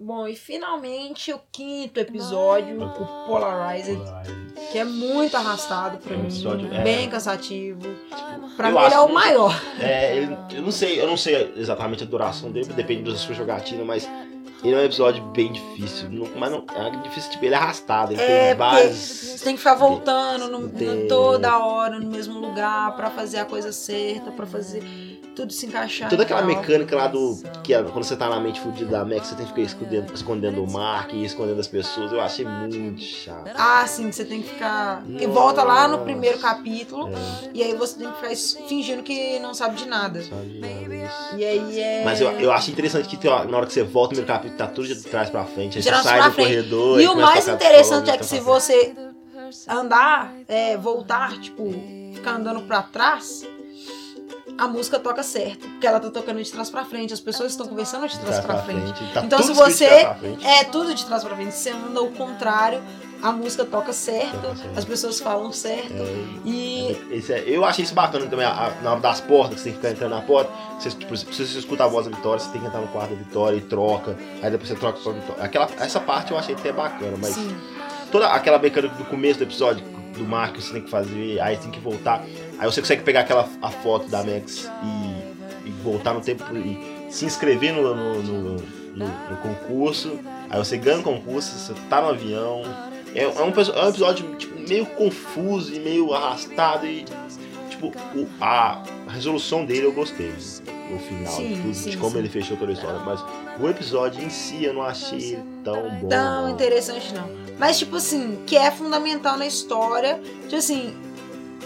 [SPEAKER 1] Bom, e finalmente o quinto episódio, o Polarized, que é muito arrastado pra
[SPEAKER 2] É um
[SPEAKER 1] mim,
[SPEAKER 2] episódio- é.
[SPEAKER 1] bem cansativo. Pra
[SPEAKER 2] Eu
[SPEAKER 1] mim ele é
[SPEAKER 2] acho-
[SPEAKER 1] o maior.
[SPEAKER 2] É, ele- eu não sei, eu não sei exatamente a duração dele, depende da sua jogatina, mas ele é um episódio bem difícil. não- mas não é difícil, tipo, ele é arrastado, ele
[SPEAKER 1] É,
[SPEAKER 2] tem vários.
[SPEAKER 1] Você tem que ficar voltando no-
[SPEAKER 2] Tem-
[SPEAKER 1] toda hora no mesmo lugar pra fazer a coisa certa, pra fazer tudo se encaixar.
[SPEAKER 2] Toda aquela
[SPEAKER 1] e tal.
[SPEAKER 2] mecânica lá do. Que é quando você tá na mente fudida da Max, você tem que ficar escondendo, escondendo o Mark e escondendo as pessoas. Eu achei muito chato.
[SPEAKER 1] Ah, sim, que você tem que ficar. E volta lá no primeiro
[SPEAKER 2] Nossa.
[SPEAKER 1] capítulo.
[SPEAKER 2] É,
[SPEAKER 1] E aí você tem que ficar es- fingindo que não sabe de nada.
[SPEAKER 2] sabe, é isso.
[SPEAKER 1] E aí é.
[SPEAKER 2] Mas eu, eu acho interessante que tem uma- na hora que você volta no capítulo, tá tudo de trás pra frente, aí você
[SPEAKER 1] Geral,
[SPEAKER 2] sai
[SPEAKER 1] pra
[SPEAKER 2] do
[SPEAKER 1] frente.
[SPEAKER 2] corredor. aí
[SPEAKER 1] E o
[SPEAKER 2] começa a então
[SPEAKER 1] mais
[SPEAKER 2] tocar
[SPEAKER 1] interessante
[SPEAKER 2] solo,
[SPEAKER 1] é que se
[SPEAKER 2] tocar-
[SPEAKER 1] você andar, é, voltar, tipo, ficar andando pra trás, a música toca certo. Porque ela tá tocando de trás pra frente, as pessoas estão conversando de
[SPEAKER 2] de
[SPEAKER 1] trás pra frente.
[SPEAKER 2] Tá
[SPEAKER 1] Então,
[SPEAKER 2] tudo
[SPEAKER 1] se
[SPEAKER 2] escrito de
[SPEAKER 1] você-
[SPEAKER 2] trás pra frente.
[SPEAKER 1] É tudo de trás pra frente. Se você anda ao contrário, a música toca certo,
[SPEAKER 2] Toca certo.
[SPEAKER 1] as pessoas falam certo. E
[SPEAKER 2] Esse é- eu achei isso bacana também, a- a- na hora das portas, que você tem que ficar entrando na porta, você, tipo, se se você escuta a voz da Vitória, você tem que entrar no quarto da Vitória e troca, aí depois você troca só a Vitória. Aquela, essa parte eu achei até bacana, mas
[SPEAKER 1] sim.
[SPEAKER 2] toda aquela mecânica do começo do episódio, do Mark, você tem que fazer, aí tem que voltar, aí você consegue pegar aquela a foto da Max e, e voltar no tempo e se inscrever no, no, no- no- no concurso, aí você ganha o concurso, você tá no avião. É, é um, episo- é um episódio tipo, meio confuso e meio arrastado e tipo, o- a resolução dele eu gostei. O final,
[SPEAKER 1] Sim,
[SPEAKER 2] tudo,
[SPEAKER 1] sim,
[SPEAKER 2] de como
[SPEAKER 1] sim.
[SPEAKER 2] ele fechou toda a história, mas o episódio em si eu não achei ele tão bom.
[SPEAKER 1] tão
[SPEAKER 2] não.
[SPEAKER 1] um interessante, não. então, Mas, tipo assim, que é fundamental na história. Tipo assim,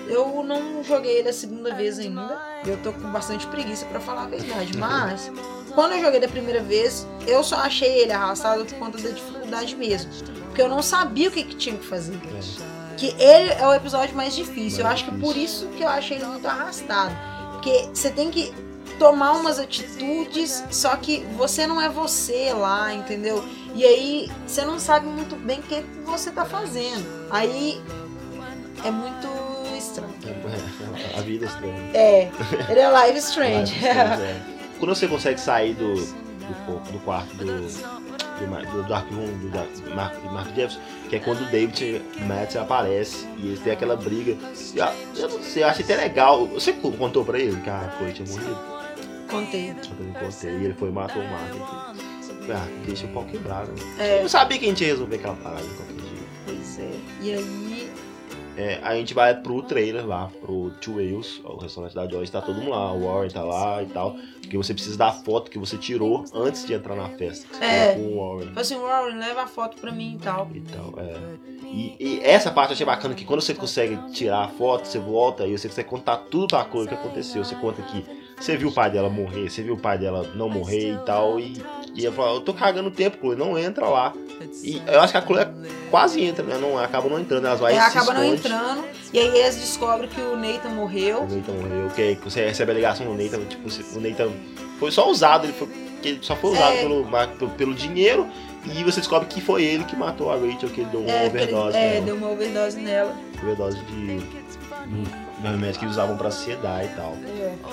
[SPEAKER 1] eu não joguei ele a segunda vez ainda. Eu tô com bastante preguiça pra falar a verdade. Mas, quando eu joguei da primeira vez, eu só achei ele arrastado por conta da dificuldade mesmo. Porque eu não sabia o que, que tinha que fazer.
[SPEAKER 2] É.
[SPEAKER 1] Que ele é o episódio mais difícil. eu
[SPEAKER 2] Mais
[SPEAKER 1] acho que
[SPEAKER 2] difícil.
[SPEAKER 1] por isso que eu achei ele muito arrastado. Porque você tem que tomar umas atitudes, só que você não é você lá, entendeu? E aí você não sabe muito bem o que que você tá fazendo. Aí é muito estranho.
[SPEAKER 2] É, A vida é estranha.
[SPEAKER 1] É, ele é live
[SPEAKER 2] Mas,
[SPEAKER 1] strange.
[SPEAKER 2] é, Quando você consegue sair do, do, co- do quarto do, do, Ma- do Dark Room, do, Dark- do Mark, do Mark Jefferson, que é quando o David Matt aparece e eles têm aquela briga. Eu, eu não sei, eu achei até legal. Você co- contou pra ele que a é Chloe tinha morrido?
[SPEAKER 1] *laughs* Contei.
[SPEAKER 2] Eu também contei. E ele foi e matou o Mark. Ah, deixa o pau quebrar, né?
[SPEAKER 1] É.
[SPEAKER 2] Eu sabia que a gente ia resolver aquela parada de qualquer jeito.
[SPEAKER 1] Pois é. E aí.
[SPEAKER 2] É, a gente vai pro trailer lá, pro Two Wheels, o restaurante da Joyce, tá todo mundo lá, o Warren tá lá e tal. Porque você precisa da foto que você tirou antes de entrar na festa. que você
[SPEAKER 1] É.
[SPEAKER 2] tirou Com o Warren
[SPEAKER 1] Falei assim, Warren, leva a foto pra mim e tal.
[SPEAKER 2] e tal. É. E, e essa parte eu achei bacana que quando você consegue tirar a foto, você volta e você consegue contar tudo pra coisa que aconteceu. Você conta que Você viu o pai dela morrer, você viu o pai dela não morrer e tal, e, e ela falou, eu tô cagando tempo, Chloe, não entra lá. E eu acho que a Chloe quase entra, né? Não, acaba não entrando, elas vai
[SPEAKER 1] Ela
[SPEAKER 2] e se
[SPEAKER 1] É, acaba não
[SPEAKER 2] esconde.
[SPEAKER 1] entrando. E aí eles descobrem que o Nathan morreu.
[SPEAKER 2] O Nathan morreu, que aí você recebe a ligação do Nathan, tipo, se- o Nathan foi só usado, ele, foi, que ele só foi usado
[SPEAKER 1] É.
[SPEAKER 2] pelo, ma- pelo, pelo dinheiro, e você descobre que foi ele que matou a Rachel, que ele deu uma
[SPEAKER 1] porque ele-
[SPEAKER 2] overdose,
[SPEAKER 1] é,
[SPEAKER 2] né?
[SPEAKER 1] deu uma overdose nela.
[SPEAKER 2] overdose de do remédio que eles usavam pra ansiedade e tal.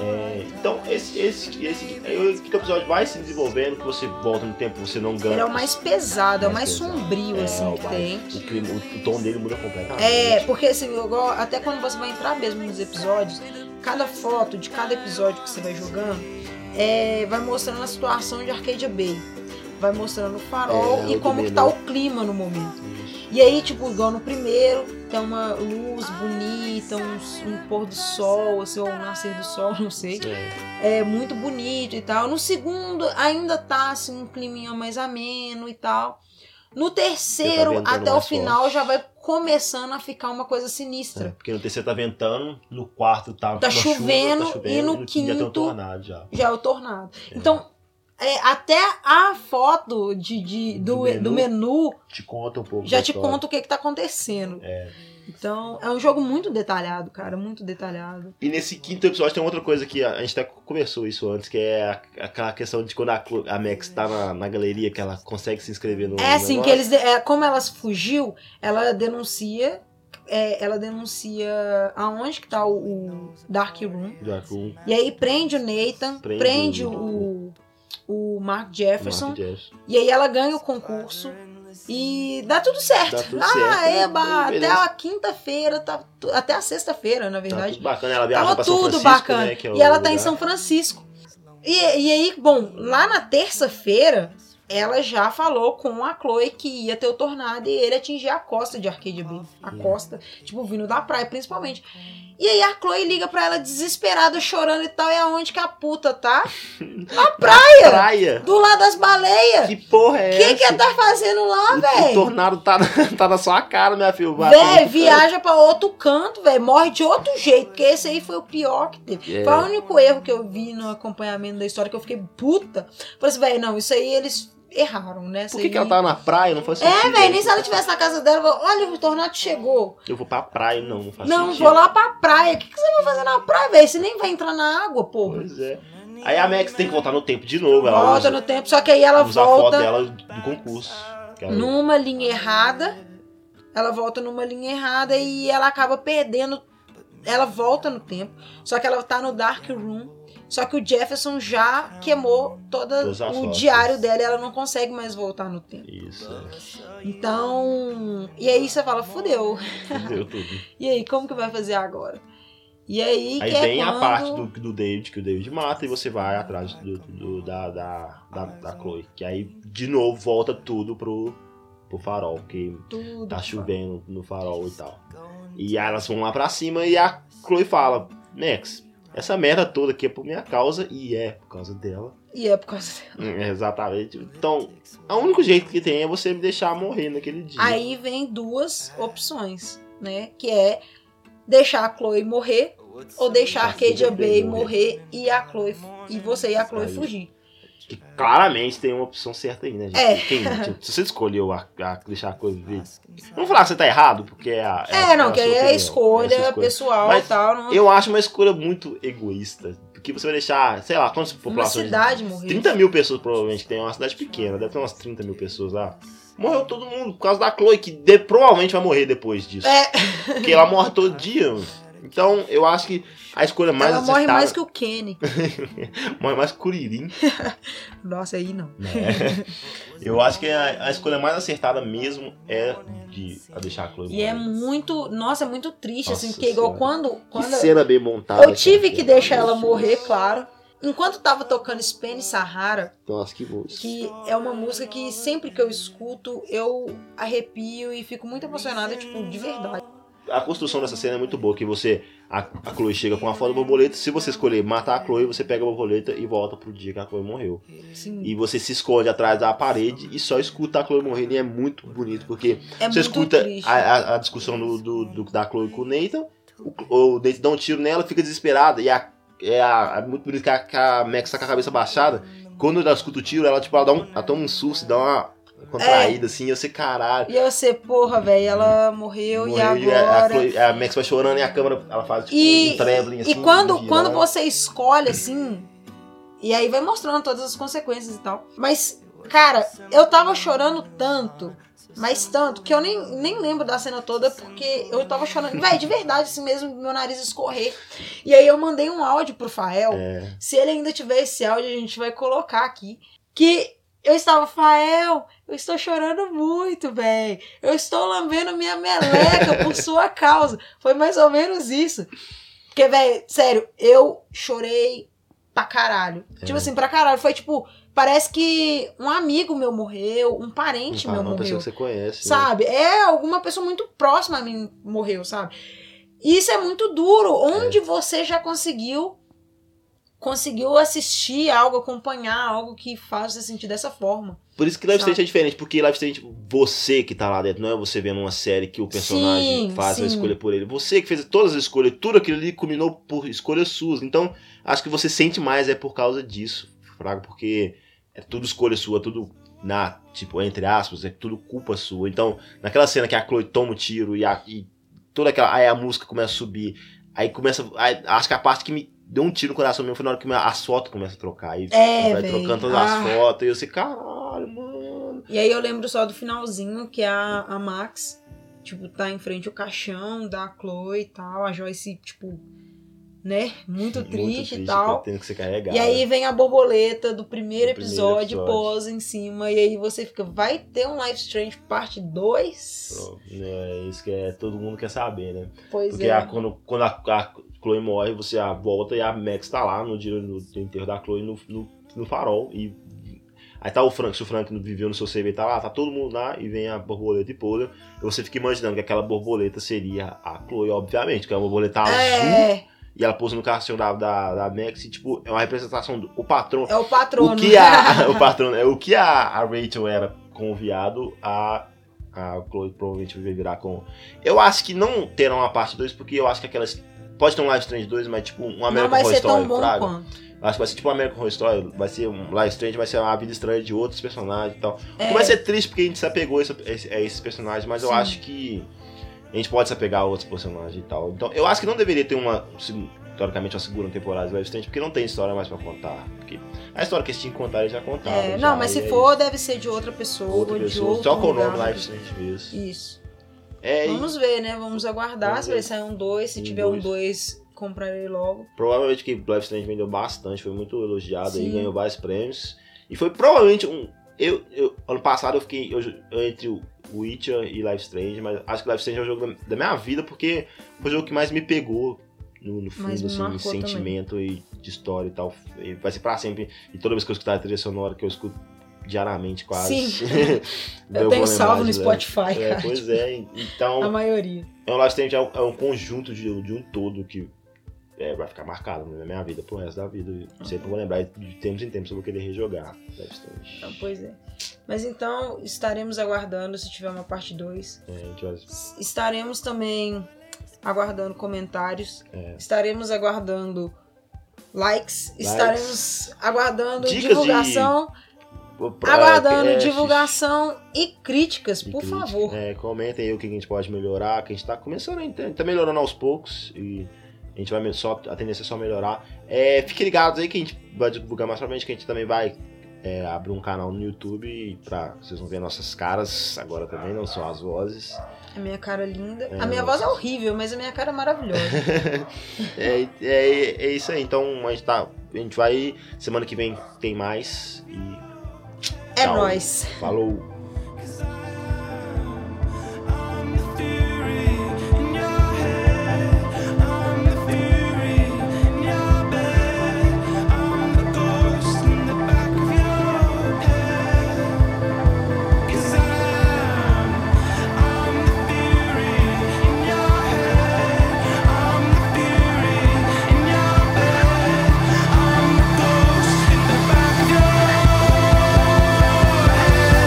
[SPEAKER 2] É, então, esse, esse, esse, eu- que o episódio vai se desenvolvendo, que você volta no tempo, você não ganha.
[SPEAKER 1] Ele é o mais pesado, é o mais
[SPEAKER 2] pesado.
[SPEAKER 1] sombrio,
[SPEAKER 2] É,
[SPEAKER 1] assim,
[SPEAKER 2] o
[SPEAKER 1] que
[SPEAKER 2] mais-
[SPEAKER 1] tem.
[SPEAKER 2] O, clima- o- o tom dele muda completamente.
[SPEAKER 1] É, porque assim, igual, até quando você vai entrar mesmo nos episódios, cada foto de cada episódio que você vai jogando é, vai mostrando a situação de Arcadia Bay. Vai mostrando o farol
[SPEAKER 2] É,
[SPEAKER 1] e
[SPEAKER 2] outro
[SPEAKER 1] como que tá o
[SPEAKER 2] menu.
[SPEAKER 1] clima no momento. E aí, tipo, igual no primeiro, tem uma luz bonita, um, um pôr do sol, assim, ou um nascer do sol, *laughs* não sei
[SPEAKER 2] É,
[SPEAKER 1] é muito bonito e tal. No segundo, ainda tá assim, um climinha mais ameno e tal. No terceiro,
[SPEAKER 2] Você tá ventando
[SPEAKER 1] até o
[SPEAKER 2] mais
[SPEAKER 1] final,
[SPEAKER 2] forte.
[SPEAKER 1] já vai começando a ficar uma coisa
[SPEAKER 2] é,
[SPEAKER 1] sinistra.
[SPEAKER 2] porque no terceiro tá ventando, no quarto tá,
[SPEAKER 1] Tá
[SPEAKER 2] uma chuva,
[SPEAKER 1] chovendo,
[SPEAKER 2] tá
[SPEAKER 1] e no
[SPEAKER 2] quinto já tem um
[SPEAKER 1] quinto-
[SPEAKER 2] tornado já.
[SPEAKER 1] Já é o tornado. Então, é, até a foto de, de- do,
[SPEAKER 2] Do
[SPEAKER 1] do menu,
[SPEAKER 2] menu. Te conta um pouco.
[SPEAKER 1] já
[SPEAKER 2] da
[SPEAKER 1] te
[SPEAKER 2] história.
[SPEAKER 1] conta o que, que tá acontecendo.
[SPEAKER 2] É.
[SPEAKER 1] Então, é um jogo muito detalhado, cara. Muito detalhado.
[SPEAKER 2] E nesse quinto episódio tem outra coisa que a a gente até conversou isso antes, que é a- aquela questão de quando a, Clo- a Max tá na, na galeria, que ela consegue se inscrever no.
[SPEAKER 1] É assim,
[SPEAKER 2] um negócio.
[SPEAKER 1] que eles. é, como ela fugiu, ela denuncia. é, ela denuncia aonde que tá o, o Dark Room.
[SPEAKER 2] Já com
[SPEAKER 1] E aí prende o Nathan, prende,
[SPEAKER 2] Prende
[SPEAKER 1] o,
[SPEAKER 2] o-
[SPEAKER 1] o Mark
[SPEAKER 2] o
[SPEAKER 1] Jefferson.
[SPEAKER 2] Mark Jefferson.
[SPEAKER 1] e aí ela ganha o concurso. E dá tudo certo.
[SPEAKER 2] Dá tudo
[SPEAKER 1] ah,
[SPEAKER 2] certo. né?
[SPEAKER 1] eba, até
[SPEAKER 2] Beleza.
[SPEAKER 1] a quinta-feira, tá, tu- até a sexta-feira, na
[SPEAKER 2] Tá
[SPEAKER 1] verdade.
[SPEAKER 2] tudo bacana, ela viaja
[SPEAKER 1] Tava
[SPEAKER 2] pra São
[SPEAKER 1] tudo
[SPEAKER 2] Francisco,
[SPEAKER 1] bacana.
[SPEAKER 2] né, que é o
[SPEAKER 1] e ela tá em
[SPEAKER 2] lugar.
[SPEAKER 1] São Francisco. E, e aí, bom, lá na terça-feira, ela já falou com a Chloe que ia ter o tornado e ele atingir a costa de Arcadia Bay. A costa, tipo, vindo da praia, principalmente. E aí a Chloe liga pra ela desesperada, chorando e tal, e aonde que a puta tá? Na praia!
[SPEAKER 2] Praia!
[SPEAKER 1] Do lado das baleias!
[SPEAKER 2] Que porra é
[SPEAKER 1] O que que
[SPEAKER 2] essa?
[SPEAKER 1] ela tá fazendo lá,
[SPEAKER 2] O- O
[SPEAKER 1] velho?
[SPEAKER 2] tornado tá, na- tá na sua cara, minha filha. vai
[SPEAKER 1] Véi,
[SPEAKER 2] tudo.
[SPEAKER 1] viaja pra outro canto, véi. Morre de outro jeito. Porque esse aí foi o pior que teve.
[SPEAKER 2] É.
[SPEAKER 1] Foi o único erro que eu vi no acompanhamento da história que eu fiquei puta. Falei assim, véi, não, isso aí eles erraram, né? Isso
[SPEAKER 2] Por que,
[SPEAKER 1] aí-
[SPEAKER 2] que ela tá na praia? Não faz sentido.
[SPEAKER 1] É, véi, nem se ela estivesse na casa dela, eu falo, olha, o tornado chegou.
[SPEAKER 2] Eu vou pra praia, não, não faz
[SPEAKER 1] não,
[SPEAKER 2] sentido.
[SPEAKER 1] vou lá pra praia. O que, que você vai fazer na praia, véi? Você nem vai entrar na água, porra.
[SPEAKER 2] Pois é. Aí a Max tem que voltar no tempo de novo. Ela
[SPEAKER 1] Volta
[SPEAKER 2] usa,
[SPEAKER 1] no tempo, só que aí ela
[SPEAKER 2] usa a foto
[SPEAKER 1] volta
[SPEAKER 2] dela do concurso. que ela-
[SPEAKER 1] numa linha errada. Ela volta numa linha errada e ela acaba perdendo. Ela volta no tempo. Só que ela tá no Dark Room. Só que o Jefferson já queimou todo
[SPEAKER 2] Todas as
[SPEAKER 1] o
[SPEAKER 2] fotos.
[SPEAKER 1] diário dela e ela não consegue mais voltar no tempo.
[SPEAKER 2] Isso, é.
[SPEAKER 1] Então. E aí você fala, fudeu.
[SPEAKER 2] Entendeu tudo.
[SPEAKER 1] E aí, como que vai fazer agora? *laughs* E aí,
[SPEAKER 2] Aí
[SPEAKER 1] que
[SPEAKER 2] vem
[SPEAKER 1] é
[SPEAKER 2] a
[SPEAKER 1] quando-
[SPEAKER 2] parte do, do David, que o David mata, e você vai atrás do, do- da, da, da, da Chloe. Que aí, de novo, volta tudo pro, pro farol, que
[SPEAKER 1] Tudo.
[SPEAKER 2] tá chovendo no farol e tal. E aí elas vão lá pra cima e a Chloe fala, Max, essa merda toda aqui é por minha causa, e é por causa dela.
[SPEAKER 1] E é por causa dela.
[SPEAKER 2] Hum, Exatamente. Então, o único jeito que tem é você me deixar morrer naquele dia.
[SPEAKER 1] Aí vem duas
[SPEAKER 2] É.
[SPEAKER 1] opções, né? Que é deixar a Chloe morrer ou deixar a Arcadia Bay morrer e a Chloe e você e a Chloe
[SPEAKER 2] Aí.
[SPEAKER 1] fugir.
[SPEAKER 2] Que claramente tem uma opção certa aí, né, gente?
[SPEAKER 1] É.
[SPEAKER 2] Quem- tipo, se você escolheu a, a- deixar a coisa viver. Vamos falar que você tá errado, porque é a. a-
[SPEAKER 1] É, não,
[SPEAKER 2] a
[SPEAKER 1] que
[SPEAKER 2] sua
[SPEAKER 1] aí é a
[SPEAKER 2] opinião, é a sua
[SPEAKER 1] escolha pessoal e
[SPEAKER 2] Mas
[SPEAKER 1] tal, não-
[SPEAKER 2] Eu acho uma escolha muito egoísta. Porque você vai deixar, sei lá, quantas
[SPEAKER 1] uma
[SPEAKER 2] populações.
[SPEAKER 1] cidade morrer.
[SPEAKER 2] 30 mil pessoas provavelmente tem, é uma cidade pequena, deve ter umas 30 mil pessoas lá. Morreu todo mundo por causa da Chloe, que de- provavelmente vai morrer depois disso.
[SPEAKER 1] É,
[SPEAKER 2] Porque ela morre todo dia. mano. Então, eu acho que a escolha mais
[SPEAKER 1] ela morre mais que o Kenny.
[SPEAKER 2] morre mais que o Curirim.
[SPEAKER 1] Nossa, aí não.
[SPEAKER 2] É. *laughs* Eu acho que a, a escolha mais acertada mesmo é de a deixar a Chloe
[SPEAKER 1] E é
[SPEAKER 2] morrer.
[SPEAKER 1] muito, nossa, é muito triste assim,
[SPEAKER 2] Nossa
[SPEAKER 1] porque igual
[SPEAKER 2] Senhora.
[SPEAKER 1] quando quando
[SPEAKER 2] Que cena bem montada.
[SPEAKER 1] eu tive
[SPEAKER 2] cara.
[SPEAKER 1] que deixar ela morrer, claro. Enquanto tava tocando Spain Sahara,
[SPEAKER 2] Nossa, que música.
[SPEAKER 1] que é uma música que sempre que eu escuto eu arrepio e fico muito emocionada, tipo, de verdade.
[SPEAKER 2] A construção dessa cena é muito boa, que você. A, a Chloe chega com a foto da borboleta. Se você escolher matar a Chloe, você pega a borboleta e volta pro dia que a Chloe morreu.
[SPEAKER 1] Sim,
[SPEAKER 2] E você se esconde atrás da parede e só escuta a Chloe morrendo. E é muito bonito, porque
[SPEAKER 1] é
[SPEAKER 2] você
[SPEAKER 1] muito
[SPEAKER 2] escuta
[SPEAKER 1] triste.
[SPEAKER 2] a, a- a discussão do, do- do- da Chloe com o Nathan. O, o Nathan dá um tiro nela, fica desesperada. E a, é, a- é muito bonito que a, que a Max tá com a cabeça baixada. Quando ela escuta o tiro, ela, tipo, ela, dá um, ela toma um susto, dá uma
[SPEAKER 1] É.
[SPEAKER 2] contraída, assim, eu sei, caralho.
[SPEAKER 1] E eu sei, porra, velho, ela morreu, e
[SPEAKER 2] Morreu,
[SPEAKER 1] agora.
[SPEAKER 2] e a, a Chloe- a Max vai chorando e a câmera, ela faz, tipo,
[SPEAKER 1] E,
[SPEAKER 2] um trembling, assim.
[SPEAKER 1] e quando,
[SPEAKER 2] girando.
[SPEAKER 1] quando você escolhe assim, e aí vai mostrando todas as consequências e tal. Mas, cara, eu tava chorando tanto, mas tanto, que eu nem, nem lembro da cena toda, porque eu tava chorando, velho, de verdade, assim mesmo, meu nariz escorrer. E aí eu mandei um áudio pro Fael.
[SPEAKER 2] É,
[SPEAKER 1] Se ele ainda tiver esse áudio, a gente vai colocar aqui. Que eu estava, Fael, eu estou chorando muito, velho. Eu estou lambendo minha meleca
[SPEAKER 2] *laughs*
[SPEAKER 1] por sua causa. Foi mais ou menos isso. Porque, velho, sério, eu chorei pra caralho.
[SPEAKER 2] É.
[SPEAKER 1] Tipo assim, pra caralho. Foi tipo, parece que um amigo meu morreu, um parente
[SPEAKER 2] não,
[SPEAKER 1] meu
[SPEAKER 2] Então, é uma pessoa
[SPEAKER 1] morreu.
[SPEAKER 2] que você conhece. né?
[SPEAKER 1] Sabe? É alguma pessoa muito próxima a mim morreu, sabe? E Isso é muito duro. Onde você já conseguiu conseguiu assistir algo, acompanhar algo que faz você sentir dessa forma.
[SPEAKER 2] Por isso que Life
[SPEAKER 1] Sabe?
[SPEAKER 2] Strange é diferente, porque Life Strange, tipo, você que tá lá dentro, não é você vendo uma série que o personagem
[SPEAKER 1] Sim,
[SPEAKER 2] faz
[SPEAKER 1] sim.
[SPEAKER 2] a escolha por ele. Você que fez todas as escolhas, tudo aquilo ali culminou por escolhas suas. Então, acho que você sente mais é por causa disso, Fraga, porque é tudo escolha sua, tudo na, tipo, entre aspas, é tudo culpa sua. Então, naquela cena que a Chloe toma o tiro e, a- e toda aquela. Aí a música começa a subir. Aí começa. aí acho que a parte que me deu um tiro no coração mesmo foi na hora que minha- as fotos começam a trocar. E
[SPEAKER 1] É,
[SPEAKER 2] vai
[SPEAKER 1] véi.
[SPEAKER 2] trocando todas
[SPEAKER 1] Ah.
[SPEAKER 2] as fotos. E eu sei, caralho, mano.
[SPEAKER 1] E aí eu lembro só do finalzinho que a, a Max, tipo, tá em frente ao caixão da Chloe e tal, a Joyce, tipo, né, muito, triste e tal.
[SPEAKER 2] Tendo que ser carregado.
[SPEAKER 1] E aí vem a borboleta do primeiro
[SPEAKER 2] Do primeiro
[SPEAKER 1] episódio,
[SPEAKER 2] episódio.
[SPEAKER 1] pousa em cima, e aí você fica, vai ter um Life Strange parte 2?
[SPEAKER 2] Pronto. É isso que é, todo mundo quer saber, né?
[SPEAKER 1] Pois
[SPEAKER 2] Porque
[SPEAKER 1] é.
[SPEAKER 2] a- quando, quando a, a Chloe morre, você a volta e a Max tá lá no dia do do enterro da Chloe no, no, no farol. E aí tá o Frank, se o Frank não viveu no seu CV, tá lá, tá todo mundo lá e vem a borboleta e pula. E você fica imaginando que aquela borboleta seria a Chloe, obviamente, que é uma borboleta azul.
[SPEAKER 1] É,
[SPEAKER 2] E ela pousa no caixão da, da, da Max e, tipo, é uma representação do o patrão.
[SPEAKER 1] é o patrono.
[SPEAKER 2] O
[SPEAKER 1] *laughs*
[SPEAKER 2] que a, *laughs* o patrono, é, o que a, a Rachel era com o viado, a, a Chloe provavelmente vai virar com. Eu acho que não terão a parte 2, porque eu acho que aquelas. Pode ter um Live Strange 2, mas tipo um American
[SPEAKER 1] Não vai
[SPEAKER 2] Horror
[SPEAKER 1] ser
[SPEAKER 2] Story,
[SPEAKER 1] tão bom
[SPEAKER 2] fraga.
[SPEAKER 1] quanto.
[SPEAKER 2] Acho que vai ser tipo um American Horror Story, vai ser um Live Strange, vai ser uma vida estranha de outros personagens e tal.
[SPEAKER 1] É.
[SPEAKER 2] Vai ser triste porque a gente se apegou a esse- a esse- a esses personagens, mas eu
[SPEAKER 1] Sim.
[SPEAKER 2] acho que a gente pode se apegar a outros personagens e tal. Então, eu acho que não deveria ter uma, se- teoricamente, uma segunda temporada de Live Strange, porque não tem história mais pra contar. Porque a história que eles tinham que contar, eles já contaram.
[SPEAKER 1] É,
[SPEAKER 2] já,
[SPEAKER 1] não, mas
[SPEAKER 2] e
[SPEAKER 1] se
[SPEAKER 2] é
[SPEAKER 1] for, deve ser de outra pessoa,
[SPEAKER 2] isso. outra
[SPEAKER 1] de
[SPEAKER 2] pessoa,
[SPEAKER 1] outro
[SPEAKER 2] só com o
[SPEAKER 1] lugar.
[SPEAKER 2] nome Live Strange mesmo.
[SPEAKER 1] Isso.
[SPEAKER 2] É, e
[SPEAKER 1] Vamos ver, né? Vamos aguardar
[SPEAKER 2] Vamos
[SPEAKER 1] se vai
[SPEAKER 2] ver.
[SPEAKER 1] sair um 2. Se
[SPEAKER 2] Um
[SPEAKER 1] tiver um
[SPEAKER 2] dois.
[SPEAKER 1] 2, comprarei logo.
[SPEAKER 2] provavelmente que Life Strange vendeu bastante, foi muito elogiado
[SPEAKER 1] Sim.
[SPEAKER 2] e ganhou vários prêmios. E foi provavelmente um. Eu, eu- ano passado eu fiquei eu ju- entre o Witcher e Life Strange, mas acho que Life Strange é o jogo da, da minha vida porque foi o jogo que mais me pegou no, no fundo,
[SPEAKER 1] Mas me
[SPEAKER 2] assim, de
[SPEAKER 1] marcou também.
[SPEAKER 2] sentimento e de história e tal. E vai ser pra sempre. E toda vez que eu escutar a trilha sonora, que eu escuto diariamente quase. *laughs*
[SPEAKER 1] Sim. *laughs* Eu tenho
[SPEAKER 2] vou lembrar
[SPEAKER 1] salvo no
[SPEAKER 2] disso, né?
[SPEAKER 1] Spotify,
[SPEAKER 2] É,
[SPEAKER 1] cara.
[SPEAKER 2] pois é, então.
[SPEAKER 1] A maioria.
[SPEAKER 2] É um Life Strange, é um, é um conjunto de, de um todo que é, vai ficar marcado na minha vida pro resto da vida.
[SPEAKER 1] Ah.
[SPEAKER 2] Eu Sempre vou lembrar e de tempos em tempos eu vou querer rejogar Life Strange.
[SPEAKER 1] Então, pois é. Mas então, estaremos aguardando se tiver uma parte 2.
[SPEAKER 2] É, a gente vai-
[SPEAKER 1] Estaremos também aguardando comentários.
[SPEAKER 2] É.
[SPEAKER 1] Estaremos aguardando likes. Estaremos aguardando
[SPEAKER 2] Dicas de-
[SPEAKER 1] divulgação.
[SPEAKER 2] o pro-
[SPEAKER 1] Aguardando
[SPEAKER 2] é,
[SPEAKER 1] divulgação e críticas,
[SPEAKER 2] e
[SPEAKER 1] por
[SPEAKER 2] crítica.
[SPEAKER 1] favor.
[SPEAKER 2] É, comentem aí o que a gente pode melhorar, que a gente tá começando, a ent- tá melhorando aos poucos e a gente vai me- só, a tendência é só melhorar. É, fiquem ligados aí que a gente vai divulgar mais pra frente, que a gente também vai é, abrir um canal no YouTube pra vocês vão ver nossas caras agora também, não só as vozes.
[SPEAKER 1] A minha cara é linda.
[SPEAKER 2] É,
[SPEAKER 1] a minha
[SPEAKER 2] nossa.
[SPEAKER 1] voz é horrível, mas a minha cara é maravilhosa.
[SPEAKER 2] *laughs* é, é, é isso aí. Então a gente, tá, a gente vai. Semana que vem tem mais. E
[SPEAKER 1] É
[SPEAKER 2] Tchau.
[SPEAKER 1] nóis.
[SPEAKER 2] falou!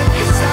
[SPEAKER 4] Cause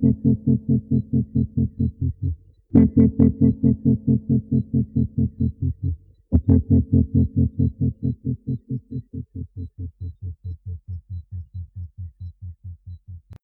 [SPEAKER 8] Thank you.